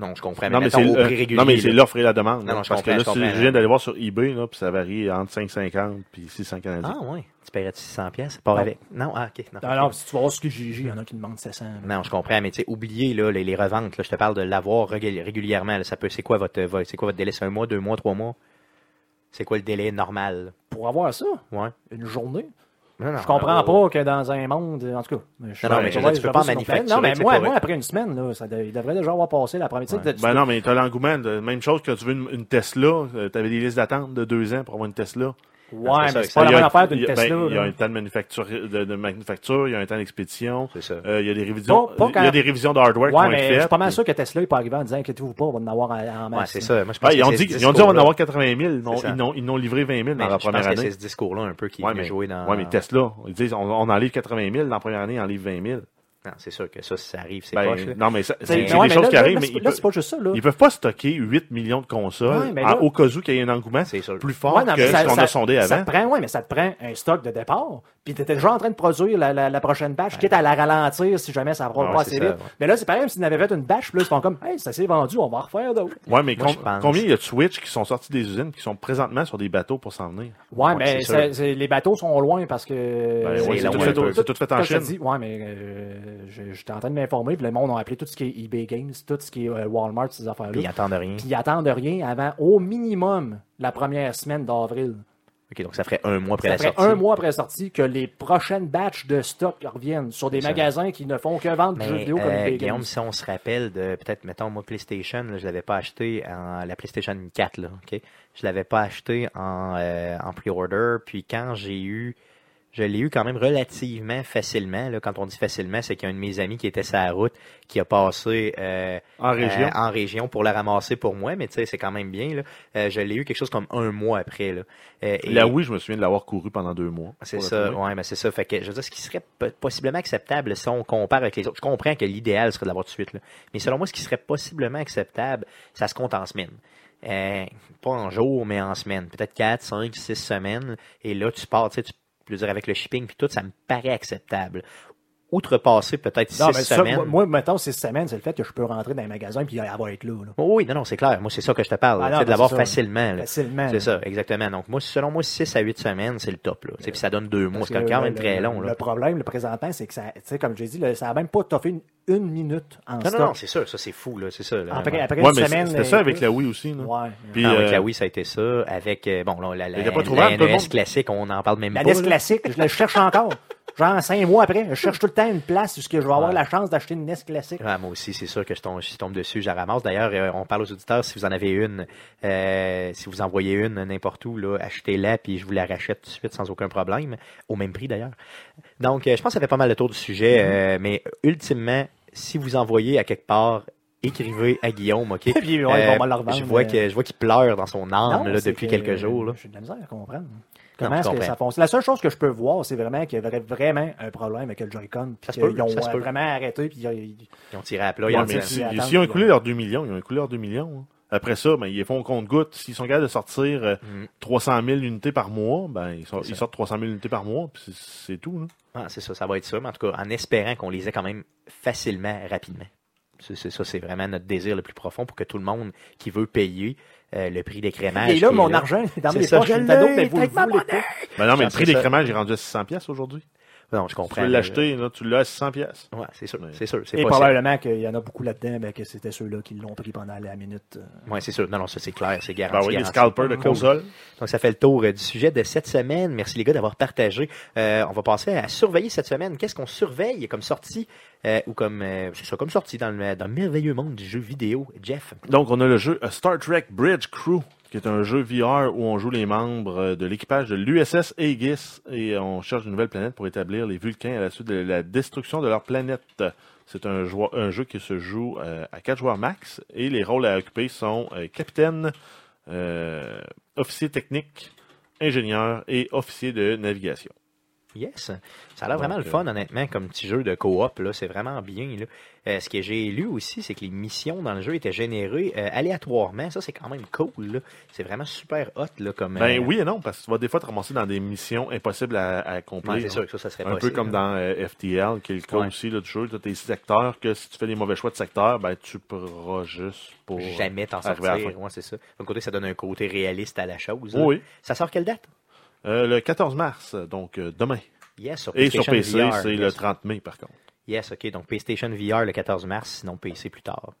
Non, je comprends, Ben, mais,
Non mais,
mettons
c'est,
au
euh,
prix régulier.
non, mais c'est
là.
l'offre et la demande.
Non,
là,
non, je
parce que
comprends,
là,
je comprends.
si je viens d'aller voir sur eBay, là, puis ça varie entre 5,50 puis 600 canadiens.
Ah ouais, tu paierais 600 pièces, ça part
Non.
avec. Non, ah, OK, non.
Non, non, si tu vas voir ce que j'ai, il y en a qui demandent 700. là.
Non, je comprends, mais tu sais, oubliez là, les, les reventes. Là, je te parle de l'avoir régul- régulièrement. là. ça peut, c'est quoi votre, vo- c'est quoi votre délai C'est un mois, deux mois, trois mois C'est quoi le délai normal
Pour avoir ça,
Ouais.
une journée,
Non, non,
Je comprends
euh,
non,
pas que dans un monde, en tout cas. Je
Ah, Non, non,
mais je veux
dire, tu peux pas manufacturer,
Non, mais
tu sais,
moi,
pour-
moi, après une semaine, là, ça de- il devrait déjà avoir passé la première. tu sais, tu-
Ben non, mais t'as l'engouement. de- Même chose que tu veux une, une Tesla, euh, t'avais des listes d'attente de deux ans pour avoir une Tesla.
c'est
ouais,
ça,
mais
c'est
c'est pas la
Il y a
même
un-
affaire d'une
il y a- ben,
Tesla.
Il y a
là.
un temps de manufacture, de, de manufacture, il y a un temps d'expédition.
C'est ça.
euh, il y a des révisions.
Pas- pas quand-
Il y a des révisions d'hardware
Ouais,
qui vont être
mais je suis
faites.
pas mal sûr que Tesla n'est pas arrivé en disant inquiétez-vous pas, on va en avoir en, en
Ouais,
masse.
c'est
là.
ça. Moi, je pense
Ben, ils
que
ont
c'est
dit,
ce
ils ont dit on va en
discours-là.
avoir 80 000. non,
C'est ça.
ils n'ont, ils n'ont livré 20 000
Mais
dans
je
la première
pense que c'est
année.
ce discours-là un peu qui
Ouais,
est joué dans.
ouais, mais Tesla, ils disent on, on en livre 80 000 dans la première année, on en livre 20 000.
Non, c'est sûr que ça, ça arrive, c'est
Ben,
poche. là.
non, mais ça- c'est
Tu sais,
c'est des
ouais, mais
choses
là,
qui
là,
arrivent,
là,
mais
c'est
ils,
pas- là,
peuvent-
c'est pas juste ça. Là.
ils peuvent pas stocker 8 millions de consoles
Ouais, mais là-
en- au cas où qu'il y ait un engouement
C'est sûr.
plus fort
Ouais, non,
que
mais ça-
ce qu'on
ça-
a sondé
ça
avant.
te prend, ouais, mais ça te prend un stock de départ. Puis tu étais déjà en train de produire la, la- la prochaine batch, quitte à la ralentir si jamais ça ne va
Ouais,
pas
c'est
assez
ça,
vite.
ouais.
Mais là, c'est pareil, comme s'ils n'avaient fait une batch, puis là, ils font comme hey, ça s'est vendu, on va en refaire d'autres.
Ouais, mais
Moi,
com-
je pense.
combien il y a de Switch qui sont sortis des usines qui sont présentement sur des bateaux pour s'en venir?
Ouais,
Ouais,
mais
c'est
ça-
sûr.
c'est- les bateaux sont loin parce que.
Ben
ouais, c'est
long
tout
un
fait-
peu.
c'est tout fait en
Comme je te
Chine.
dis, ouais, mais euh, je- j'étais en train de m'informer. Puis le monde a appelé tout ce qui est eBay Games, tout ce qui est euh, Walmart, ces affaires-là.
Puis ils attendent rien.
Puis ils attendent rien avant au minimum la première semaine d'avril.
Ok, donc ça ferait un mois après
Ça
la
ferait
sortie.
un mois après la sortie que les prochaines batches de stock reviennent sur des
ça.
magasins qui ne font que vendre du
Mais,
jeux vidéo comme
euh,
eBay Games.
Guillaume, si on se rappelle de peut-être, mettons, moi, PlayStation, là, je l'avais pas acheté en la PlayStation 4, là, OK? Je l'avais pas acheté en, euh, en pre-order. Puis quand j'ai eu, j'ai- je l'ai eu quand même relativement facilement. Là. Quand on dit facilement, c'est qu'il y a un de mes amis qui était sur la route, qui a passé euh,
En région.
euh, en région pour la ramasser pour moi, mais tu sais, c'est quand même bien. Là. Euh, je l'ai eu quelque chose comme un mois après. Là. Euh, et-
La Wii, je me souviens de l'avoir couru pendant deux mois.
c'est
pour la
ça,
trouver.
ouais, mais c'est ça. Fait que, je veux dire, ce qui serait po- possiblement acceptable si on compare avec les autres. Je comprends que l'idéal serait de l'avoir tout de suite, là. Mais selon moi, ce qui serait possiblement acceptable, ça se compte en semaine. Euh, pas en jours, mais en semaine. Peut-être 4, 5, 6 semaines. Et là, tu pars, tu sais, tu- je veux dire, avec le shipping puis tout, ça me paraît acceptable. Outrepasser peut-être 6
Non, mais ça,
semaines.
moi, moi, mettons, six semaines, c'est le fait que je peux rentrer dans les magasins puis elle va être là. là.
Oh oui, non, non, c'est clair. Moi, c'est ça que je te parle.
Ah
là,
non,
tu sais, de
ben,
l'avoir
c'est ça.
facilement. là.
Facilement.
C'est ça, exactement. Donc, moi, selon moi, 6 à 8 semaines, c'est le top. Là. Tu sais, Puis ça donne 2 mois.
Euh, Parce
C'est
que
quand
le-
même
le-
très long.
Le
là.
problème, le présentant, c'est que ça, tu sais, comme j'ai dit, le- ça n'a même pas toffé une, une minute en
Non,
stock.
non, non, c'est sûr, ça c'est fou, là, c'est ça. Là,
après,
Ouais.
après
Ouais,
une
mais
semaine.
c'était ça
euh,
avec la Wii aussi. Là.
Ouais.
Puis,
Ah, avec
euh,
la Wii, ça a été ça. Avec, euh, bon, là, la, la,
Il était pas
la
trouvable, tout le
NES
monde.
classique, on n'en parle même
La
pas.
NES
là.
classique, je la cherche encore. Genre cinq mois après, je cherche tout le temps une place où ce que je vais avoir
Ouais.
la chance d'acheter une NES classique.
Ah, moi aussi, c'est sûr que je tombe, si je tombe dessus, je la ramasse. D'ailleurs, euh, on parle aux auditeurs, si vous en avez une, euh, si vous envoyez une n'importe où, là, achetez-la, puis je vous la rachète tout de suite sans aucun problème, au même prix d'ailleurs. Donc, euh, je pense que ça fait pas mal le tour du sujet,
Mm-hmm.
euh, mais ultimement, si vous envoyez à quelque part, écrivez à Guillaume, OK?
Puis, ouais, ils vont me la revendre,
je vois
euh.
que je vois qu'il pleure dans son âme
Non,
Ah, là,
c'est
depuis
que
quelques jours. Là.
J'ai de la misère à comprendre.
Non,
Comment
je
est-ce que
comprends.
ça fonctionne? La seule chose que je peux voir, c'est vraiment qu'il y avait vraiment un problème avec le Joy-Con. Puis
Ça se
qu'ils
peut,
ont
ça se
euh,
peut.
vraiment arrêté. Puis ils-
Ils ont tiré à plat.
Ouais,
ils ont
mais
dit-
mais
c'est-
si-
attends,
S'ils ont
ils
écoulé
ont-
leurs 2 millions, ils ont écoulé leurs 2 millions. hein. Après ça, ben, ils font compte-goutte. S'ils sont capables de sortir euh,
Mm.
300 000 unités par mois, ben, ils, sortent-
C'est ça.
ils sortent 300 000 unités par mois, puis c'est- c'est tout. là.
Ah, c'est ça, ça va être ça, mais en tout cas, en espérant qu'on les ait quand même facilement, rapidement. C'est c'est ça, c'est vraiment notre désir le plus profond pour que tout le monde qui veut payer euh, le prix d'écrémage.
Et là,
qui est
mon argent est dans
C'est
mes
ça,
poches.
je
une d'autres,
l'ai,
mais vous le
faites ma
voulez
monnaie.
pas.
Ben non, mais le
J'ai
prix
appris ça.
d'écrémage est rendu à 600 pièces aujourd'hui.
Non, je
Tu
comprends.
veux l'acheter, là, tu l'as à 600 pièces.
Ouais, c'est sûr,
Mais-
c'est sûr, c'est
Et
possible.
probablement qu'il y en a beaucoup là-dedans, ben, que c'était ceux-là qui l'ont pris pendant la minute. euh,
Ouais, c'est sûr. Non, non, ça c'est clair, c'est
Ben
garanti.
oui, des
garanti.
scalpers de console.
Donc, ça fait le tour euh, du sujet de cette semaine. Merci les gars d'avoir partagé. Euh, on va passer à surveiller cette semaine. Qu'est-ce qu'on surveille comme sortie euh, ou comme euh, c'est ça, comme sortie dans le, dans le merveilleux monde du jeu vidéo, Jeff.
Donc, on a le jeu euh, Star Trek Bridge Crew, qui est un jeu VR où on joue les membres euh, de l'équipage de l'USS Aegis et on cherche une nouvelle planète pour établir les Vulcains à la suite de la destruction de leur planète. C'est un, joi- un jeu qui se joue euh, à 4 joueurs max et les rôles à occuper sont euh, capitaine, euh, officier technique, ingénieur et officier de navigation.
Yes. Ça a l'air
Donc,
vraiment le
euh,
fun, honnêtement, comme petit jeu de coop. là. C'est vraiment bien. Là. Euh, ce que j'ai lu aussi, c'est que les missions dans le jeu étaient générées euh, aléatoirement. Ça, c'est quand même cool. là. C'est vraiment super hot là, comme.
Ben
euh,
oui et non, parce que tu vas des fois te ramasser dans des missions impossibles à, à accomplir.
ouais, c'est sûr que ça, ça serait
Un
possible,
peu
là.
comme dans euh, FTL, qui est le cas
Ouais.
aussi là, du jeu. Tu as tes secteurs que si tu fais des mauvais choix de secteur, ben, tu pourras juste pour.
Jamais t'en
arriver à la
sortir. Ouais, c'est ça. D'un côté, ça donne un côté réaliste à la chose. là.
Oui.
Ça sort quelle date?
Euh, le 14 mars, donc euh, demain.
Yes, sur
Et sur
PlayStation
PC,
VR,
c'est
yes.
le 30 mai, par contre.
Yes, OK. Donc, PlayStation VR le 14 mars, sinon PC plus tard.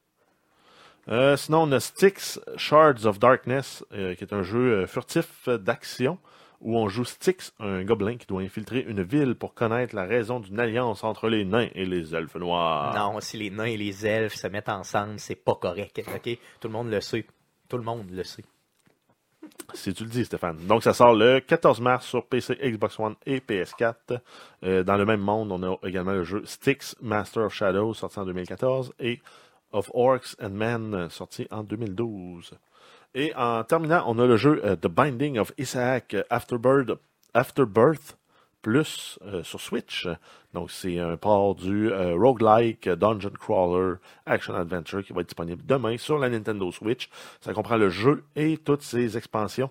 Euh, sinon, on a Styx Shards of Darkness, euh, qui est un jeu euh, furtif euh, d'action où on joue Styx, un gobelin qui doit infiltrer une ville pour connaître la raison d'une alliance entre les nains et les elfes noirs.
Non, si les nains et les elfes se mettent ensemble, c'est pas correct. OK? Tout le monde le sait. Tout le monde le sait.
Si tu le dis, Stéphane. Donc, ça sort le 14 mars sur PC, Xbox One et PS4. Euh, dans le même monde, on a également le jeu Styx, Master of Shadows, sorti en 2014, et Of Orcs and Men, sorti en 2012. Et en terminant, on a le jeu euh, The Binding of Isaac euh, Afterbirth, Afterbirth Plus euh, sur Switch. Donc, c'est un port du euh, roguelike euh, Dungeon Crawler Action Adventure qui va être disponible demain sur la Nintendo Switch. Ça comprend le jeu et toutes ses expansions.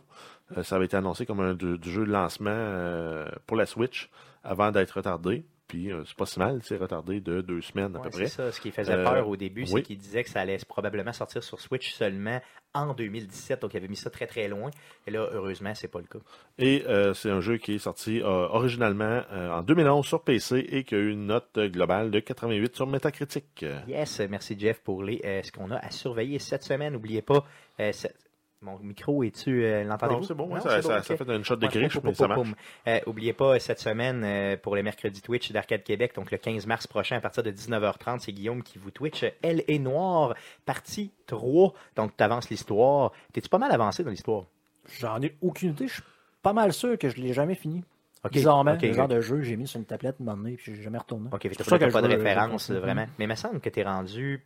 Euh, ça avait été annoncé comme un du, du jeu de lancement euh, pour la Switch avant d'être retardé. Puis, euh, c'est pas si mal, c'est retardé de deux semaines à
Ouais,
peu près.
C'est ça. Ce qui faisait
Euh,
peur au début, c'est
oui.
qu'il disait que ça allait probablement sortir sur Switch seulement en 2017. Donc, il avait mis ça très très loin. Et là, heureusement, c'est pas le cas.
Et euh, c'est un jeu qui est sorti euh, originalement euh, en 2011 sur PC et qui a eu une note euh, globale de 88 sur Metacritic. Euh,
Yes, merci Jeff pour les, euh, ce qu'on a à surveiller cette semaine. N'oubliez pas, euh, cette- mon micro est-tu. euh, L'entendez-vous?
Non, c'est bon, ouais,
Non,
ça,
c'est
ça-
ok.
ça fait une shot de
Ouais,
griche,
poum,
mais
poum,
ça
poum,
marche.
poum. Euh, oubliez pas, cette semaine, euh, pour le mercredi Twitch d'Arcade Québec, donc le 15 mars prochain, à partir de 19h30, c'est Guillaume qui vous Twitch. euh, Elle est noire, partie 3. Donc, tu avances l'histoire. T'es-tu pas mal avancé dans l'histoire?
J'en ai aucune idée. Je suis pas mal sûr que je l'ai jamais fini.
Ok,
Bizarrement,
ok,
le genre de jeu, j'ai mis sur une tablette, un moment donné, puis j'ai jamais retourné.
OK, fait que
C'est
t'as
pour ça
pas,
que
pas
je
de
veux- Mm-hmm.
référence, euh,
je veux-
vraiment. Mais il me semble que tu es rendu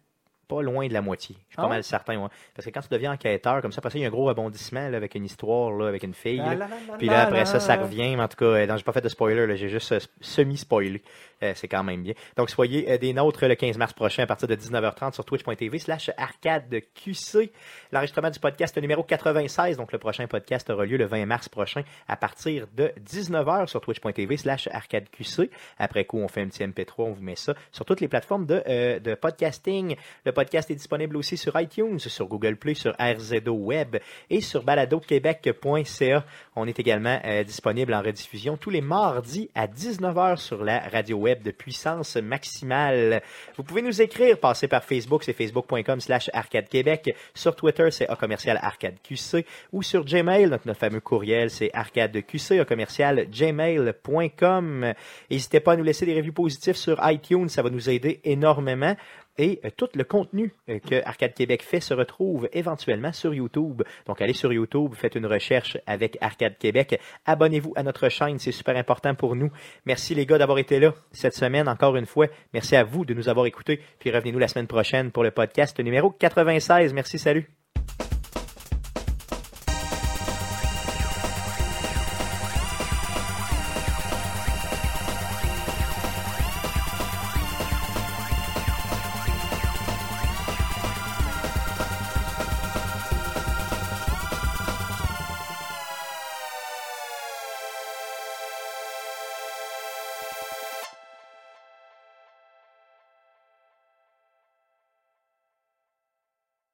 pas loin de la moitié. Je suis
Ah
pas
ouais?
mal certain, ouais. Parce que quand tu deviens enquêteur, comme ça, après ça, il y a un gros rebondissement là, avec une histoire, là, avec une fille. là.
La, la, la, la,
Puis là,
la,
après
la.
ça, ça revient. Mais en tout cas, euh, non, j'ai pas fait de spoiler, là, j'ai juste euh, semi-spoilé. Euh, c'est quand même bien. Donc, soyez euh, des nôtres le 15 mars prochain à partir de 19h30 sur twitch.tv slash arcade QC. L'enregistrement du podcast numéro 96. Donc, le prochain podcast aura lieu le 20 mars prochain à partir de 19h sur twitch.tv slash arcade QC. Après coup, on fait un petit MP3, on vous met ça sur toutes les plateformes de, euh, de podcasting. Le podcast est disponible aussi sur iTunes, sur Google Play, sur RZO Web et sur baladoquebec.ca. On est également euh, disponible en rediffusion tous les mardis à 19h sur la radio web de puissance maximale. Vous pouvez nous écrire, passer par Facebook, c'est facebook.com slash arcade québec. Sur Twitter, c'est A commercial arcade QC ou sur Gmail, donc notre fameux courriel, c'est arcadeqc, A commercial gmail.com. N'hésitez pas à nous laisser des reviews positifs sur iTunes, ça va nous aider énormément. Et euh, tout le contenu euh, que Arcade Québec fait se retrouve éventuellement sur YouTube. Donc allez sur YouTube, faites une recherche avec Arcade Québec. Abonnez-vous à notre chaîne, c'est super important pour nous. Merci les gars d'avoir été là cette semaine encore une fois. Merci à vous de nous avoir écoutés. Puis revenez-nous la semaine prochaine pour le podcast numéro 96. Merci, salut.